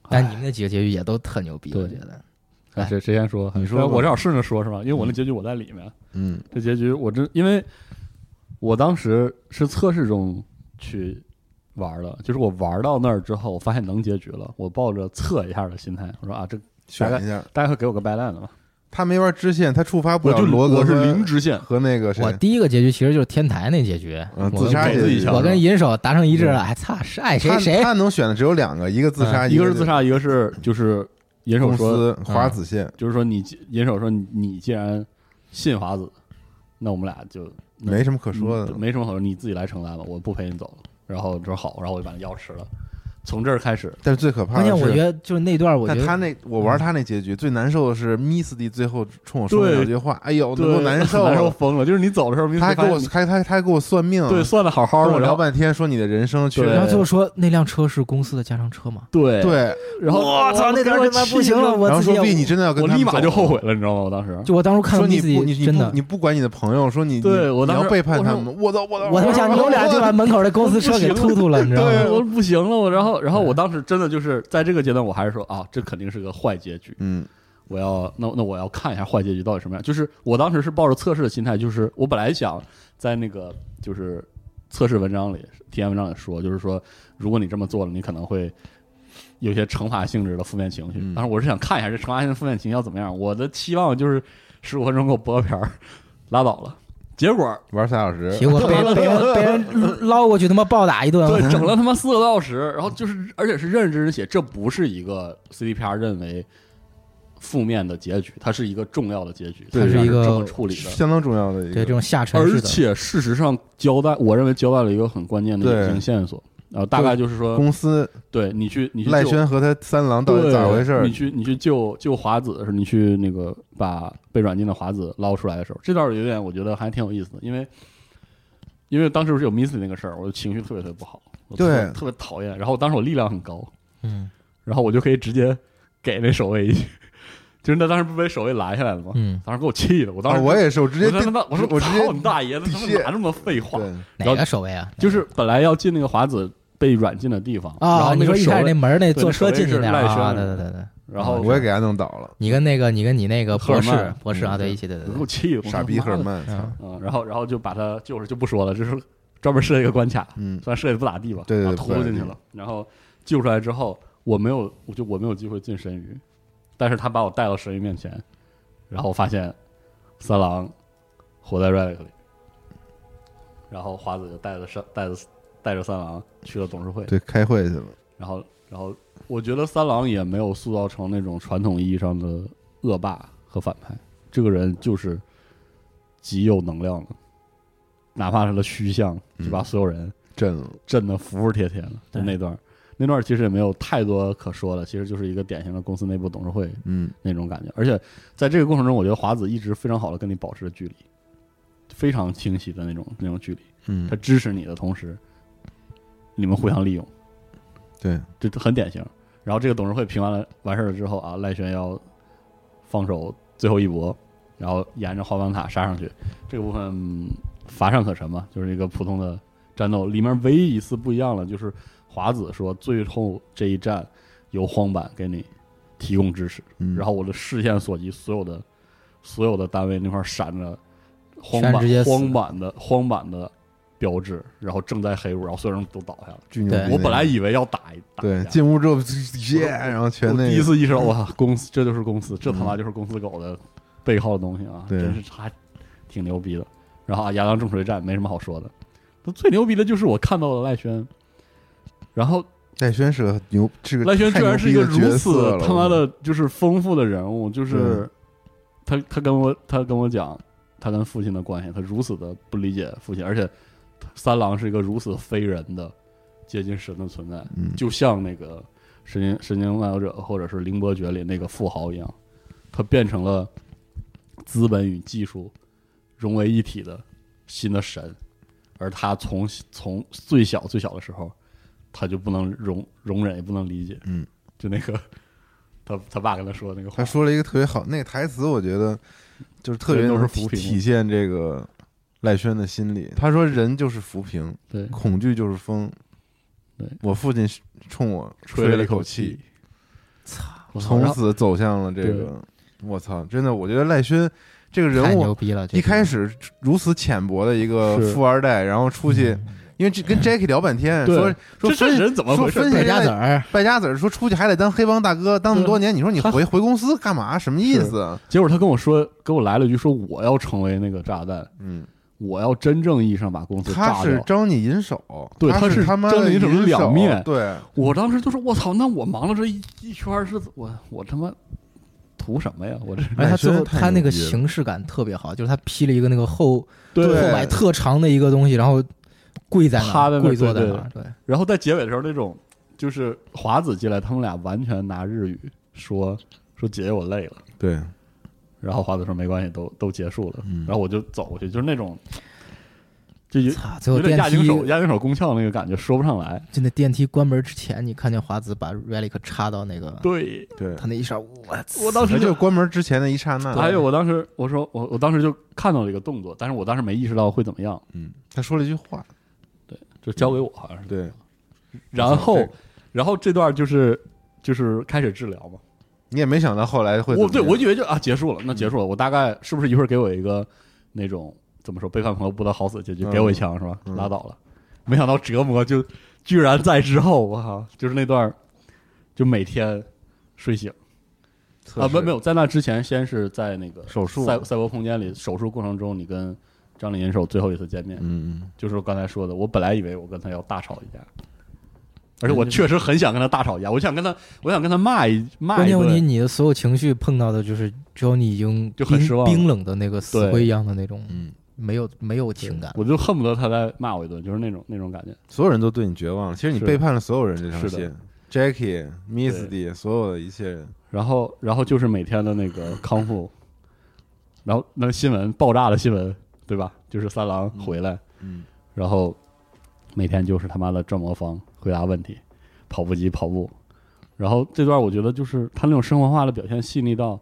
[SPEAKER 3] 但你们那几个结局也都特牛逼，
[SPEAKER 4] 对
[SPEAKER 3] 我觉得。
[SPEAKER 4] 哎，谁谁先说？
[SPEAKER 2] 你说
[SPEAKER 4] 哎
[SPEAKER 2] 吧
[SPEAKER 4] 我正好顺着说，是吧？因为我那结局我在里面，
[SPEAKER 2] 嗯，
[SPEAKER 4] 这结局我真因为我当时是测试中去玩的，就是我玩到那儿之后，我发现能结局了，我抱着测一下的心态，我说啊，这
[SPEAKER 2] 选一下。
[SPEAKER 4] 大概会给我个白烂的吧？
[SPEAKER 2] 他没玩支线，他触发不
[SPEAKER 4] 我
[SPEAKER 2] 了
[SPEAKER 4] 就
[SPEAKER 2] 罗格
[SPEAKER 4] 我是
[SPEAKER 2] 和
[SPEAKER 4] 零直线，
[SPEAKER 2] 和那个谁
[SPEAKER 3] 我第一个结局其实就是天台那结局，
[SPEAKER 2] 嗯
[SPEAKER 3] 我
[SPEAKER 2] 自杀
[SPEAKER 4] 给
[SPEAKER 2] 结
[SPEAKER 4] 自己
[SPEAKER 2] 局
[SPEAKER 4] 一。下
[SPEAKER 3] 我跟银手达成一致了，还擦是爱谁
[SPEAKER 2] 他
[SPEAKER 3] 谁。
[SPEAKER 2] 他能选的只有两个，一个自杀，
[SPEAKER 4] 嗯一个是
[SPEAKER 2] 就
[SPEAKER 4] 自，杀，一个是就是银手
[SPEAKER 2] 公
[SPEAKER 4] 说，
[SPEAKER 2] 司华子线。
[SPEAKER 4] 就是说你银手说你你既然信华子，那我们俩就
[SPEAKER 2] 没什么可说的
[SPEAKER 4] 嗯没什么好说，你自己来承担吧，我不陪你走了。然后说好，然后我就把那药吃了。从这儿开始，
[SPEAKER 2] 但是最可怕
[SPEAKER 3] 关
[SPEAKER 2] 的
[SPEAKER 3] 键我觉
[SPEAKER 2] 是，
[SPEAKER 3] 得就是那段，我觉
[SPEAKER 2] 但他
[SPEAKER 3] 得
[SPEAKER 2] 那我玩他那结局最难受的是 Misty 最后冲我说了
[SPEAKER 4] 嗯对
[SPEAKER 2] 两句话，哎呦，
[SPEAKER 4] 对
[SPEAKER 2] 能够难受
[SPEAKER 4] 难受
[SPEAKER 2] 啊。
[SPEAKER 4] 疯了。就是你走的时候，
[SPEAKER 2] 他还
[SPEAKER 4] 发
[SPEAKER 2] 给
[SPEAKER 4] 现
[SPEAKER 2] 我
[SPEAKER 4] 你
[SPEAKER 2] 还他他还给我算命，啊
[SPEAKER 4] 对算的好好
[SPEAKER 2] 跟
[SPEAKER 4] 的，
[SPEAKER 2] 我
[SPEAKER 4] 然
[SPEAKER 2] 聊
[SPEAKER 4] 后
[SPEAKER 2] 半天，说你的人生缺
[SPEAKER 4] 对
[SPEAKER 3] 然后最后说那辆车是公司的加长车嘛。
[SPEAKER 4] 对，
[SPEAKER 2] 对，
[SPEAKER 4] 然后
[SPEAKER 3] 我操，那段
[SPEAKER 4] 段
[SPEAKER 3] 他妈不行了，，我
[SPEAKER 2] 然后
[SPEAKER 3] 自己
[SPEAKER 2] 说 B
[SPEAKER 3] 也
[SPEAKER 2] 你真的要跟
[SPEAKER 4] 我
[SPEAKER 2] 他
[SPEAKER 4] 立
[SPEAKER 2] 们走
[SPEAKER 4] 马就后
[SPEAKER 2] 吗
[SPEAKER 4] 悔了，你知道吗？我当时
[SPEAKER 3] 就我当时看
[SPEAKER 2] 说
[SPEAKER 3] 到
[SPEAKER 2] 你
[SPEAKER 3] 自己
[SPEAKER 2] 不你你
[SPEAKER 3] 真
[SPEAKER 2] 不
[SPEAKER 3] 的，
[SPEAKER 2] 你不管你的朋友，说你
[SPEAKER 4] 对
[SPEAKER 2] 你
[SPEAKER 4] 我
[SPEAKER 2] 你
[SPEAKER 4] 当
[SPEAKER 2] 要
[SPEAKER 4] 时
[SPEAKER 2] 背叛
[SPEAKER 4] 我
[SPEAKER 2] 他
[SPEAKER 4] 说
[SPEAKER 2] 们，我操我操，
[SPEAKER 3] 我他妈想你们俩就把门口的公司车给突突了，你知道
[SPEAKER 4] 对，
[SPEAKER 3] 吗？
[SPEAKER 4] 我不行了，我然后然后
[SPEAKER 3] 对
[SPEAKER 4] 我当时真的就是在这个阶段，我还是说啊，这肯定是个坏结局，
[SPEAKER 2] 嗯，
[SPEAKER 4] 我要那那我要看一下坏结局到底什么样。就是我当时是抱着测试的心态，就是我本来想在那个就是测试文章里、体验文章里说，就是说如果你这么做了，你可能会有一些惩罚性质的负面情绪。
[SPEAKER 2] 嗯
[SPEAKER 4] 当时我是想看一下这惩罚性的负面情绪要怎么样。我的期望就是十五分钟给我播片儿，拉倒了。结果
[SPEAKER 2] 玩仨小时，
[SPEAKER 3] 结果被人被人被人捞过去他妈暴打一顿，嗯
[SPEAKER 4] 对，整了他妈四个多小时，然后就是，而且是认认真真写，这不是一个 CDPR 认为负面的结局，它是一个重要的结局，
[SPEAKER 3] 对
[SPEAKER 4] 它
[SPEAKER 3] 是一个
[SPEAKER 4] 这么处理的。
[SPEAKER 2] 相当重要的一
[SPEAKER 3] 对这
[SPEAKER 2] 个，
[SPEAKER 3] 种下沉
[SPEAKER 4] 而
[SPEAKER 3] 式的，
[SPEAKER 4] 且事实上交代，我认为交代了一个很关键的
[SPEAKER 2] 对
[SPEAKER 4] 隐性线索，然后大概就是说，
[SPEAKER 2] 公司
[SPEAKER 4] 对你去呃你去
[SPEAKER 2] 赖
[SPEAKER 4] 救
[SPEAKER 2] 轩和他三郎到底
[SPEAKER 4] 对
[SPEAKER 2] 咋回事儿啊
[SPEAKER 4] 你？去你去救救华子的时候，你去那个把被软禁的华子捞出来的时候，这段有点我觉得还挺有意思的，因为因为当时不是有 Missy 那个事儿，我情绪特别特别不好，我特别
[SPEAKER 2] 对
[SPEAKER 4] 特别讨厌。然后当时我力量很高，
[SPEAKER 3] 嗯
[SPEAKER 4] 然后我就可以直接给那守卫一句，就是那当时不被守卫拦下来了吗？
[SPEAKER 3] 嗯，
[SPEAKER 4] 当时给我气的，我当
[SPEAKER 2] 啊，
[SPEAKER 4] 时
[SPEAKER 2] 我也是，我直接
[SPEAKER 4] 我说他妈我说
[SPEAKER 2] 我直接
[SPEAKER 4] 操你大爷的，他
[SPEAKER 2] 底
[SPEAKER 4] 妈
[SPEAKER 2] 线
[SPEAKER 4] 哪那么废话？
[SPEAKER 2] 对
[SPEAKER 3] 哪个守卫啊？
[SPEAKER 4] 就是本来要进那个华子被软禁的地方，然
[SPEAKER 3] 啊，
[SPEAKER 4] 后
[SPEAKER 3] 你
[SPEAKER 4] 那
[SPEAKER 3] 说
[SPEAKER 4] 个
[SPEAKER 3] 一
[SPEAKER 4] 守
[SPEAKER 3] 开始那
[SPEAKER 4] 卫，
[SPEAKER 3] 门儿那
[SPEAKER 4] 对
[SPEAKER 3] 坐
[SPEAKER 4] 那
[SPEAKER 3] 车
[SPEAKER 4] 守卫
[SPEAKER 3] 进去
[SPEAKER 4] 是
[SPEAKER 3] 那儿
[SPEAKER 4] 赖声
[SPEAKER 3] 啊，对
[SPEAKER 4] 的
[SPEAKER 3] 对对对，
[SPEAKER 4] 然后
[SPEAKER 2] 我也给他弄倒了，
[SPEAKER 3] 你跟那个你跟你那个
[SPEAKER 4] 赫
[SPEAKER 3] 博
[SPEAKER 4] 尔
[SPEAKER 3] 士
[SPEAKER 4] 曼
[SPEAKER 3] 博士啊，
[SPEAKER 4] 嗯
[SPEAKER 3] 对一起对对
[SPEAKER 4] 给
[SPEAKER 3] 对
[SPEAKER 4] 我，气的，我
[SPEAKER 2] 傻
[SPEAKER 4] 说
[SPEAKER 2] 逼
[SPEAKER 4] 妈
[SPEAKER 2] 赫
[SPEAKER 4] 的
[SPEAKER 2] 尔曼，操
[SPEAKER 3] 嗯
[SPEAKER 4] 嗯，然后然后就把他就是就不说了，就是专门设一个关卡，
[SPEAKER 2] 嗯，
[SPEAKER 4] 虽然设计不咋地吧，
[SPEAKER 2] 对对
[SPEAKER 4] 然后
[SPEAKER 2] 对
[SPEAKER 4] 拖进去
[SPEAKER 2] 不咋
[SPEAKER 4] 了，然后救出来之后，我没有，我就我没有机会进神鱼，但是他把我带到神鱼面前，然后发现三郎活在 Relic 里，然后华子就带着三带着带着三郎去了董事会，
[SPEAKER 2] 对，开会去了，
[SPEAKER 4] 然后然后我觉得三郎也没有塑造成那种传统意义上的恶霸和反派，这个人就是极有能量的，哪怕是他的虚像，就把所有人
[SPEAKER 2] 震了，
[SPEAKER 4] 震得服服帖帖的
[SPEAKER 3] 对
[SPEAKER 4] 那段儿。那段其实也没有太多可说的，其实就是一个典型的公司内部董事会
[SPEAKER 2] 嗯，
[SPEAKER 4] 那种感觉。而且在这个过程中，我觉得华子一直非常好的跟你保持着距离，非常清晰的那种那种距离。
[SPEAKER 2] 嗯
[SPEAKER 4] 他，支持你的同时，你们互相利用，
[SPEAKER 2] 对，
[SPEAKER 4] 这很典型。然后这个董事会评完了完事儿了之后啊，赖轩要放手最后一搏，然后沿着花岗塔杀上去。这个部分嗯乏善可陈嘛，就是一个普通的战斗。里面唯一一次不一样了，就是华子说最后这一战由荒坂给你提供支持。
[SPEAKER 2] 嗯
[SPEAKER 4] 然后我的视线所及，所有的所有的单位那块儿闪着荒
[SPEAKER 3] 全直接
[SPEAKER 4] 坂
[SPEAKER 3] 死
[SPEAKER 4] 荒坂的荒坂的标志，然后正在黑屋，然后所有人都倒下了。
[SPEAKER 2] 巨牛逼那
[SPEAKER 3] 对
[SPEAKER 2] 个！
[SPEAKER 4] 我本来以为要打一打
[SPEAKER 2] 对
[SPEAKER 4] 一架
[SPEAKER 2] 进屋之后， 耶，然后全
[SPEAKER 4] 我
[SPEAKER 2] 那
[SPEAKER 4] 第一
[SPEAKER 2] 个嗯
[SPEAKER 4] 次意识到，哇，公司这就是公司，这他妈就是公司狗的背靠的东西啊，
[SPEAKER 2] 对
[SPEAKER 4] 真是还挺牛逼的。然后啊，亚当重锤战没什么好说的，那最牛逼的就是我看到了赖轩，然后
[SPEAKER 2] 赖轩是个牛，这个
[SPEAKER 4] 赖轩
[SPEAKER 2] 太
[SPEAKER 4] 居然
[SPEAKER 2] 牛
[SPEAKER 4] 是一
[SPEAKER 2] 逼
[SPEAKER 4] 个
[SPEAKER 2] 的角色
[SPEAKER 4] 如此
[SPEAKER 2] 了
[SPEAKER 4] 他妈
[SPEAKER 2] 我
[SPEAKER 4] 的，就是丰富的人物，就是
[SPEAKER 2] 嗯
[SPEAKER 4] 他他跟我他跟我讲他跟父亲的关系，他如此的不理解父亲，而且三郎是一个如此非人的接近神的存在，
[SPEAKER 2] 嗯
[SPEAKER 4] 就像那个神经神经漫游者或者是凌波诀里那个富豪一样，他变成了资本与技术融为一体的新的神，而他从从最小最小的时候，他就不能容容忍，也不能理解，
[SPEAKER 2] 嗯，
[SPEAKER 4] 就那个他他爸跟他说的那个话，
[SPEAKER 2] 他说了一个特别好，那个台词我觉得就是特别
[SPEAKER 4] 人都是
[SPEAKER 2] 能
[SPEAKER 4] 浮
[SPEAKER 2] 体
[SPEAKER 4] 萍
[SPEAKER 2] 体现这个赖轩的心理。嗯他说：“人就是浮萍，
[SPEAKER 4] 对
[SPEAKER 2] 恐惧就是风。”
[SPEAKER 4] 对
[SPEAKER 2] 我父亲冲我
[SPEAKER 4] 吹
[SPEAKER 2] 了
[SPEAKER 4] 了
[SPEAKER 2] 口
[SPEAKER 4] 气，，操，
[SPEAKER 2] 从
[SPEAKER 4] 然后
[SPEAKER 2] 此走向了这个。我操，真的，我觉得赖轩这个
[SPEAKER 4] 嗯
[SPEAKER 3] 太
[SPEAKER 2] 人
[SPEAKER 3] 牛
[SPEAKER 2] 物
[SPEAKER 3] 逼了！这
[SPEAKER 2] 一
[SPEAKER 3] 个
[SPEAKER 2] 开始如此浅薄的一个
[SPEAKER 4] 是嗯
[SPEAKER 2] 富二代，然后出去，因为这跟 Jackie 聊半天，
[SPEAKER 4] 对
[SPEAKER 2] 说说
[SPEAKER 4] 这这
[SPEAKER 2] 分
[SPEAKER 4] 人怎么回事
[SPEAKER 2] 说？分析
[SPEAKER 3] 败家子儿，
[SPEAKER 2] 败家子儿说出去还得当黑帮大哥，当那么多年，你说你
[SPEAKER 4] 他
[SPEAKER 2] 回回公司干嘛？什么意思啊？
[SPEAKER 4] 结果他跟我说，给我来了一句说我要成为那个炸弹，
[SPEAKER 2] 嗯，
[SPEAKER 4] 我要真正意义上把公司
[SPEAKER 2] 他
[SPEAKER 4] 炸
[SPEAKER 2] 是
[SPEAKER 4] 掉。
[SPEAKER 2] 张你银手，
[SPEAKER 4] 对
[SPEAKER 2] 他
[SPEAKER 4] 他是
[SPEAKER 2] 他妈
[SPEAKER 4] 张你
[SPEAKER 2] 银
[SPEAKER 4] 银手是两面
[SPEAKER 2] 对，
[SPEAKER 4] 我当时就说，我操，那我忙了这一一圈儿是我我他妈图什么呀？我这
[SPEAKER 3] 而且他最
[SPEAKER 2] 真
[SPEAKER 3] 后
[SPEAKER 2] 的太
[SPEAKER 3] 他那
[SPEAKER 2] 牛
[SPEAKER 3] 个
[SPEAKER 2] 逼了
[SPEAKER 3] 形式感特别好，就是他披了一个那个后
[SPEAKER 2] 对
[SPEAKER 3] 后摆特长的一个东西，然后跪在那
[SPEAKER 4] 趴在
[SPEAKER 3] 儿，
[SPEAKER 4] 那儿
[SPEAKER 3] 跪坐在
[SPEAKER 4] 对
[SPEAKER 3] 那儿，对，
[SPEAKER 4] 然后在结尾的时候，那种就是华子进来，他们俩完全拿日语说说姐姐我累了，
[SPEAKER 2] 对，
[SPEAKER 4] 然后华子说没关系，都都结束了，
[SPEAKER 2] 嗯
[SPEAKER 4] 然后我就走过去，就是那种就有
[SPEAKER 3] 操！啊最
[SPEAKER 4] 有
[SPEAKER 3] 后
[SPEAKER 4] 点
[SPEAKER 3] 电
[SPEAKER 4] 压惊
[SPEAKER 3] 梯
[SPEAKER 4] 手压惊手宫壳那个感觉说不上来，
[SPEAKER 3] 就那电梯关门之前，你看见华子把 relic 插到那个，
[SPEAKER 4] 对
[SPEAKER 2] 对，哎
[SPEAKER 3] 他那一下，我操
[SPEAKER 4] 我当时
[SPEAKER 2] 他
[SPEAKER 4] 就
[SPEAKER 2] 就关门之前的一刹那，
[SPEAKER 4] 还有我当时我说我我当时就看到了一个动作，但是我当时没意识到会怎么样，
[SPEAKER 2] 嗯，他说了一句话，
[SPEAKER 4] 就交给我好像是。
[SPEAKER 2] 对，
[SPEAKER 4] 然
[SPEAKER 2] 对
[SPEAKER 4] 后然后这段就是就是开始治疗嘛，
[SPEAKER 2] 你也没想到后来会怎么
[SPEAKER 4] 我对
[SPEAKER 2] 样
[SPEAKER 4] 我以为就啊结束了，那结束
[SPEAKER 2] 嗯
[SPEAKER 4] 了，我大概是不是一会儿给我一个那种怎么说背叛朋友不得好死结局，
[SPEAKER 2] 嗯
[SPEAKER 4] 给我一枪是吧？
[SPEAKER 2] 嗯
[SPEAKER 4] 拉倒了，没想到折磨就居然在之后，我
[SPEAKER 2] 嗯
[SPEAKER 4] 靠，就是那段儿就每天睡醒
[SPEAKER 2] 测
[SPEAKER 4] 啊，
[SPEAKER 2] 试
[SPEAKER 4] 没没有，在那之前先是在那个
[SPEAKER 2] 手术
[SPEAKER 4] 赛赛博空间里手术过程中，你跟张丽银手最后一次见面，
[SPEAKER 2] 嗯，嗯，
[SPEAKER 4] 就是我刚才说的，我本来以为我跟他要大吵一架。
[SPEAKER 3] 嗯
[SPEAKER 4] 而且我确实很想跟他大吵一架，我想跟他，我想跟他骂一骂
[SPEAKER 3] 关
[SPEAKER 4] 一
[SPEAKER 3] 键问题，
[SPEAKER 4] 顿，
[SPEAKER 3] 你的所有情绪碰到的就是只有你已经
[SPEAKER 4] 就很
[SPEAKER 3] 冰
[SPEAKER 4] 失望
[SPEAKER 3] 冰冷的那个死
[SPEAKER 4] 对
[SPEAKER 3] 灰一样的那种，
[SPEAKER 2] 嗯，
[SPEAKER 3] 没有没有情感。
[SPEAKER 4] 我就恨不得他在骂我一顿，就是那种那种感觉。
[SPEAKER 2] 所有人都对你绝望了，其实你
[SPEAKER 4] 是
[SPEAKER 2] 背叛了所有人这条
[SPEAKER 4] 是的
[SPEAKER 2] 线，Jackie、Misty，所有的一切人，
[SPEAKER 4] 然后，然后就是每天的那个 康复，然后那新闻爆炸的新闻，对吧？就是三郎回来，
[SPEAKER 2] 嗯，
[SPEAKER 4] 然后每天就是他妈的正魔方回答问题，跑步机跑步。然后这段我觉得就是他那种生活化的表现细腻到，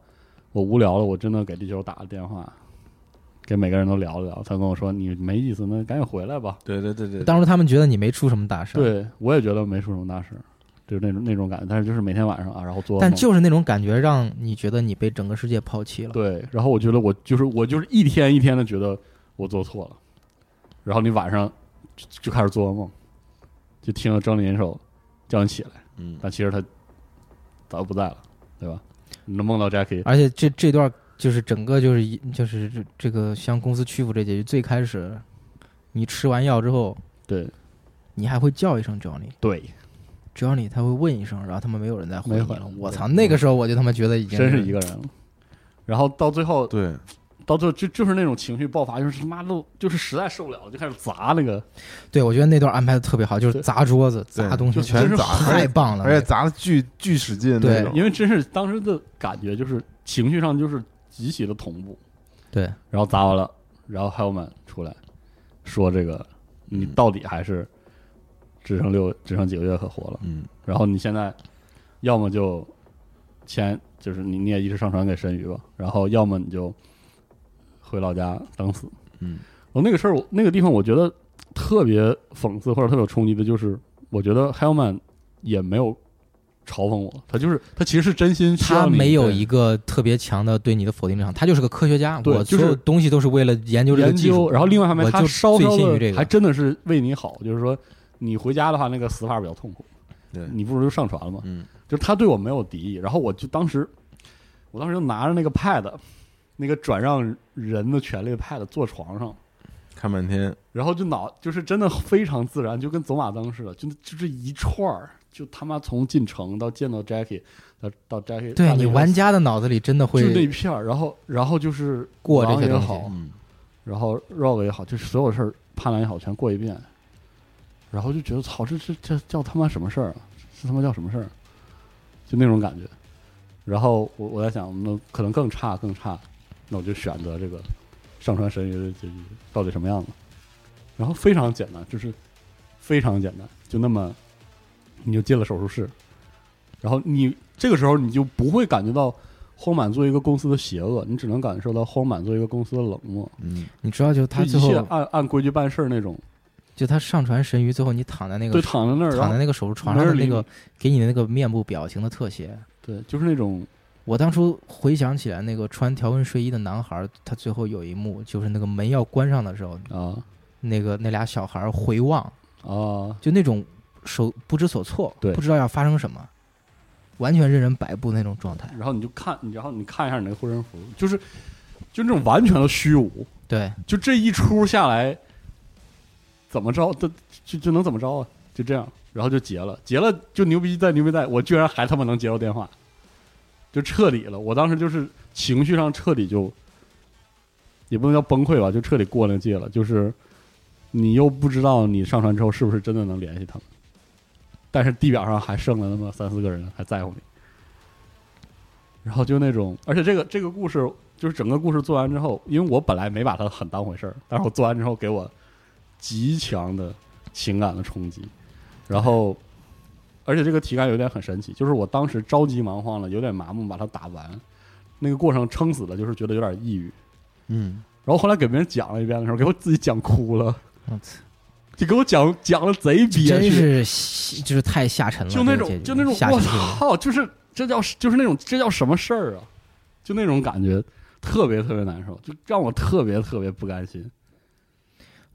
[SPEAKER 4] 我无聊了，我真的给地球打个电话，给每个人都聊了聊。他跟我说：“你没意思，那赶紧回来吧。”
[SPEAKER 2] 对对对对，
[SPEAKER 3] 当初他们觉得你没出什么大事，，
[SPEAKER 4] 对，我也觉得没出什么大事，就是那种那种感觉。但是就是每天晚上啊，然后做噩
[SPEAKER 3] 但
[SPEAKER 4] 梦
[SPEAKER 3] 就是那种感觉让你觉得你被整个世界抛弃了。
[SPEAKER 4] 对，然后我觉得我就是我就是一天一天的觉得我做错了，然后你晚上就就开始做噩梦，就听了张林手叫你起来，
[SPEAKER 2] 嗯，
[SPEAKER 4] 但其实他早就不在了，对吧？你能梦到 Jackie，
[SPEAKER 3] 而且这这段就是整个就是一就是这这个向公司屈服这结局，最开始你吃完药之后，
[SPEAKER 4] 对
[SPEAKER 3] 你还会叫一声 Johnny。
[SPEAKER 4] 对，
[SPEAKER 3] Johnny 他会问一声，然后他们没有人再回
[SPEAKER 4] 没
[SPEAKER 3] 你
[SPEAKER 4] 回
[SPEAKER 3] 了
[SPEAKER 4] 了。
[SPEAKER 3] 我
[SPEAKER 4] 对
[SPEAKER 3] 操，那个时候我就他妈觉得已经
[SPEAKER 4] 真是一
[SPEAKER 3] 个
[SPEAKER 4] 个人了。然后到最后，
[SPEAKER 2] 对，
[SPEAKER 4] 到最后就就是那种情绪爆发，就是他妈都就是实在受不了了，就开始砸那个，
[SPEAKER 3] 对，我觉得那段安排的特别好，就是
[SPEAKER 4] 对
[SPEAKER 3] 砸桌子、
[SPEAKER 2] 对
[SPEAKER 3] 砸东西，
[SPEAKER 2] 就全
[SPEAKER 3] 真是
[SPEAKER 2] 砸
[SPEAKER 3] 太棒了。
[SPEAKER 2] 而且砸的巨巨使劲那
[SPEAKER 3] 对
[SPEAKER 2] 种。
[SPEAKER 4] 因为真是当时的感觉就是情绪上就是极其的同步。
[SPEAKER 3] 对，
[SPEAKER 4] 然后砸完了，然后 Hellman 出来说这个你到底还是只剩六只剩几个月可活了，
[SPEAKER 2] 嗯，
[SPEAKER 4] 然后你现在要么就签，就是你你也一直上传给神鱼吧，然后要么你就回老家等死。
[SPEAKER 2] 嗯，
[SPEAKER 4] 然后那个事儿我，那个地方我觉得特别讽刺或者特别有冲击的，就是我觉得 Hellman 也没有嘲讽我，他就是他其实是真心希
[SPEAKER 3] 他
[SPEAKER 4] 望你
[SPEAKER 3] 没有
[SPEAKER 4] 对
[SPEAKER 3] 一个特别强的对你的否定立场，他就是个科学家，
[SPEAKER 4] 对
[SPEAKER 3] 我
[SPEAKER 4] 就
[SPEAKER 3] 所
[SPEAKER 4] 是
[SPEAKER 3] 有东西都是为了研究这个
[SPEAKER 4] 研
[SPEAKER 3] 技
[SPEAKER 4] 究，
[SPEAKER 3] 术。
[SPEAKER 4] 然后另外一方面，
[SPEAKER 3] 我
[SPEAKER 4] 他
[SPEAKER 3] 就
[SPEAKER 4] 稍
[SPEAKER 3] 醉
[SPEAKER 4] 稍
[SPEAKER 3] 心于这
[SPEAKER 4] 的
[SPEAKER 3] 个
[SPEAKER 4] 还真的是为你好，就是说你回家的话，那个死法比较痛苦，
[SPEAKER 2] 对
[SPEAKER 4] 你不如就上船了嘛。
[SPEAKER 2] 嗯，
[SPEAKER 4] 就是他对我没有敌意，然后我就当时，我当时就拿着那个 pad，那个转让人的权利的 pad 坐床上，
[SPEAKER 2] 看半天，
[SPEAKER 4] 然后就脑就是真的非常自然，就跟走马灯似的，就就这一串儿，就他妈从进城到见到 Jackie，到到 Jackie，
[SPEAKER 3] 对
[SPEAKER 4] 到那
[SPEAKER 3] 你
[SPEAKER 4] 个
[SPEAKER 3] 玩家的脑子里真的
[SPEAKER 4] 就那一
[SPEAKER 3] 会
[SPEAKER 4] 片儿，然后然后就是
[SPEAKER 3] 过这些
[SPEAKER 4] 狼也
[SPEAKER 3] 东西
[SPEAKER 4] 好，
[SPEAKER 2] 嗯，
[SPEAKER 4] 然后 rog 也好，就是所有事儿，潘兰也好，全过一遍，然后就觉得操，这这这叫他妈什么事儿啊？这他妈叫什么事儿啊？就那种感觉。然后我我在想，那可能更差更差，那我就选择这个上传神鱼的结局到底什么样子。然后非常简单，就是非常简单，就那么你就进了手术室，然后你这个时候你就不会感觉到。荒满作为一个公司的邪恶，你只能感受到荒满作为一个公司的冷漠。
[SPEAKER 2] 嗯，
[SPEAKER 3] 你知道，就他
[SPEAKER 4] 就
[SPEAKER 3] 最
[SPEAKER 4] 一切
[SPEAKER 3] 后
[SPEAKER 4] 按按规矩办事儿那种，
[SPEAKER 3] 就他上传神鱼，最后你躺在那
[SPEAKER 4] 对，
[SPEAKER 3] 个
[SPEAKER 4] 躺在那儿，然
[SPEAKER 3] 躺在
[SPEAKER 4] 后
[SPEAKER 3] 那个手术床
[SPEAKER 4] 没
[SPEAKER 3] 上的
[SPEAKER 4] 人
[SPEAKER 3] 那
[SPEAKER 4] 理
[SPEAKER 3] 个
[SPEAKER 4] 你
[SPEAKER 3] 给你的那个面部表情的特写，
[SPEAKER 4] 对，就是那种
[SPEAKER 3] 我当初回想起来，那个穿条纹睡衣的男孩，他最后有一幕就是那个门要关上的时候，
[SPEAKER 4] 啊
[SPEAKER 3] 那个那俩小孩回望，
[SPEAKER 4] 啊，
[SPEAKER 3] 就那种手不知所措，
[SPEAKER 4] 对
[SPEAKER 3] 不知道要发生什么，完全任人摆布那种状态。
[SPEAKER 4] 然后你就看，你然后你看一下你那个护身符，就是就那种完全的虚无，
[SPEAKER 3] 对，
[SPEAKER 4] 就这一出下来，怎么着，这就就能怎么着啊？就这样，然后就结了，结了就牛逼再牛逼再，我居然还他妈能接到电话，就彻底了。我当时就是情绪上彻底就，也不能叫崩溃吧，就彻底过那个界了。就是你又不知道你上船之后是不是真的能联系他们，但是地表上还剩了那么三四个人还在乎你，然后就那种，而且这个这个故事就是整个故事做完之后，因为我本来没把它很当回事儿，但是我做完之后给我极强的情感的冲击，然后，而且这个体感有点很神奇，就是我当时着急忙慌了，有点麻木，把它打完，那个过程撑死了，就是觉得有点抑郁，
[SPEAKER 2] 嗯，
[SPEAKER 4] 然后后来给别人讲了一遍的时候，给我自己讲哭了，
[SPEAKER 3] 我操，
[SPEAKER 4] 就给我讲讲了贼憋
[SPEAKER 3] 真
[SPEAKER 4] 屈，
[SPEAKER 3] 是吓就是太下沉了，
[SPEAKER 4] 就那
[SPEAKER 3] 这个结
[SPEAKER 4] 种
[SPEAKER 3] 局
[SPEAKER 4] 就那种
[SPEAKER 3] 下沉
[SPEAKER 4] 我
[SPEAKER 3] 这个
[SPEAKER 4] 操，就是这叫就是那种这叫什么事儿啊？就那种感觉特别特别难受，就让我特别特别不甘心，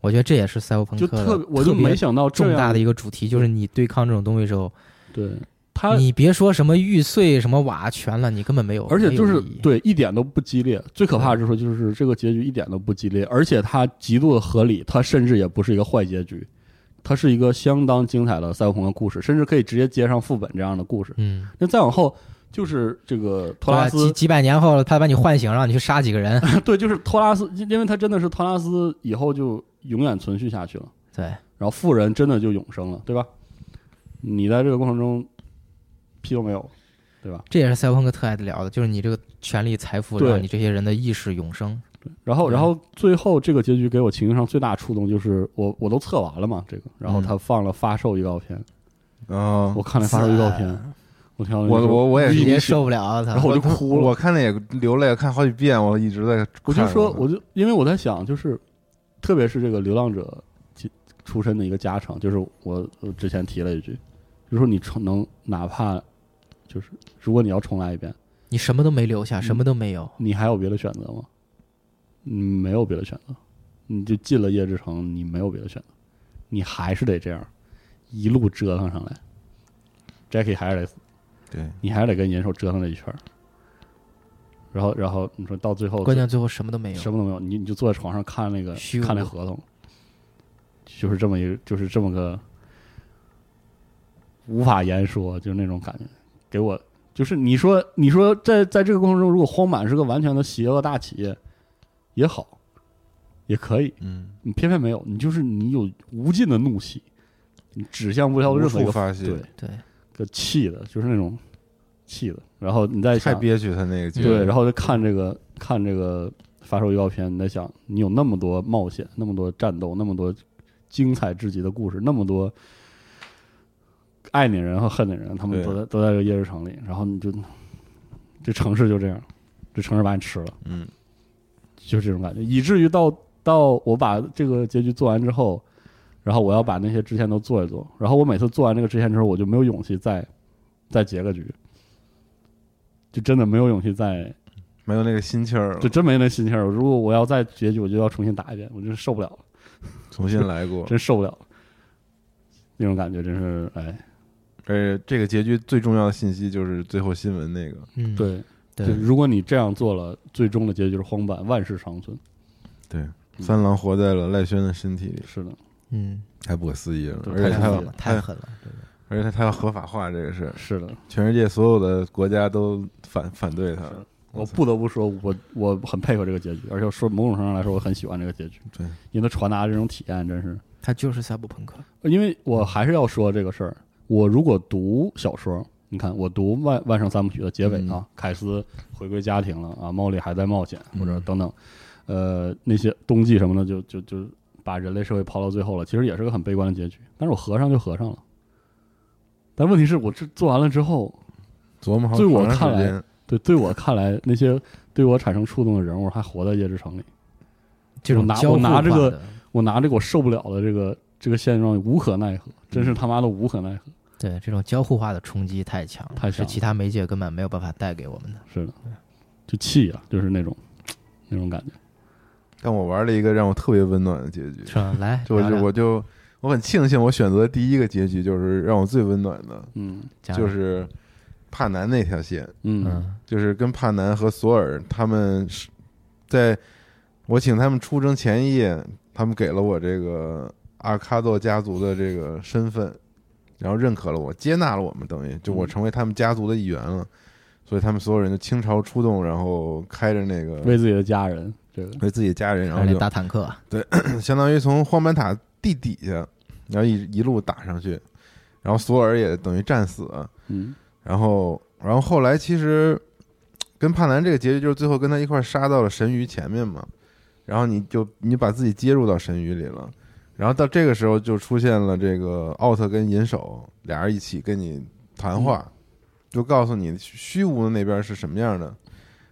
[SPEAKER 3] 我觉得这也是赛博朋
[SPEAKER 4] 就
[SPEAKER 3] 克
[SPEAKER 4] 特
[SPEAKER 3] 的
[SPEAKER 4] 别我就
[SPEAKER 3] 特别
[SPEAKER 4] 没想到这
[SPEAKER 3] 重大
[SPEAKER 4] 样
[SPEAKER 3] 的一个主题，就是你对抗这种东西的时候，
[SPEAKER 4] 对他，
[SPEAKER 3] 你别说什么玉碎什么瓦全了，你根本没有，
[SPEAKER 4] 而且
[SPEAKER 3] 没有
[SPEAKER 4] 就是
[SPEAKER 3] 意义
[SPEAKER 4] 对一点都不激烈。最可怕的是说，就是这个结局一点都不激烈，而且它极度的合理，它甚至也不是一个坏结局，它是一个相当精彩的赛博朋克故事，甚至可以直接接上副本这样的故事。
[SPEAKER 3] 嗯。
[SPEAKER 4] 那再往后就是这个托拉
[SPEAKER 3] 对吧
[SPEAKER 4] 斯
[SPEAKER 3] 几几百年后，他把你唤醒，让你去杀几个人。
[SPEAKER 4] 对，就是托拉斯，因因为他真的是托拉斯以后就永远存续下去了，
[SPEAKER 3] 对，
[SPEAKER 4] 然后富人真的就永生了，对吧？你在这个过程中屁都没有，对吧？
[SPEAKER 3] 这也是赛博朋克特爱聊的，就是你这个权利、财富，
[SPEAKER 4] 对
[SPEAKER 3] 让你这些人的意识永生。
[SPEAKER 2] 嗯
[SPEAKER 4] 然后，
[SPEAKER 3] 对
[SPEAKER 4] 然后最后这个结局给我情绪上最大触动就是我我都测完了嘛，这个，然后他放了发售预告片，
[SPEAKER 2] 啊，
[SPEAKER 4] 我看了发售预告片，我听到那
[SPEAKER 2] 我
[SPEAKER 4] 个
[SPEAKER 2] 我我也
[SPEAKER 4] 绿
[SPEAKER 3] 直
[SPEAKER 4] 哎你
[SPEAKER 3] 接
[SPEAKER 4] 想
[SPEAKER 3] 受不了，啊他
[SPEAKER 4] 然后我就哭了
[SPEAKER 2] 我看了也流泪，看好几遍，我一直在看。
[SPEAKER 4] 我就说，我就因为我在想，就是特别是这个流浪者其出身的一个家常，就是我我之前提了一句，就是说你重能哪怕就是如果你要重来一遍，
[SPEAKER 3] 你什么都没留下，什么都没有。
[SPEAKER 4] 你还有别的选择吗？嗯，没有别的选择，你就进了夜之城，你没有别的选择，你还是得这样一路折腾上来。Jackie 还是得死，
[SPEAKER 2] 对，
[SPEAKER 4] 你还是得跟野兽折腾这一圈儿然后，然后你说到最后，
[SPEAKER 3] 关键最后什么都没有，
[SPEAKER 4] 嗯什么都没有，你你就坐在床上看那个
[SPEAKER 3] 虚无
[SPEAKER 4] 看那合同，就是这么一个就是这么个无法言说，就是那种感觉，给我就是你说你说在在这个过程中，如果荒坂是个完全的邪恶大企业，也好，也可以，
[SPEAKER 2] 嗯，
[SPEAKER 4] 你偏偏没有，你就是你有无尽的怒气，你指向无聊的
[SPEAKER 2] 无
[SPEAKER 4] 任何一
[SPEAKER 2] 处
[SPEAKER 4] 个
[SPEAKER 2] 发泄，
[SPEAKER 4] 对，
[SPEAKER 3] 对，
[SPEAKER 4] 个气的，就是那种气的。然后你再
[SPEAKER 2] 太
[SPEAKER 4] 想，
[SPEAKER 2] 憋屈他那个剧，
[SPEAKER 4] 对，然后再看这个看这个发售预告片，你在想，你有那么多冒险，那么多战斗，那么多精彩至极的故事，那么多爱你人和恨你人，他们
[SPEAKER 2] 对
[SPEAKER 4] 都在都在这个夜之城里，然后你就这城市就这样，这城市把你吃了。
[SPEAKER 2] 嗯，
[SPEAKER 4] 就是这种感觉，以至于到到我把这个结局做完之后，然后我要把那些支线都做一做，然后我每次做完这个支线之后，我就没有勇气再再结个局，就真的没有勇气再，
[SPEAKER 2] 没有那个心气儿了
[SPEAKER 4] 就，真没那心气儿。如果我要再结局，我就要重新打一遍，我真是受不了了，
[SPEAKER 2] 重新来过。
[SPEAKER 4] 真受不了了，那种感觉真是哎，
[SPEAKER 2] 而且这个结局最重要的信息就是最后新闻那个，
[SPEAKER 3] 嗯，
[SPEAKER 4] 对，
[SPEAKER 3] 对
[SPEAKER 4] 就，如果你这样做了，最终的结局就是荒坂，万事伤孙。
[SPEAKER 2] 对，
[SPEAKER 4] 嗯
[SPEAKER 2] 三郎活在了赖轩的身体里，
[SPEAKER 4] 是的，
[SPEAKER 3] 嗯，
[SPEAKER 2] 太不可思议了，哎
[SPEAKER 4] 对
[SPEAKER 2] 而且他
[SPEAKER 3] 太
[SPEAKER 4] 太
[SPEAKER 2] 要
[SPEAKER 3] 狠了，太狠了，这个
[SPEAKER 2] 而且他他要合法化这个事，
[SPEAKER 4] 是的，
[SPEAKER 2] 全世界所有的国家都反反对他，
[SPEAKER 4] 是我不得不说，我我很佩服这个结局，而且说某种程度上来说，我很喜欢这个结局，
[SPEAKER 2] 对，
[SPEAKER 4] 因为它传达这种体验真是。
[SPEAKER 3] 他就是赛博朋克，
[SPEAKER 4] 因为我还是要说这个事儿，我如果读小说，你看我读万《万圣三部曲》的结尾啊，
[SPEAKER 3] 嗯
[SPEAKER 4] 凯斯回归家庭了啊，猫里还在冒险，或者
[SPEAKER 3] 嗯
[SPEAKER 4] 等等，呃，那些冬季什么的，就就就把人类社会抛到最后了，其实也是个很悲观的结局。但是我合上就合上了，但问题是我这做完了之后，
[SPEAKER 2] 琢磨好
[SPEAKER 4] 对我
[SPEAKER 2] 长
[SPEAKER 4] 看
[SPEAKER 2] 时
[SPEAKER 4] 来
[SPEAKER 2] 间，
[SPEAKER 4] 对，对我看来，那些对我产生触动的人物还活在夜之城里。
[SPEAKER 3] 这种
[SPEAKER 4] 我拿
[SPEAKER 3] 交
[SPEAKER 4] 我拿
[SPEAKER 3] 互
[SPEAKER 4] 这
[SPEAKER 3] 化
[SPEAKER 4] 个
[SPEAKER 3] 的
[SPEAKER 4] 我拿这个我受不了的这个这个现状无可奈何，真是他妈的无可奈何。
[SPEAKER 3] 对这种交互化的冲击太强了，
[SPEAKER 4] 太强
[SPEAKER 3] 是
[SPEAKER 4] 了
[SPEAKER 3] 其他媒介根本没有办法带给我们的。
[SPEAKER 4] 是的，就气啊，就是那种那种感觉。
[SPEAKER 2] 但我玩了一个让我特别温暖的结局，
[SPEAKER 3] 是吧？来，
[SPEAKER 2] 就
[SPEAKER 3] 聊
[SPEAKER 2] 是
[SPEAKER 3] 聊
[SPEAKER 2] 我就我很庆幸我选择的第一个结局就是让我最温暖的，
[SPEAKER 4] 嗯
[SPEAKER 3] 讲
[SPEAKER 2] 就
[SPEAKER 3] 讲
[SPEAKER 2] 是帕南那条线，
[SPEAKER 4] 嗯
[SPEAKER 3] 嗯
[SPEAKER 2] 就是跟帕南和索尔他们是在我请他们出征前一夜，他们给了我这个阿卡多家族的这个身份，然后认可了我，接纳了我们，等于就
[SPEAKER 4] 嗯
[SPEAKER 2] 我成为他们家族的一员了。所以他们所有人就倾巢出动，然后开着那个
[SPEAKER 4] 为自己的家人，这个
[SPEAKER 2] 为自己的家人，然
[SPEAKER 3] 还
[SPEAKER 2] 后
[SPEAKER 3] 是那
[SPEAKER 2] 就
[SPEAKER 3] 大坦克啊，
[SPEAKER 2] 相当于从荒坂塔地底下，然后一一路打上去，然后索尔也等于战死了。
[SPEAKER 4] 嗯
[SPEAKER 2] 然后，然后后来其实跟帕南这个结局就是最后跟他一块儿杀到了神鱼前面嘛，然后你就你把自己接入到神鱼里了，然后到这个时候就出现了这个奥特跟银手俩人一起跟你谈话，
[SPEAKER 3] 嗯
[SPEAKER 2] 就告诉你虚无的那边是什么样的，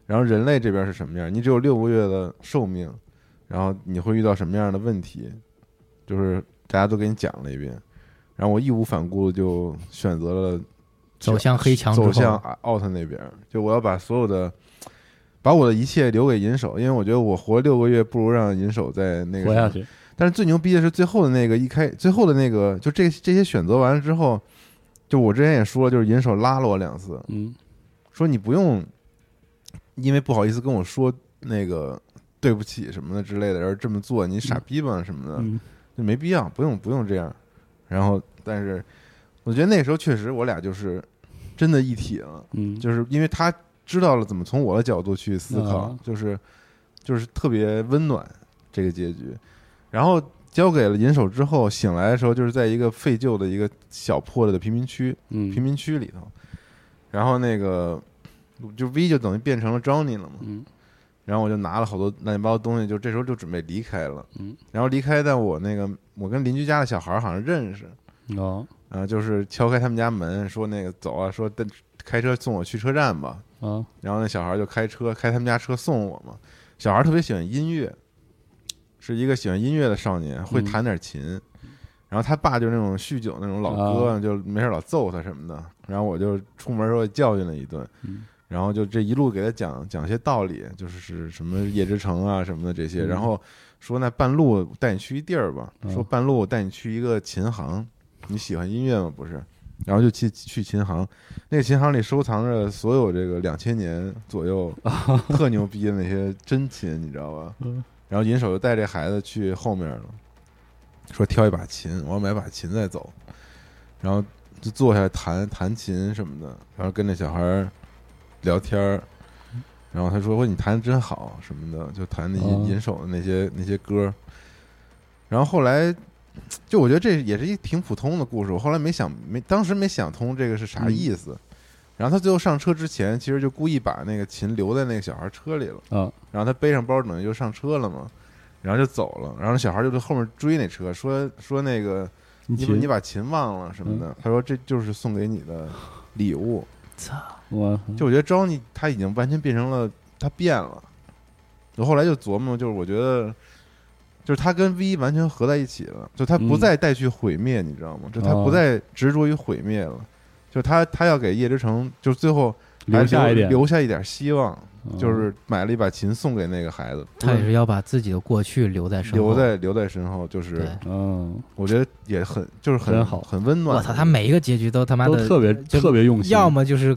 [SPEAKER 2] 然后人类这边是什么样，你只有六个月的寿命，然后你会遇到什么样的问题，就是大家都给你讲了一遍，然后我义无反顾就选择了
[SPEAKER 3] 走向黑墙之后
[SPEAKER 2] 走向奥特那边，就我要把所有的。把我的一切留给银手，因为我觉得我活六个月不如让银手在那个
[SPEAKER 4] 活
[SPEAKER 2] 什么
[SPEAKER 4] 下去，
[SPEAKER 2] 但是最牛逼的是最后的那个一开，最后的那个就这这些选择完了之后，就我之前也说，就是银手拉了我两次，
[SPEAKER 4] 嗯
[SPEAKER 2] 说你不用因为不好意思跟我说那个对不起什么的之类的，而这么做，你傻逼吧什么的，
[SPEAKER 4] 嗯
[SPEAKER 2] 就没必要，不用不用这样。然后，但是我觉得那时候确实我俩就是真的一体了，
[SPEAKER 4] 嗯，
[SPEAKER 2] 就是因为他知道了怎么从我的角度去思考
[SPEAKER 4] 啊，
[SPEAKER 2] 就是就是特别温暖这个结局。然后交给了银手之后，醒来的时候就是在一个废旧的一个小破的贫民区，
[SPEAKER 4] 嗯
[SPEAKER 2] 贫民区里头。然后那个就 V 就等于变成了 Johnny 了嘛，
[SPEAKER 4] 嗯
[SPEAKER 2] 然后我就拿了好多乱七八糟东西，就这时候就准备离开了
[SPEAKER 4] 嗯。
[SPEAKER 2] 然后离开，但我那个我跟邻居家的小孩儿好像认识，
[SPEAKER 4] 哦
[SPEAKER 2] 啊、就是敲开他们家门说那个走啊，说带开车送我去车站吧。
[SPEAKER 4] 啊
[SPEAKER 2] 然后那小孩就开车开他们家车送我嘛。小孩特别喜欢音乐，是一个喜欢音乐的少年，会弹点琴。然后他爸就那种酗酒那种老哥，就没事老揍他什么的。然后我就出门时候教训了一顿，
[SPEAKER 4] 嗯
[SPEAKER 2] 然后就这一路给他讲讲些道理，就是是什么夜之城啊什么的这些。
[SPEAKER 4] 嗯
[SPEAKER 2] 然后说那半路带你去一地儿吧，
[SPEAKER 4] 嗯
[SPEAKER 2] 说半路我带你去一个琴行，你喜欢音乐吗？不是，然后就去去琴行，那个琴行里收藏着所有这个两千年左右
[SPEAKER 4] 啊
[SPEAKER 2] 特牛逼的那些真琴，你知道吧
[SPEAKER 4] 嗯？
[SPEAKER 2] 然后银手就带这孩子去后面了，说挑一把琴，我要买把琴再走，然后就坐下来弹弹琴什么的，然后跟那小孩儿聊天儿，然后他说：“喂，你弹的真好什么的，就弹那些
[SPEAKER 4] 哦
[SPEAKER 2] 银手的那些那些歌。”然后后来，就我觉得这也是一挺普通的故事。我后来没想没当时没想通这个是啥
[SPEAKER 4] 嗯
[SPEAKER 2] 意思。然后他最后上车之前，其实就故意把那个琴留在那个小孩车里了。
[SPEAKER 4] 啊，
[SPEAKER 2] 然后他背上包，等于就上车了嘛，然后就走了。然后小孩就在后面追那车，说说那个
[SPEAKER 4] 你
[SPEAKER 2] 你
[SPEAKER 4] 嗯
[SPEAKER 2] 把你把琴忘了什么的。他说这就是送给你的礼物。
[SPEAKER 4] 我
[SPEAKER 2] 就我觉得 Johnny 他已经完全变成了他变了。我后来就琢磨，就是我觉得，就是他跟 V 完全合在一起了，就他不
[SPEAKER 4] 嗯
[SPEAKER 2] 再带去毁灭，你知道吗？就他
[SPEAKER 4] 哦
[SPEAKER 2] 不再执着于毁灭了，就他他要给叶之城，就最后还
[SPEAKER 4] 留下一点，
[SPEAKER 2] 留下一点希望，
[SPEAKER 4] 嗯
[SPEAKER 2] 就是买了一把琴送给那个孩子，
[SPEAKER 3] 他也是要把自己的过去留在身后。
[SPEAKER 2] 留在留在身后，就是
[SPEAKER 3] 对，
[SPEAKER 4] 嗯，
[SPEAKER 2] 我觉得也很就是很
[SPEAKER 4] 真好
[SPEAKER 2] 很温暖。
[SPEAKER 3] 我操，他每一个结局都他妈
[SPEAKER 4] 都
[SPEAKER 3] 的
[SPEAKER 4] 特别
[SPEAKER 3] 就
[SPEAKER 4] 特别用心，
[SPEAKER 3] 要么就是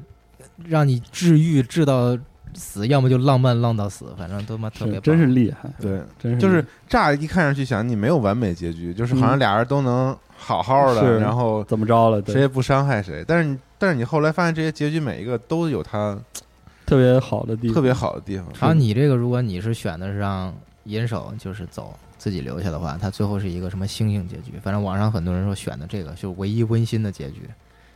[SPEAKER 3] 让你治愈治到死，要么就浪漫浪到死，反正都妈特别
[SPEAKER 4] 是
[SPEAKER 3] 棒
[SPEAKER 4] 真是厉害，
[SPEAKER 2] 对，
[SPEAKER 4] 真是
[SPEAKER 2] 就是
[SPEAKER 4] 厉害
[SPEAKER 2] 乍一看上去想你没有完美结局，就是好像
[SPEAKER 4] 嗯
[SPEAKER 2] 俩人都能好好的，
[SPEAKER 4] 是
[SPEAKER 2] 然后
[SPEAKER 4] 怎么着了，对
[SPEAKER 2] 谁也不伤害谁。但是你，但是你后来发现这些结局每一个都有它
[SPEAKER 4] 特别好的地方，
[SPEAKER 2] 特别好的地方。
[SPEAKER 3] 然后你这个，如果你是选的是让银手就是走自己留下的话，他最后是一个什么星星结局？反正网上很多人说选的这个就是唯一温馨的结局，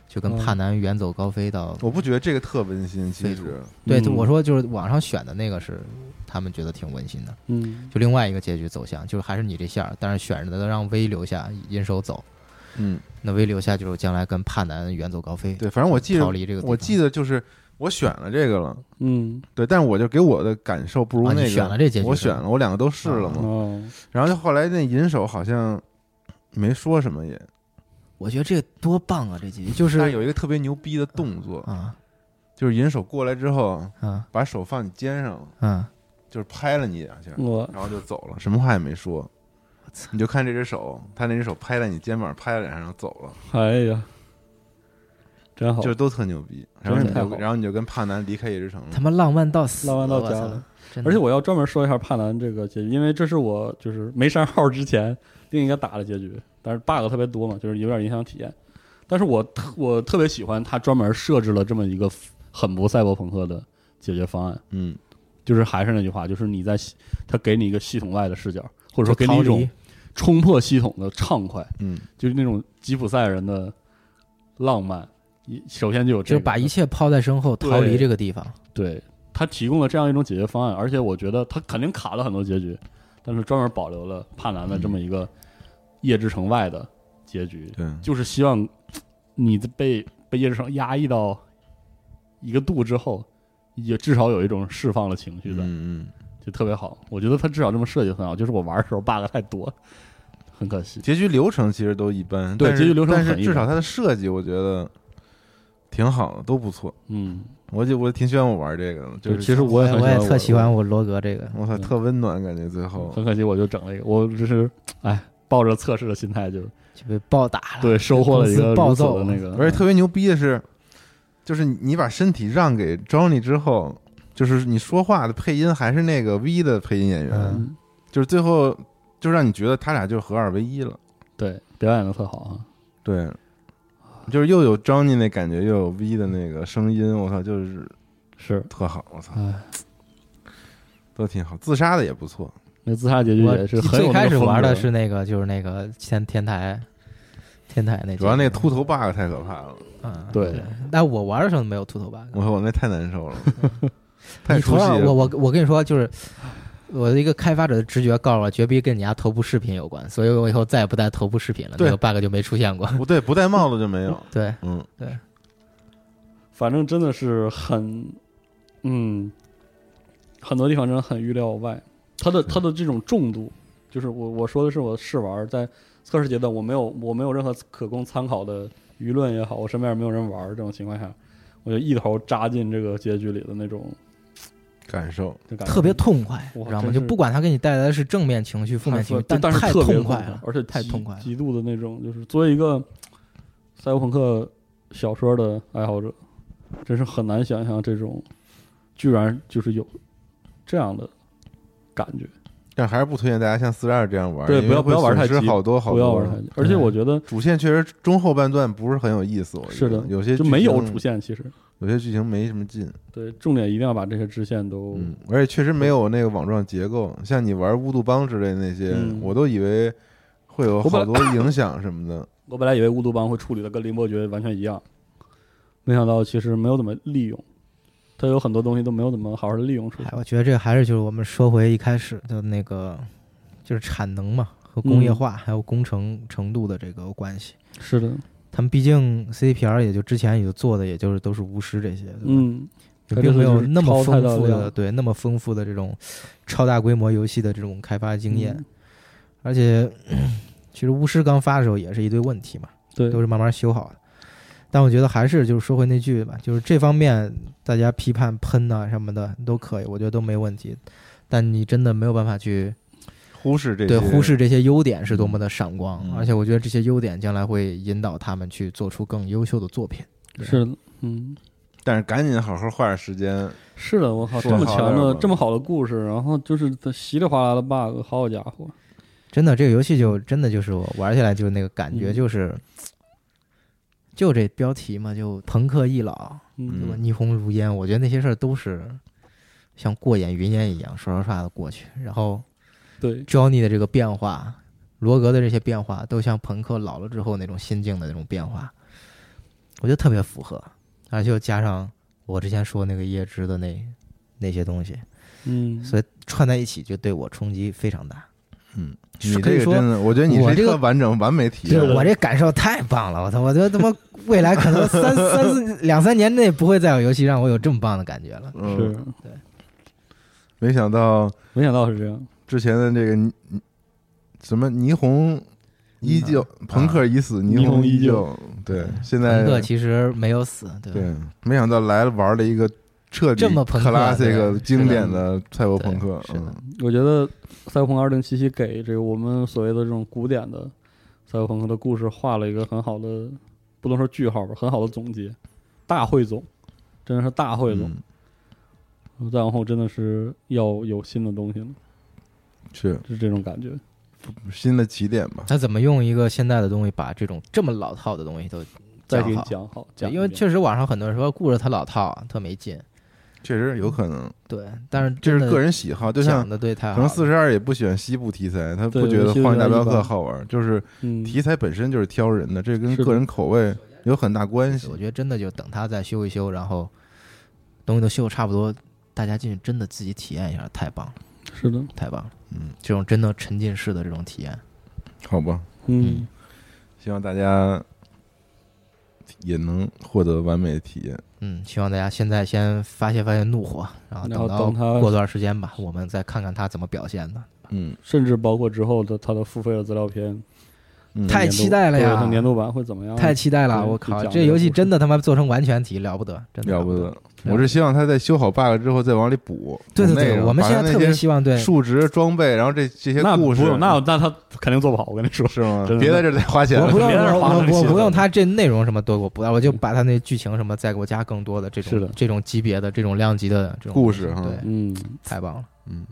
[SPEAKER 3] 就跟
[SPEAKER 4] 嗯
[SPEAKER 3] 帕南远走高飞到、
[SPEAKER 2] 我不觉得这个特温馨，其
[SPEAKER 3] 废
[SPEAKER 2] 实
[SPEAKER 3] 对，
[SPEAKER 4] 嗯
[SPEAKER 3] 就我说就是网上选的那个是他们觉得挺温馨的，
[SPEAKER 4] 嗯，
[SPEAKER 3] 就另外一个结局走向就是还是你这线儿，但是选择让 V 留下，银手走，
[SPEAKER 2] 嗯，
[SPEAKER 3] 那 V 留下就是将来跟帕南远走高飞，
[SPEAKER 2] 对，反正我记
[SPEAKER 3] 逃
[SPEAKER 2] 得，
[SPEAKER 3] 离这个地方。
[SPEAKER 2] 我记得就是我选了这个了，
[SPEAKER 4] 嗯
[SPEAKER 2] 对，但是我就给我的感受不如
[SPEAKER 3] 啊
[SPEAKER 2] 那
[SPEAKER 3] 你
[SPEAKER 2] 个。
[SPEAKER 3] 选了这结局
[SPEAKER 2] 我
[SPEAKER 3] 是
[SPEAKER 2] 选
[SPEAKER 3] 吧啊
[SPEAKER 2] 了，我两个都试了嘛。
[SPEAKER 4] 哦，
[SPEAKER 2] 然后就后来那银手好像没说什么也，
[SPEAKER 3] 我觉得这多棒啊！这集就
[SPEAKER 2] 但
[SPEAKER 3] 是
[SPEAKER 2] 有一个特别牛逼的动作，
[SPEAKER 3] 啊
[SPEAKER 2] 就是银手过来之后，
[SPEAKER 3] 啊
[SPEAKER 2] 把手放你肩上了，
[SPEAKER 3] 啊！
[SPEAKER 2] 就是拍了你两下，
[SPEAKER 4] 我
[SPEAKER 2] 然后就走了，什么话也没说。你就看这只手，他那只手拍在你肩膀，拍了两下，然后走了，
[SPEAKER 4] 哎呀，真好，
[SPEAKER 2] 就是都特牛逼。然
[SPEAKER 4] 真
[SPEAKER 2] 后
[SPEAKER 4] 是
[SPEAKER 2] 你
[SPEAKER 4] 太
[SPEAKER 2] 就
[SPEAKER 4] 好了
[SPEAKER 2] 然后你就跟帕南离开夜之城
[SPEAKER 3] 他
[SPEAKER 2] 了。
[SPEAKER 3] 妈浪漫到死，
[SPEAKER 4] 浪漫到家
[SPEAKER 3] 我操
[SPEAKER 4] 了。
[SPEAKER 3] 真的
[SPEAKER 4] 而且我要专门说一下帕南这个结局，因为这是我就是没删号之前另一个打的结局，但是 bug 特别多嘛，就是有点影响体验。但是我特 我特别喜欢他专门设置了这么一个很不赛博朋克的解决方案，
[SPEAKER 2] 嗯，
[SPEAKER 4] 就是还是那句话，就是你在系他给你一个系统外的视角，或者说给你
[SPEAKER 3] 就
[SPEAKER 4] 一
[SPEAKER 3] 逃离
[SPEAKER 4] 种冲破系统的畅快，
[SPEAKER 2] 嗯，
[SPEAKER 4] 就是那种吉普赛人的浪漫。一首先就有这
[SPEAKER 3] 就
[SPEAKER 4] 个，
[SPEAKER 3] 是把一切抛在身后，
[SPEAKER 4] 对
[SPEAKER 3] 逃离这个地方。
[SPEAKER 4] 对他提供了这样一种解决方案，而且我觉得他肯定卡了很多结局，但是专门保留了帕南的这么一个夜之城外的结局，
[SPEAKER 2] 对，嗯
[SPEAKER 4] 就是希望你被被夜之城压抑到一个度之后，也至少有一种释放了情绪的，
[SPEAKER 2] 嗯嗯，
[SPEAKER 4] 就特别好。我觉得他至少这么设计得很好，就是我玩的时候 bug 太多，很可惜。
[SPEAKER 2] 结局流程其实都一般，
[SPEAKER 4] 对
[SPEAKER 2] 但是
[SPEAKER 4] 结局流程
[SPEAKER 2] 但是
[SPEAKER 4] 很一般
[SPEAKER 2] 至少它的设计我觉得挺好的，都不错。
[SPEAKER 4] 嗯，
[SPEAKER 2] 我就我挺喜欢我玩这个的，就
[SPEAKER 4] 就是其实我
[SPEAKER 3] 我
[SPEAKER 4] 也很
[SPEAKER 3] 我也
[SPEAKER 4] 喜欢
[SPEAKER 3] 特喜欢我罗格这个，
[SPEAKER 2] 我操，
[SPEAKER 4] 嗯
[SPEAKER 2] 特温暖，感觉最后
[SPEAKER 4] 很可惜我就整了一个，我只是哎抱着测试的心态就
[SPEAKER 3] 就被暴打了。
[SPEAKER 4] 对收获了一
[SPEAKER 3] 公
[SPEAKER 4] 个
[SPEAKER 3] 司暴
[SPEAKER 4] 如此
[SPEAKER 3] 揍
[SPEAKER 4] 的那个，
[SPEAKER 2] 而且特别牛逼的是，就是你把身体让给 Johnny 之后，就是你说话的配音还是那个 V 的配音演员，
[SPEAKER 3] 嗯
[SPEAKER 4] 嗯
[SPEAKER 2] 就是最后就让你觉得他俩就合二为一了。
[SPEAKER 4] 对，表演的特好啊，
[SPEAKER 2] 对，就是又有 Johnny 那感觉，又有 V 的那个声音，我操，就是
[SPEAKER 4] 是，
[SPEAKER 2] 特好，我操，
[SPEAKER 3] 嗯
[SPEAKER 4] 哎，
[SPEAKER 2] 都挺好。自杀的也不错，
[SPEAKER 4] 那自杀结局
[SPEAKER 3] 我
[SPEAKER 4] 也是很
[SPEAKER 3] 最
[SPEAKER 4] 有那个
[SPEAKER 3] 开始
[SPEAKER 4] 风
[SPEAKER 3] 玩
[SPEAKER 4] 格
[SPEAKER 3] 的是那个，就是那个天天台，天台那
[SPEAKER 2] 主要那个秃
[SPEAKER 3] 头，
[SPEAKER 2] 头 bug 太可怕了，
[SPEAKER 3] 嗯，
[SPEAKER 4] 对。
[SPEAKER 3] 但我玩的时候没有秃头 bug。
[SPEAKER 2] 我操，我那太难受 了，太
[SPEAKER 3] 你
[SPEAKER 2] 出
[SPEAKER 3] 头
[SPEAKER 2] 戏
[SPEAKER 3] 上，
[SPEAKER 2] 了。
[SPEAKER 3] 我我我跟你说，就是我的一个开发者的直觉告诉我，绝逼跟你家头部视频有关，所以我以后再也不带头部视频了，
[SPEAKER 2] 对
[SPEAKER 3] 那个 bug 就没出现过。
[SPEAKER 2] 不对，不戴帽子就没有。
[SPEAKER 3] 对，
[SPEAKER 2] 嗯，
[SPEAKER 4] 反正真的是很，嗯，很多地方真的很预料外。它的它的这种重度，就是我我说的是我试玩，在测试阶段我没有我没有任何可供参考的舆论也好，我身边也没有人玩这种情况下，我就一头扎进这个结局里的那种
[SPEAKER 2] 感受，
[SPEAKER 4] 就感觉
[SPEAKER 3] 特别痛快，
[SPEAKER 4] 哇
[SPEAKER 3] 知道吗？
[SPEAKER 4] 真
[SPEAKER 3] 就是不管它给你带来的是正面情绪、负面情绪，
[SPEAKER 4] 哎但是
[SPEAKER 3] 太
[SPEAKER 4] 特别
[SPEAKER 3] 快了
[SPEAKER 4] 了，，而且
[SPEAKER 3] 太
[SPEAKER 4] 极
[SPEAKER 3] 痛快了
[SPEAKER 4] 极度的那种，就是作为一个赛博朋克小说的爱好者，真是很难想象这种居然就是有这样的感觉，
[SPEAKER 2] 但还是不推荐大家像四十二这样玩，
[SPEAKER 4] 对
[SPEAKER 2] 因为
[SPEAKER 4] 不
[SPEAKER 2] 会
[SPEAKER 4] 要不要玩太
[SPEAKER 2] 损失
[SPEAKER 4] 急
[SPEAKER 2] 好多好多。啊
[SPEAKER 4] 不要玩太久。而且我觉得
[SPEAKER 2] 主线确实中后半段不是很有意思，我觉
[SPEAKER 4] 是的
[SPEAKER 2] 有些
[SPEAKER 4] 就
[SPEAKER 2] 剧
[SPEAKER 4] 没有
[SPEAKER 2] 情
[SPEAKER 4] 主线，其实
[SPEAKER 2] 有些剧情没什么劲。
[SPEAKER 4] 对，重点一定要把这些支线都，
[SPEAKER 2] 嗯，而且确实没有那个网状结构，像你玩乌杜邦之类那些，
[SPEAKER 4] 嗯
[SPEAKER 2] 我都以为会有
[SPEAKER 4] 我本
[SPEAKER 2] 好
[SPEAKER 4] 来
[SPEAKER 2] 多影响什么的。
[SPEAKER 4] 我本来以为巫毒帮会处理的跟凌波诀完全一样，没想到其实没有怎么利用，它有很多东西都没有怎么好好的利用出来
[SPEAKER 3] 哎，。我觉得这个还是就是我们说回一开始的那个，就是产能嘛和工业
[SPEAKER 4] 嗯
[SPEAKER 3] 化、还有工程程度的这个关系。
[SPEAKER 4] 是的，
[SPEAKER 3] 他们毕竟 CDPR 也就之前也就做的也就是都是巫师这些，对吧，
[SPEAKER 4] 嗯，
[SPEAKER 3] 就
[SPEAKER 4] 它
[SPEAKER 3] 并
[SPEAKER 4] 这
[SPEAKER 3] 没
[SPEAKER 4] 个就
[SPEAKER 3] 有
[SPEAKER 4] 是
[SPEAKER 3] 那么
[SPEAKER 4] 超太
[SPEAKER 3] 丰
[SPEAKER 4] 大
[SPEAKER 3] 富
[SPEAKER 4] 量
[SPEAKER 3] 的
[SPEAKER 4] 了
[SPEAKER 3] 对那么丰富的这种超大规模游戏的这种开发经验，
[SPEAKER 4] 嗯
[SPEAKER 3] 而且嗯其实巫师刚发的时候也是一堆问题嘛，
[SPEAKER 4] 对，
[SPEAKER 3] 都是慢慢修好的。但我觉得还是就是说回那句吧，就是这方面大家批判喷呐、什么的都可以，我觉得都没问题。但你真的没有办法去
[SPEAKER 2] 忽视这些，
[SPEAKER 3] 对忽视这些优点是多么的闪光，
[SPEAKER 2] 嗯
[SPEAKER 3] 而且我觉得这些优点将来会引导他们去做出更优秀的作品。对
[SPEAKER 4] 是的，嗯，
[SPEAKER 2] 但是赶紧好好花点时间。
[SPEAKER 4] 是的，我靠，
[SPEAKER 2] 说
[SPEAKER 4] 这么
[SPEAKER 2] 好
[SPEAKER 4] 强
[SPEAKER 2] 点儿
[SPEAKER 4] 的
[SPEAKER 2] 吧
[SPEAKER 4] 这么好的故事，然后就是它稀里哗啦的 bug，好家伙，
[SPEAKER 3] 真的，这个游戏就真的就是我玩起来就那个感觉
[SPEAKER 4] 嗯
[SPEAKER 3] 就是，就这标题嘛，就朋克易老，对吧？
[SPEAKER 4] 嗯，
[SPEAKER 3] 霓虹如烟，我觉得那些事儿都是像过眼云烟一样，刷刷刷的过去。然后
[SPEAKER 4] 对，
[SPEAKER 3] Johnny 的这个变化，罗格的这些变化，都像朋克老了之后那种心境的那种变化，我觉得特别符合。而且又加上我之前说那个叶芝的那那些东西，
[SPEAKER 4] 嗯，
[SPEAKER 3] 所以串在一起就对我冲击非常大。
[SPEAKER 2] 嗯，
[SPEAKER 3] 是
[SPEAKER 2] 你
[SPEAKER 3] 可
[SPEAKER 2] 这
[SPEAKER 3] 以
[SPEAKER 2] 个
[SPEAKER 3] 说
[SPEAKER 2] 真的，我觉得你
[SPEAKER 3] 我
[SPEAKER 2] 是
[SPEAKER 3] 这
[SPEAKER 2] 一
[SPEAKER 3] 个
[SPEAKER 2] 个完整完美体
[SPEAKER 3] 对，
[SPEAKER 2] 验。
[SPEAKER 3] 我这感受太棒了，我操！我觉得他 妈未来可能三三四两三年内不会再有游戏让我有这么棒的感觉了。
[SPEAKER 2] 嗯，
[SPEAKER 4] 是，
[SPEAKER 2] 没想到
[SPEAKER 4] 没想到是这样，
[SPEAKER 2] 之前的这个霓什么霓虹
[SPEAKER 3] 嗯
[SPEAKER 2] 依旧，
[SPEAKER 3] 啊
[SPEAKER 2] 朋克已死，
[SPEAKER 4] 霓
[SPEAKER 2] 霓
[SPEAKER 4] 虹
[SPEAKER 2] 虹
[SPEAKER 4] 依
[SPEAKER 2] 依
[SPEAKER 4] 旧
[SPEAKER 2] 旧。对，现
[SPEAKER 3] 嗯朋克
[SPEAKER 2] 在
[SPEAKER 3] 其实没有死，对吧？
[SPEAKER 2] 对，没想到来了玩了一个彻底
[SPEAKER 3] 这么朋克啊
[SPEAKER 2] classic
[SPEAKER 3] 对
[SPEAKER 2] 的经典的赛博朋克。
[SPEAKER 3] 是的是的
[SPEAKER 2] 嗯，
[SPEAKER 4] 我觉得《赛博朋克2077》给这个我们所谓的这种古典的赛博朋克的故事画了一个很好的，不能说句号吧，很好的总结，大汇总，真的是大汇总。
[SPEAKER 2] 嗯
[SPEAKER 4] 再往后真的是要有新的东西了，
[SPEAKER 2] 是
[SPEAKER 4] 就是这种感觉。
[SPEAKER 2] 新的起点吧。
[SPEAKER 3] 他怎么用一个现代的东西把这种这么老套的东西都
[SPEAKER 4] 再给你
[SPEAKER 3] 好？
[SPEAKER 4] 讲好，
[SPEAKER 3] 对
[SPEAKER 4] 讲一
[SPEAKER 3] 因为
[SPEAKER 4] 遍
[SPEAKER 3] 确实网上很多人说故事它老套啊，特没劲。
[SPEAKER 2] 确实有可能，
[SPEAKER 3] 对，但是
[SPEAKER 2] 这
[SPEAKER 3] 嗯真
[SPEAKER 2] 是
[SPEAKER 3] 的
[SPEAKER 2] 个人喜好，就像
[SPEAKER 3] 讲的对太
[SPEAKER 2] 可
[SPEAKER 3] 好了
[SPEAKER 2] 能四十二也不喜欢西部题材，他不
[SPEAKER 4] 对
[SPEAKER 2] 觉
[SPEAKER 4] 我
[SPEAKER 2] 得
[SPEAKER 4] 记
[SPEAKER 2] 《
[SPEAKER 4] 得
[SPEAKER 2] 荒野大
[SPEAKER 4] 一
[SPEAKER 2] 镖客》
[SPEAKER 4] 般
[SPEAKER 2] 好玩，就是
[SPEAKER 4] 嗯，
[SPEAKER 2] 题材本身就是挑人的，这跟
[SPEAKER 4] 是的
[SPEAKER 2] 个人口味有很大关系
[SPEAKER 3] 我。觉得真的就等他再修一修，然后东西都修得差不多，大家进去真的自己体验一下，太棒了，
[SPEAKER 4] 是的，
[SPEAKER 3] 太棒了！
[SPEAKER 2] 嗯，
[SPEAKER 3] 这种真的沉浸式的这种体验，
[SPEAKER 2] 好吧，
[SPEAKER 4] 嗯，
[SPEAKER 2] 希望大家也能获得完美的体验。
[SPEAKER 3] 嗯，希望大家现在先发泄发泄怒火，然后
[SPEAKER 4] 然后
[SPEAKER 3] 等到
[SPEAKER 4] 等他
[SPEAKER 3] 过段时间吧，我们再看看他怎么表现的。
[SPEAKER 2] 嗯，
[SPEAKER 4] 甚至包括之后的它的付费的资料片，
[SPEAKER 2] 嗯
[SPEAKER 3] 太期待了
[SPEAKER 4] 对
[SPEAKER 3] 呀
[SPEAKER 4] 它年度版会怎么样？
[SPEAKER 3] 太期待了！
[SPEAKER 4] 哦对
[SPEAKER 3] 我
[SPEAKER 4] 就
[SPEAKER 3] 靠，
[SPEAKER 4] 讲
[SPEAKER 3] 这
[SPEAKER 4] 这个
[SPEAKER 3] 游戏
[SPEAKER 4] 故事
[SPEAKER 3] 真的他妈做成完全体了不得，真的
[SPEAKER 2] 了不
[SPEAKER 3] 得。
[SPEAKER 2] 得！我是希望他在修好 bug 之后再往里补。
[SPEAKER 3] 对对
[SPEAKER 2] 补内
[SPEAKER 3] 对，
[SPEAKER 2] 容
[SPEAKER 3] 我们
[SPEAKER 2] 把
[SPEAKER 3] 现
[SPEAKER 2] 他
[SPEAKER 3] 在特
[SPEAKER 2] 那
[SPEAKER 3] 别
[SPEAKER 2] 些
[SPEAKER 3] 希望对
[SPEAKER 2] 数值、装备，然后这这些
[SPEAKER 4] 那
[SPEAKER 2] 故事
[SPEAKER 4] 不，用那
[SPEAKER 3] 嗯
[SPEAKER 4] 那他肯定做不好，我跟你说。
[SPEAKER 2] 是吗
[SPEAKER 4] 真？的
[SPEAKER 2] 别在这儿再花钱
[SPEAKER 3] 我不
[SPEAKER 2] 了。
[SPEAKER 3] 用
[SPEAKER 4] 别人
[SPEAKER 3] 我
[SPEAKER 4] 花那
[SPEAKER 3] 我
[SPEAKER 4] 个
[SPEAKER 3] 我
[SPEAKER 4] 心
[SPEAKER 3] 不
[SPEAKER 4] 思
[SPEAKER 3] 用他这内容什么多给我补，我就把他那剧情什么再给我加更多的这
[SPEAKER 4] 是
[SPEAKER 3] 种
[SPEAKER 4] 的
[SPEAKER 3] 这种级别的这种量级的这种
[SPEAKER 2] 故事
[SPEAKER 3] 东西
[SPEAKER 2] 哈
[SPEAKER 3] 对，
[SPEAKER 4] 嗯，
[SPEAKER 3] 太棒了。
[SPEAKER 2] 嗯，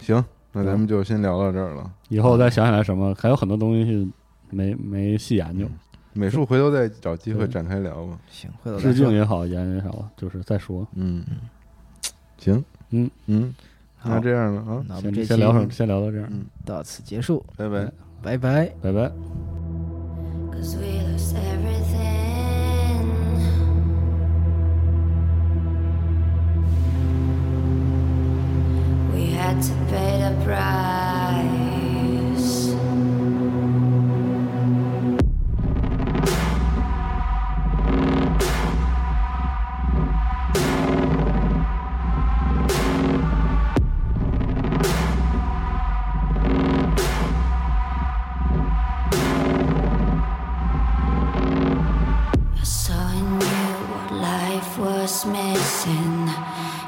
[SPEAKER 2] 行，那咱们就先聊到这儿了。
[SPEAKER 4] 以后再想起来什么，还有很多东西没没细研究，
[SPEAKER 2] 美术回头再找机会
[SPEAKER 4] 对
[SPEAKER 2] 展开聊吧。
[SPEAKER 3] 行，回头再
[SPEAKER 4] 致敬
[SPEAKER 3] 说
[SPEAKER 4] 也好，研究也好，就是再说。
[SPEAKER 2] 嗯，行，
[SPEAKER 4] 嗯
[SPEAKER 2] 嗯，
[SPEAKER 3] 好
[SPEAKER 2] 那这样了啊，
[SPEAKER 3] 那我
[SPEAKER 4] 先
[SPEAKER 3] 们这期嗯
[SPEAKER 4] 嗯先聊上，先聊到这样，
[SPEAKER 3] 到此结束，
[SPEAKER 2] 拜拜。
[SPEAKER 3] 拜拜。
[SPEAKER 4] 拜拜。
[SPEAKER 5] Cause we lost everything. We had to pay the price. I saw in you what life was missing.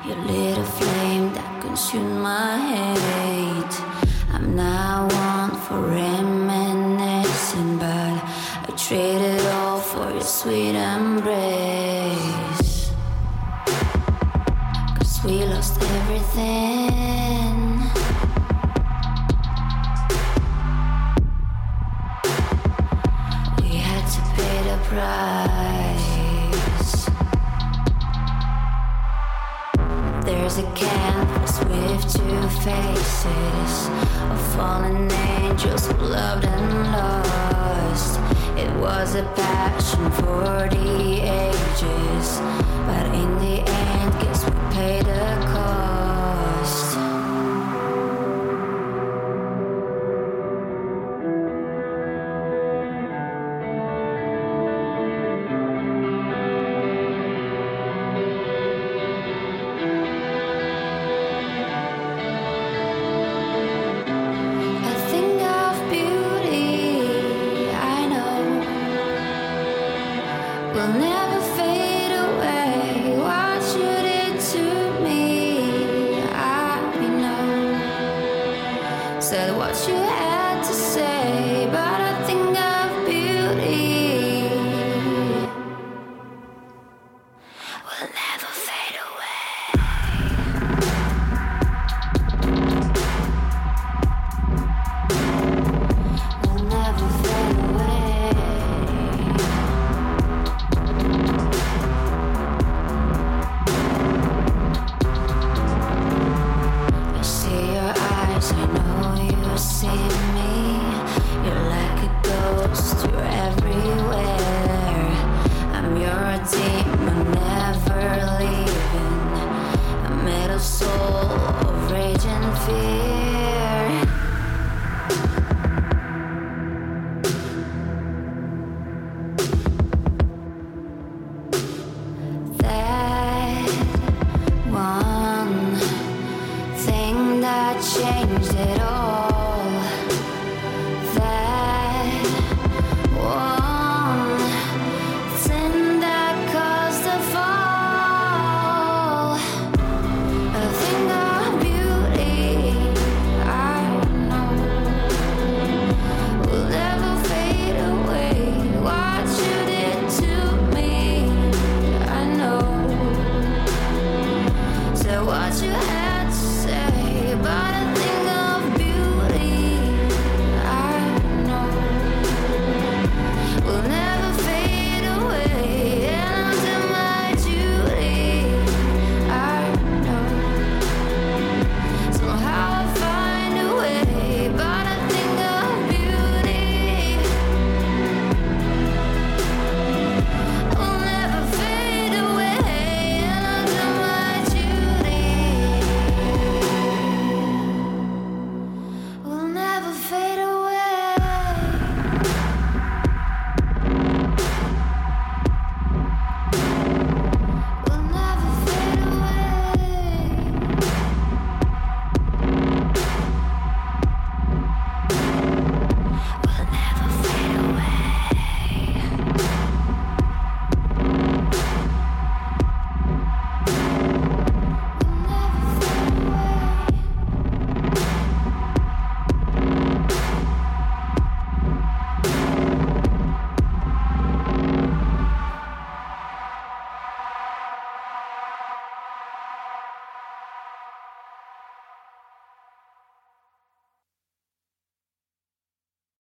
[SPEAKER 5] Your little flame that consumed my hate. I'm now one for reminiscing, but I traded all for your sweet embrace. Cause we lost everything. We had to pay the price. There's a canvas with two faces of fallen angels who loved and lost. It was a passion for the ages, but in the end, guess we paid the cost.